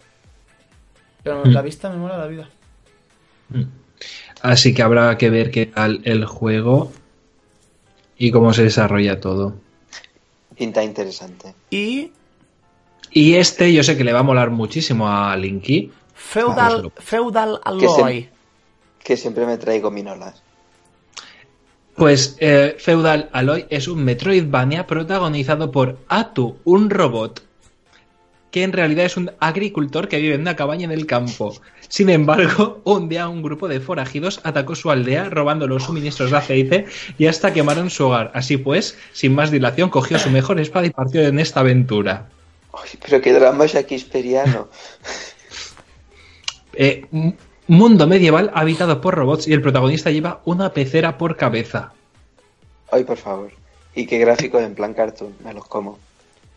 [SPEAKER 4] Pero
[SPEAKER 3] Mm.
[SPEAKER 4] la vista me mola la vida.
[SPEAKER 3] Así que habrá que ver qué tal el juego y cómo se desarrolla todo.
[SPEAKER 6] Pinta interesante.
[SPEAKER 4] Y
[SPEAKER 3] Y este yo sé que le va a molar muchísimo a Linky.
[SPEAKER 4] Feudal,
[SPEAKER 3] Claro,
[SPEAKER 4] Feudal
[SPEAKER 6] Que se-
[SPEAKER 4] Alloy.
[SPEAKER 6] Que siempre me traigo minolas.
[SPEAKER 3] Pues eh, Feudal Aloy es un Metroidvania protagonizado por Atu, un robot que en realidad es un agricultor que vive en una cabaña en el campo. Sin embargo, un día un grupo de forajidos atacó su aldea robando los suministros de aceite y hasta quemaron su hogar. Así pues, sin más dilación, cogió su mejor espada y partió en esta aventura.
[SPEAKER 6] Ay, pero qué drama shakespeariano.
[SPEAKER 3] Eh, m- mundo medieval habitado por robots y el protagonista lleva una pecera por cabeza.
[SPEAKER 6] Ay, por favor. Y qué gráficos en plan cartoon. Me los como.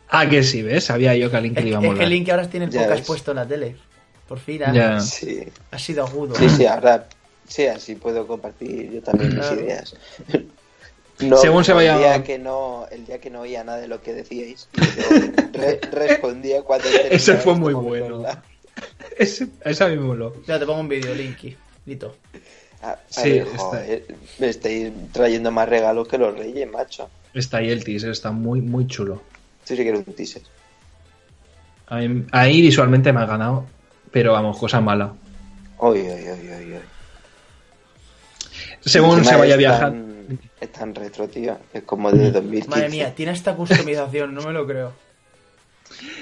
[SPEAKER 3] Ah, que sí, ¿ves? Sabía yo que a Link
[SPEAKER 4] Es,
[SPEAKER 3] le iba a
[SPEAKER 4] es que
[SPEAKER 3] molar.
[SPEAKER 4] Link ahora tiene el
[SPEAKER 6] Ya
[SPEAKER 4] podcast
[SPEAKER 6] ves.
[SPEAKER 4] puesto en la tele. Por fin ha,
[SPEAKER 3] Ya.
[SPEAKER 6] Sí.
[SPEAKER 4] ha sido agudo.
[SPEAKER 6] Sí, sí, ahora. Sí, así puedo compartir yo también mis
[SPEAKER 4] Claro.
[SPEAKER 6] ideas. No,
[SPEAKER 3] Según se
[SPEAKER 6] como
[SPEAKER 3] vaya-
[SPEAKER 6] El día, que no, el día que no oía nada de lo que decíais, yo re- respondía cuando.
[SPEAKER 3] Ese fue
[SPEAKER 6] terminabais
[SPEAKER 3] muy
[SPEAKER 6] como
[SPEAKER 3] bueno.
[SPEAKER 6] verla.
[SPEAKER 3] Ese- esa a mí me moló.
[SPEAKER 4] Mira, te pongo un vídeo, Linky. Lito.
[SPEAKER 6] A- "Ah, a
[SPEAKER 3] Sí,
[SPEAKER 6] ver,
[SPEAKER 3] está-
[SPEAKER 6] joder, me estáis trayendo más regalos que los reyes, macho.
[SPEAKER 3] Está ahí el teaser, está muy, muy chulo.
[SPEAKER 6] Tú sí que eres un teaser.
[SPEAKER 3] A mí- ahí visualmente me ha ganado, pero vamos, cosa mala.
[SPEAKER 6] Oy, oy, oy, oy, oy.
[SPEAKER 3] Según
[SPEAKER 6] Encima
[SPEAKER 3] se vaya
[SPEAKER 6] es
[SPEAKER 3] viajando.
[SPEAKER 6] tan- Es tan retro, tío. Es como de 2015.
[SPEAKER 4] Madre mía, tiene esta customización, no me lo creo.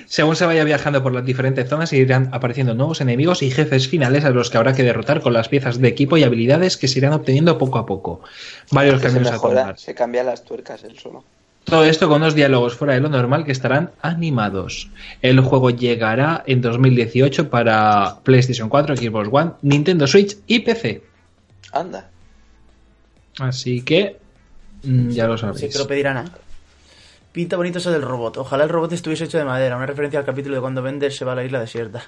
[SPEAKER 3] Según se vaya viajando por las diferentes zonas, irán apareciendo nuevos enemigos y jefes finales a los que habrá que derrotar con las piezas de equipo y habilidades que se irán obteniendo poco a poco. Varios
[SPEAKER 6] Ah, Que se
[SPEAKER 3] caminos a tomar.
[SPEAKER 6] mejora, se cambian las tuercas el solo.
[SPEAKER 3] Todo esto con unos diálogos fuera de lo normal que estarán animados. El juego llegará en 2018 para PlayStation 4, Xbox One, Nintendo Switch y PC.
[SPEAKER 6] Anda.
[SPEAKER 3] Así que mm, ya lo
[SPEAKER 4] Sí,
[SPEAKER 3] sabéis.
[SPEAKER 4] pero pedirán a. Pinta bonito eso del robot. Ojalá el robot estuviese hecho de madera. Una referencia al capítulo de cuando Bender se va a la isla desierta.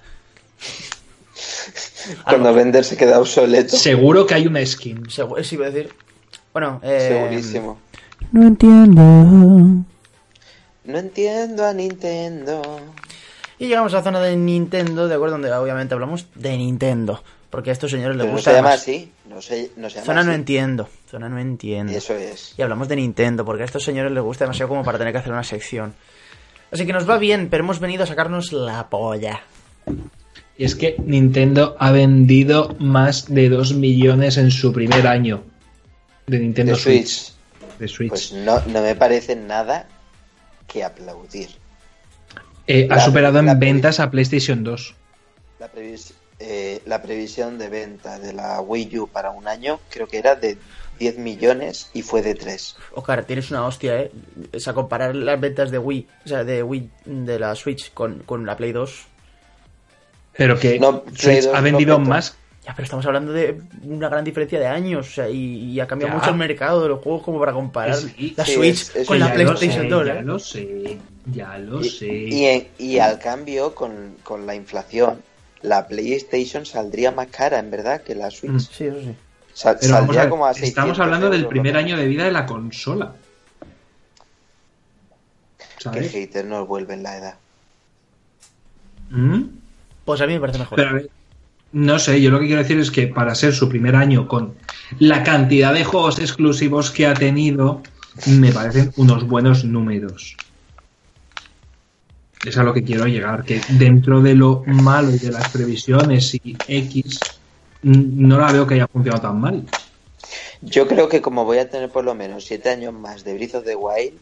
[SPEAKER 3] Ah,
[SPEAKER 6] Cuando Render se queda obsoleto.
[SPEAKER 3] Seguro que hay una skin.
[SPEAKER 4] Segu- sí, iba a decir. Bueno, eh,
[SPEAKER 3] Em,
[SPEAKER 6] Segurísimo.
[SPEAKER 4] No entiendo.
[SPEAKER 6] No entiendo a Nintendo.
[SPEAKER 4] Y llegamos a la zona de Nintendo, ¿de acuerdo? Donde obviamente hablamos de Nintendo. Porque a estos señores les
[SPEAKER 6] Pero no
[SPEAKER 4] gusta.
[SPEAKER 6] se llama
[SPEAKER 4] además-
[SPEAKER 6] así. No se, no se llama
[SPEAKER 4] Zona no
[SPEAKER 6] así.
[SPEAKER 4] entiendo. Zona no entiendo.
[SPEAKER 6] Eso es.
[SPEAKER 4] Y hablamos de Nintendo, porque a estos señores les gusta demasiado como para tener que hacer una sección. Así que nos va bien, pero hemos venido a sacarnos la polla.
[SPEAKER 3] Y es que Nintendo ha vendido más de 2 millones en su primer año de Nintendo
[SPEAKER 6] De
[SPEAKER 3] Switch.
[SPEAKER 6] Switch.
[SPEAKER 3] De Switch.
[SPEAKER 6] Pues no, no me parece nada que aplaudir.
[SPEAKER 3] Eh, ha
[SPEAKER 6] la-
[SPEAKER 3] superado
[SPEAKER 6] la-
[SPEAKER 3] en ventas a PlayStation 2.
[SPEAKER 6] La, previs- eh, la previsión de venta de la Wii U para un año creo que era de 10 millones y fue de 3.
[SPEAKER 4] Oscar, tienes una hostia, ¿eh? O sea, comparar las ventas de Wii, o sea, de Wii, de la Switch con, con la Play 2.
[SPEAKER 3] Pero que
[SPEAKER 6] No, Play
[SPEAKER 3] Switch
[SPEAKER 6] 2
[SPEAKER 3] ha
[SPEAKER 6] no
[SPEAKER 3] vendido
[SPEAKER 6] venta.
[SPEAKER 3] más.
[SPEAKER 4] Ya, pero estamos hablando de una gran diferencia de años, o sea, y, y ha cambiado
[SPEAKER 3] Ya.
[SPEAKER 4] mucho el mercado de los juegos como para comparar
[SPEAKER 3] Sí,
[SPEAKER 4] la
[SPEAKER 6] sí,
[SPEAKER 4] Switch
[SPEAKER 6] es- es-
[SPEAKER 4] con
[SPEAKER 6] sí,
[SPEAKER 3] ya
[SPEAKER 4] la
[SPEAKER 3] lo
[SPEAKER 4] PlayStation
[SPEAKER 3] sé,
[SPEAKER 4] 2.
[SPEAKER 3] Ya
[SPEAKER 4] ¿eh?
[SPEAKER 3] lo sé. Ya lo
[SPEAKER 6] Y-
[SPEAKER 3] sé.
[SPEAKER 6] Y, en- y al cambio, con, con la inflación, la PlayStation saldría más cara, en verdad, que la Switch.
[SPEAKER 3] Mm.
[SPEAKER 4] eh. Sí, eso sí.
[SPEAKER 6] Sal-
[SPEAKER 3] Pero vamos
[SPEAKER 6] saldría
[SPEAKER 3] a ver,
[SPEAKER 6] como a 600
[SPEAKER 3] estamos hablando del
[SPEAKER 6] euros,
[SPEAKER 3] primer
[SPEAKER 6] ¿no?
[SPEAKER 3] año de vida de la consola.
[SPEAKER 6] Que
[SPEAKER 3] ¿Sabes?
[SPEAKER 6] haters nos vuelven la edad.
[SPEAKER 3] ¿Mm?
[SPEAKER 4] Pues a mí me parece mejor.
[SPEAKER 3] Pero a ver, no sé, yo lo que quiero decir es que para ser su primer año con la cantidad de juegos exclusivos que ha tenido, me parecen unos buenos números. Es a lo que quiero llegar, que dentro de lo malo y de las previsiones y X, n- no la veo que haya funcionado tan mal.
[SPEAKER 6] Yo creo que como voy a tener por lo menos 7 años más de Breath of the Wild,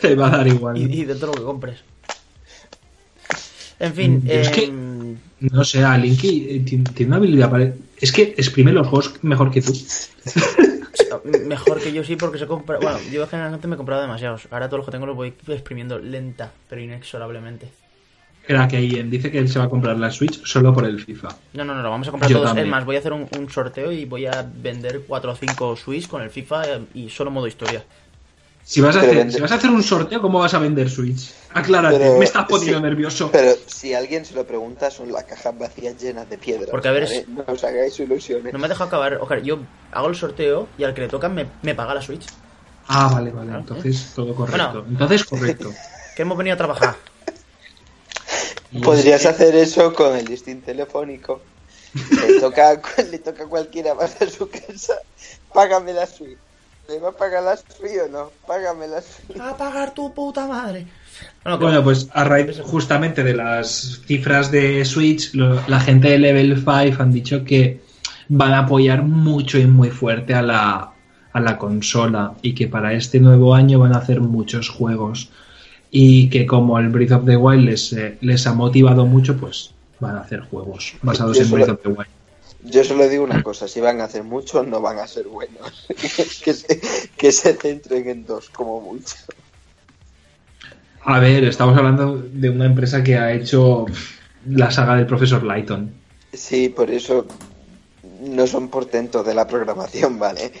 [SPEAKER 3] Te va a dar igual.
[SPEAKER 4] y, y de todo lo que compres. En fin,
[SPEAKER 6] Mm,
[SPEAKER 3] Yo es
[SPEAKER 4] eh,
[SPEAKER 3] No sé, a Linky eh, ti- tiene una habilidad para... Es que exprime los juegos mejor que tú.
[SPEAKER 4] mejor que yo sí porque se compra... Bueno, yo generalmente me he comprado demasiados. Ahora todos los que tengo los voy exprimiendo lenta, pero inexorablemente.
[SPEAKER 3] Crack Ian dice que él se va a comprar la Switch solo por el FIFA.
[SPEAKER 4] No, no, no, lo vamos a comprar
[SPEAKER 3] Yo
[SPEAKER 4] todos.
[SPEAKER 3] también.
[SPEAKER 4] Es más, voy a hacer un, un sorteo y voy a vender 4 o 5 Switch con el FIFA eh, y solo modo historia.
[SPEAKER 3] Si vas, a
[SPEAKER 6] Pero
[SPEAKER 3] hacer,
[SPEAKER 6] vende-
[SPEAKER 3] si vas a hacer un sorteo, ¿cómo vas a vender Switch? Aclárate,
[SPEAKER 6] Pero-
[SPEAKER 3] me estás poniendo
[SPEAKER 6] sí,
[SPEAKER 3] nervioso.
[SPEAKER 6] pero si alguien se lo pregunta, son las cajas vacías llenas de piedras.
[SPEAKER 4] Porque, a ver,
[SPEAKER 6] ¿vale?
[SPEAKER 4] es-
[SPEAKER 6] No os hagáis ilusiones.
[SPEAKER 4] No me deja acabar, Oscar, yo hago el sorteo y al que le toca me, me paga la Switch.
[SPEAKER 3] Ah, vale, vale.
[SPEAKER 4] Claro.
[SPEAKER 3] Entonces todo correcto.
[SPEAKER 4] Bueno.
[SPEAKER 3] Entonces correcto.
[SPEAKER 4] Que hemos venido a trabajar.
[SPEAKER 3] Y
[SPEAKER 6] Podrías hacer eso con el listín telefónico. Le toca, a cu- le toca a cualquiera, vas a su casa, págame la suite. ¿Le va a pagar la suite o no? Págame la suite.
[SPEAKER 4] a pagar tu puta madre. Bueno,
[SPEAKER 3] es-
[SPEAKER 4] que-
[SPEAKER 3] Bueno, pues a raíz justamente de las cifras de Switch, lo- la gente de Level 5 han dicho que van a apoyar mucho y muy fuerte a la, a la consola y que para este nuevo año van a hacer muchos juegos. y que como el Breath of the Wild les, eh, les ha motivado mucho, pues van a hacer juegos basados
[SPEAKER 6] Yo
[SPEAKER 3] en
[SPEAKER 6] solo-
[SPEAKER 3] Breath of the Wild.
[SPEAKER 6] Yo solo digo una cosa, si van a hacer mucho, no van a ser buenos. que, se, que se centren en dos, como mucho.
[SPEAKER 3] A ver, estamos hablando de una empresa que ha hecho la saga del profesor Lighton.
[SPEAKER 6] Sí, por eso no son portentos de la programación, ¿vale?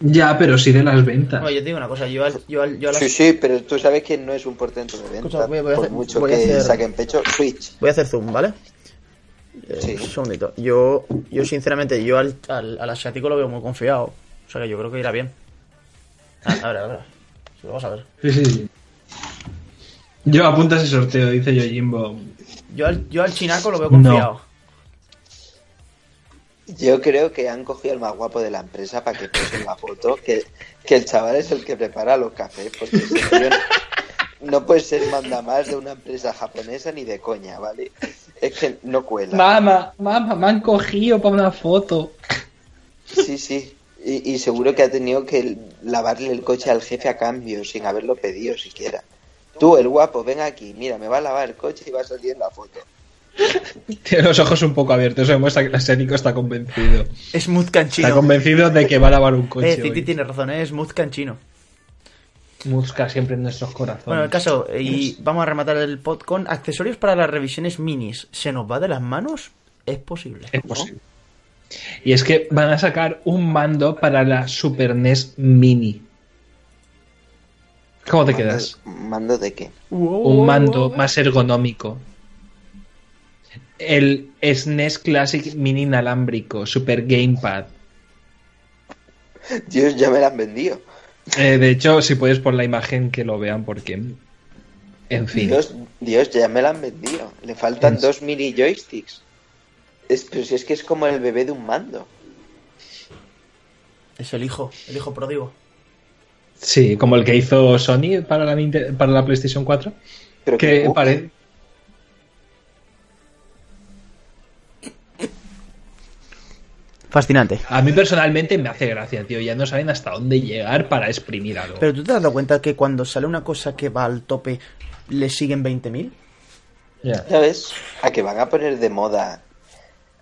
[SPEAKER 3] Ya, pero sí de las ventas.
[SPEAKER 4] Oye, yo te digo una cosa, yo al, yo al, yo a las-
[SPEAKER 6] Sí, sí, pero tú sabes que no es un portento de venta.
[SPEAKER 4] Escucha, voy- voy a
[SPEAKER 6] por
[SPEAKER 4] hacer-
[SPEAKER 6] mucho
[SPEAKER 4] voy
[SPEAKER 6] que
[SPEAKER 4] a hacer-
[SPEAKER 6] saquen pecho, Switch.
[SPEAKER 4] Voy a hacer zoom, ¿vale? Eh,
[SPEAKER 6] Sí.
[SPEAKER 4] Un segundito. Yo, yo sinceramente, yo al, al, al asiático lo veo muy confiado. O sea que yo creo que irá bien. Ah, a ver, a ver. Lo vas a ver.
[SPEAKER 3] Sí, sí, sí. Yo apunta ese sorteo, dice Yojimbo.
[SPEAKER 4] Yo al, yo al chinaco lo veo confiado.
[SPEAKER 6] Yo creo que han cogido al más guapo de la empresa para que pose en la foto, que, que el chaval es el que prepara los cafés, porque ese tío no, no puede ser manda más de una empresa japonesa ni de coña, ¿vale? Es que no cuela.
[SPEAKER 3] Mamá, mamá, me han cogido para una foto.
[SPEAKER 6] Sí, sí. Y, y seguro que ha tenido que l- lavarle el coche al jefe a cambio, sin haberlo pedido siquiera. Tú, el guapo, ven aquí. Mira, me va a lavar el coche y va a salir en la foto.
[SPEAKER 3] Tiene los ojos un poco abiertos, eso demuestra que el asiático está convencido.
[SPEAKER 4] Es Smooth
[SPEAKER 3] Está
[SPEAKER 4] Canchino.
[SPEAKER 3] convencido de que va a lavar un coche.
[SPEAKER 4] Eh, Titi
[SPEAKER 3] hoy.
[SPEAKER 4] tiene razón, es Smooth Canchino.
[SPEAKER 3] Musca siempre en nuestros corazones.
[SPEAKER 4] Bueno, el caso, eh, y vamos a rematar el pod con accesorios para las revisiones minis. ¿Se nos va de las manos? Es posible.
[SPEAKER 3] Es posible. Y es que van a sacar un mando para la Super NES Mini. ¿Cómo te quedas?
[SPEAKER 6] ¿Mando, mando de qué?
[SPEAKER 3] Un mando más ergonómico. El SNES Classic Mini inalámbrico, Super Gamepad.
[SPEAKER 6] Dios, ya me la han vendido.
[SPEAKER 3] Eh, de hecho, si puedes por la imagen que lo vean, porque. En fin.
[SPEAKER 6] Dios, Dios, ya me la han vendido. Le faltan
[SPEAKER 3] Es-
[SPEAKER 6] dos mini joysticks. Es, pero si es que es como el bebé de un mando.
[SPEAKER 4] Es el hijo, el hijo pródigo.
[SPEAKER 3] Sí, como el que hizo Sony para la, Ninte- para la PlayStation 4.
[SPEAKER 6] Pero
[SPEAKER 3] Que
[SPEAKER 6] uh,
[SPEAKER 3] pare-
[SPEAKER 4] Fascinante.
[SPEAKER 3] A mí personalmente me hace gracia, tío. Ya no saben hasta dónde llegar para exprimir algo.
[SPEAKER 4] Pero tú te has dado cuenta que cuando sale una cosa que va al tope, le siguen 20.000?
[SPEAKER 3] Ya.
[SPEAKER 6] ¿Sabes? A que van a poner de moda.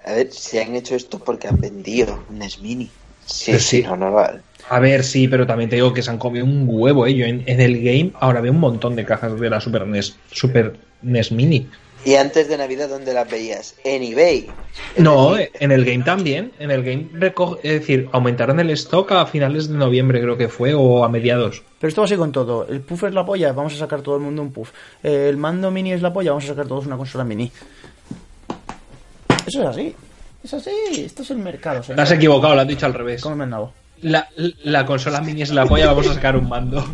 [SPEAKER 6] A ver, si han hecho esto porque han vendido un NES Mini. Sí,
[SPEAKER 3] Pero
[SPEAKER 6] sí,
[SPEAKER 3] Pues sí.
[SPEAKER 6] no, no, vale.
[SPEAKER 3] A ver, sí, pero también te digo que se han comido un huevo, ¿eh? Yo en, en el game ahora veo un montón de cajas de la Super NES, Super NES Mini.
[SPEAKER 6] ¿Y antes de Navidad dónde las veías? En eBay.
[SPEAKER 3] No, eh, en el game también. En el game, reco- es decir, aumentaron el stock a finales de noviembre, creo que fue, o a mediados.
[SPEAKER 4] Pero esto va así con todo. El puff es la polla, vamos a sacar todo el mundo un puff. Eh, El mando mini es la polla, vamos a sacar todos una consola mini. Eso es así. Es así. Esto es el mercado,
[SPEAKER 3] Te
[SPEAKER 4] señor.
[SPEAKER 3] has equivocado, lo has dicho al revés.
[SPEAKER 4] ¿Cómo me han dado?
[SPEAKER 3] La, la consola mini es la polla, vamos a sacar un mando.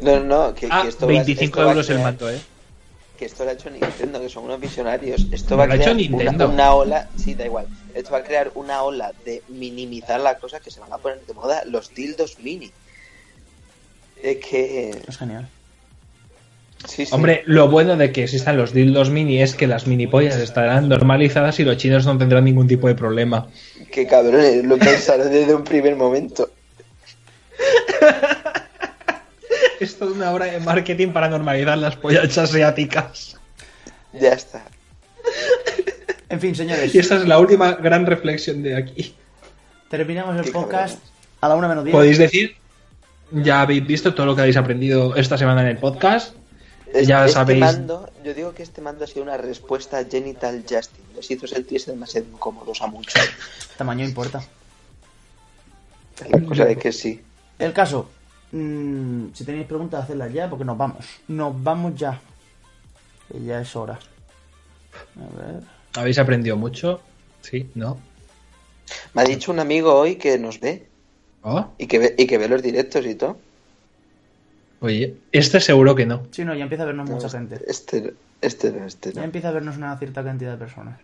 [SPEAKER 6] No, no, no, que,
[SPEAKER 3] Ah,
[SPEAKER 6] que esto va-
[SPEAKER 3] 25
[SPEAKER 6] esto va a
[SPEAKER 3] euros el
[SPEAKER 6] crear-
[SPEAKER 3] mando, ¿eh?
[SPEAKER 6] Que esto lo ha hecho Nintendo, que son unos visionarios. Esto
[SPEAKER 3] Lo
[SPEAKER 6] va
[SPEAKER 3] ha
[SPEAKER 6] a
[SPEAKER 3] hecho
[SPEAKER 6] crear una,
[SPEAKER 3] Nintendo.
[SPEAKER 6] una ola, sí, da igual. Esto va a crear una ola de minimizar las cosas que se van a poner de moda, los tildos mini. Es que...
[SPEAKER 4] Es genial.
[SPEAKER 6] Sí, sí.
[SPEAKER 3] Hombre, lo bueno de que existan los dildos mini es que las mini pollas estarán normalizadas y los chinos no tendrán ningún tipo de problema.
[SPEAKER 6] Qué cabrones, lo pensaron desde un primer momento.
[SPEAKER 3] Esto es una obra de marketing para normalizar las pollas asiáticas.
[SPEAKER 6] Ya está.
[SPEAKER 4] En fin, señores.
[SPEAKER 3] Y esta es la última gran reflexión de aquí.
[SPEAKER 4] Terminamos el
[SPEAKER 6] Qué
[SPEAKER 4] podcast a la una menos diez.
[SPEAKER 3] Podéis decir, ya habéis visto todo lo que habéis aprendido esta semana en el podcast. Ya
[SPEAKER 6] este
[SPEAKER 3] sabéis.
[SPEAKER 6] Mando, yo digo que este mando ha sido una respuesta a Genital Justin. Les hizo sentirse demasiado incómodos a muchos.
[SPEAKER 4] Este Tamaño importa.
[SPEAKER 6] La cosa es que sí.
[SPEAKER 4] El caso. mm, si tenéis preguntas, hacedlas ya porque nos vamos. Nos vamos ya. Que ya es hora. A ver.
[SPEAKER 3] ¿Habéis aprendido mucho? Sí, ¿no?
[SPEAKER 6] Me ha dicho un amigo hoy que nos ve
[SPEAKER 3] ¿No?
[SPEAKER 6] y que ve, y que ve los directos y todo.
[SPEAKER 3] Oye, este seguro que no.
[SPEAKER 4] Sí, no, ya empieza a vernos mucha gente.
[SPEAKER 6] Este, no, este no, este
[SPEAKER 4] Ya
[SPEAKER 6] no.
[SPEAKER 4] empieza a vernos una cierta cantidad de personas.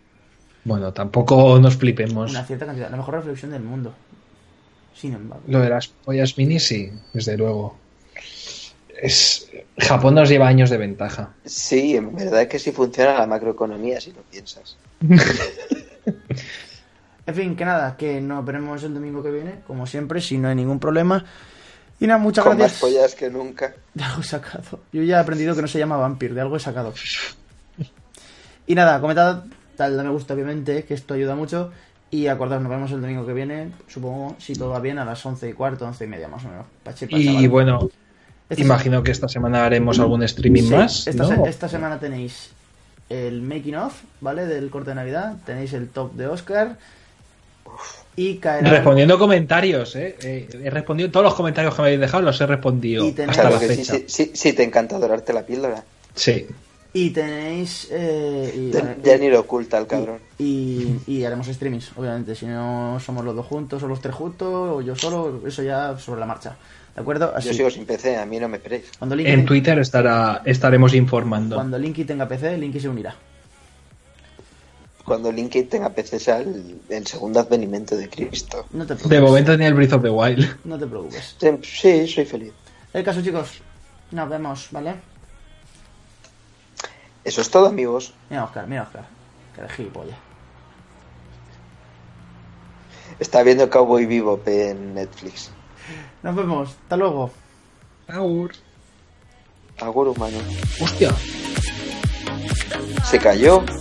[SPEAKER 3] Bueno, tampoco nos flipemos.
[SPEAKER 4] Una cierta cantidad. La mejor reflexión del mundo. Sin embargo.
[SPEAKER 3] Lo de las pollas mini, sí, desde luego. Es... Japón nos lleva años de ventaja.
[SPEAKER 6] Sí, en verdad que sí funciona la macroeconomía si lo piensas.
[SPEAKER 4] En fin, que nada, que nos veremos el domingo que viene, como siempre, si no hay ningún problema. Y nada, muchas
[SPEAKER 6] Con más
[SPEAKER 4] gracias.
[SPEAKER 6] pollas que nunca.
[SPEAKER 4] De algo he sacado. Yo ya he aprendido que no se llama Vampir, de algo he sacado. Y nada, comentad, dadle a me gusta obviamente, que esto ayuda mucho. Y acordad, nos vemos el domingo que viene, supongo, si todo va bien, a las once y cuarto, once y media más o menos. Pa' chipar,
[SPEAKER 3] Y
[SPEAKER 4] chaval.
[SPEAKER 3] bueno,
[SPEAKER 4] Esta
[SPEAKER 3] imagino que esta semana haremos algún streaming
[SPEAKER 4] Sí,
[SPEAKER 3] más.
[SPEAKER 4] Esta, se-
[SPEAKER 3] ¿no?
[SPEAKER 4] esta semana tenéis el making of, ¿vale? Del corte de Navidad. Tenéis el top de Oscar. Y caerá.
[SPEAKER 3] Respondiendo comentarios, ¿eh? Eh, He respondido todos los comentarios que me habéis dejado, los he respondido
[SPEAKER 4] Y tenemos-
[SPEAKER 3] hasta
[SPEAKER 6] Claro
[SPEAKER 3] la
[SPEAKER 6] que sí,
[SPEAKER 3] fecha.
[SPEAKER 6] sí, sí, sí, te encanta adorarte la píldora.
[SPEAKER 3] Sí.
[SPEAKER 4] Y tenéis. eh, y-
[SPEAKER 6] Ya- Ya ni lo oculta el cabrón.
[SPEAKER 4] Y, y haremos streamings, obviamente. Si no somos los dos juntos o los tres juntos o yo solo, eso ya sobre la marcha. ¿De acuerdo?
[SPEAKER 3] Ah,
[SPEAKER 4] Así.
[SPEAKER 6] Yo sigo sin PC, a mí no me esperéis.
[SPEAKER 4] Cuando Linky,
[SPEAKER 3] En Twitter estará, estaremos informando.
[SPEAKER 4] cuando Linky tenga PC, Linky se unirá.
[SPEAKER 6] Cuando LinkedIn tenga PC sal el segundo advenimiento de Cristo. Em,
[SPEAKER 4] No te preocupes.
[SPEAKER 3] De momento tenía el Breath of the Wild.
[SPEAKER 4] No te preocupes.
[SPEAKER 6] Sí, soy feliz.
[SPEAKER 4] El caso, chicos. Nos vemos, ¿vale?
[SPEAKER 6] Eso es todo, amigos.
[SPEAKER 4] Mira, Oscar, mira, Oscar. Que de gilipollas.
[SPEAKER 6] Está viendo Cowboy Vivo en Netflix.
[SPEAKER 4] Nos vemos. Hasta luego.
[SPEAKER 3] Aur.
[SPEAKER 6] Agur humano.
[SPEAKER 3] Hostia.
[SPEAKER 6] Se cayó.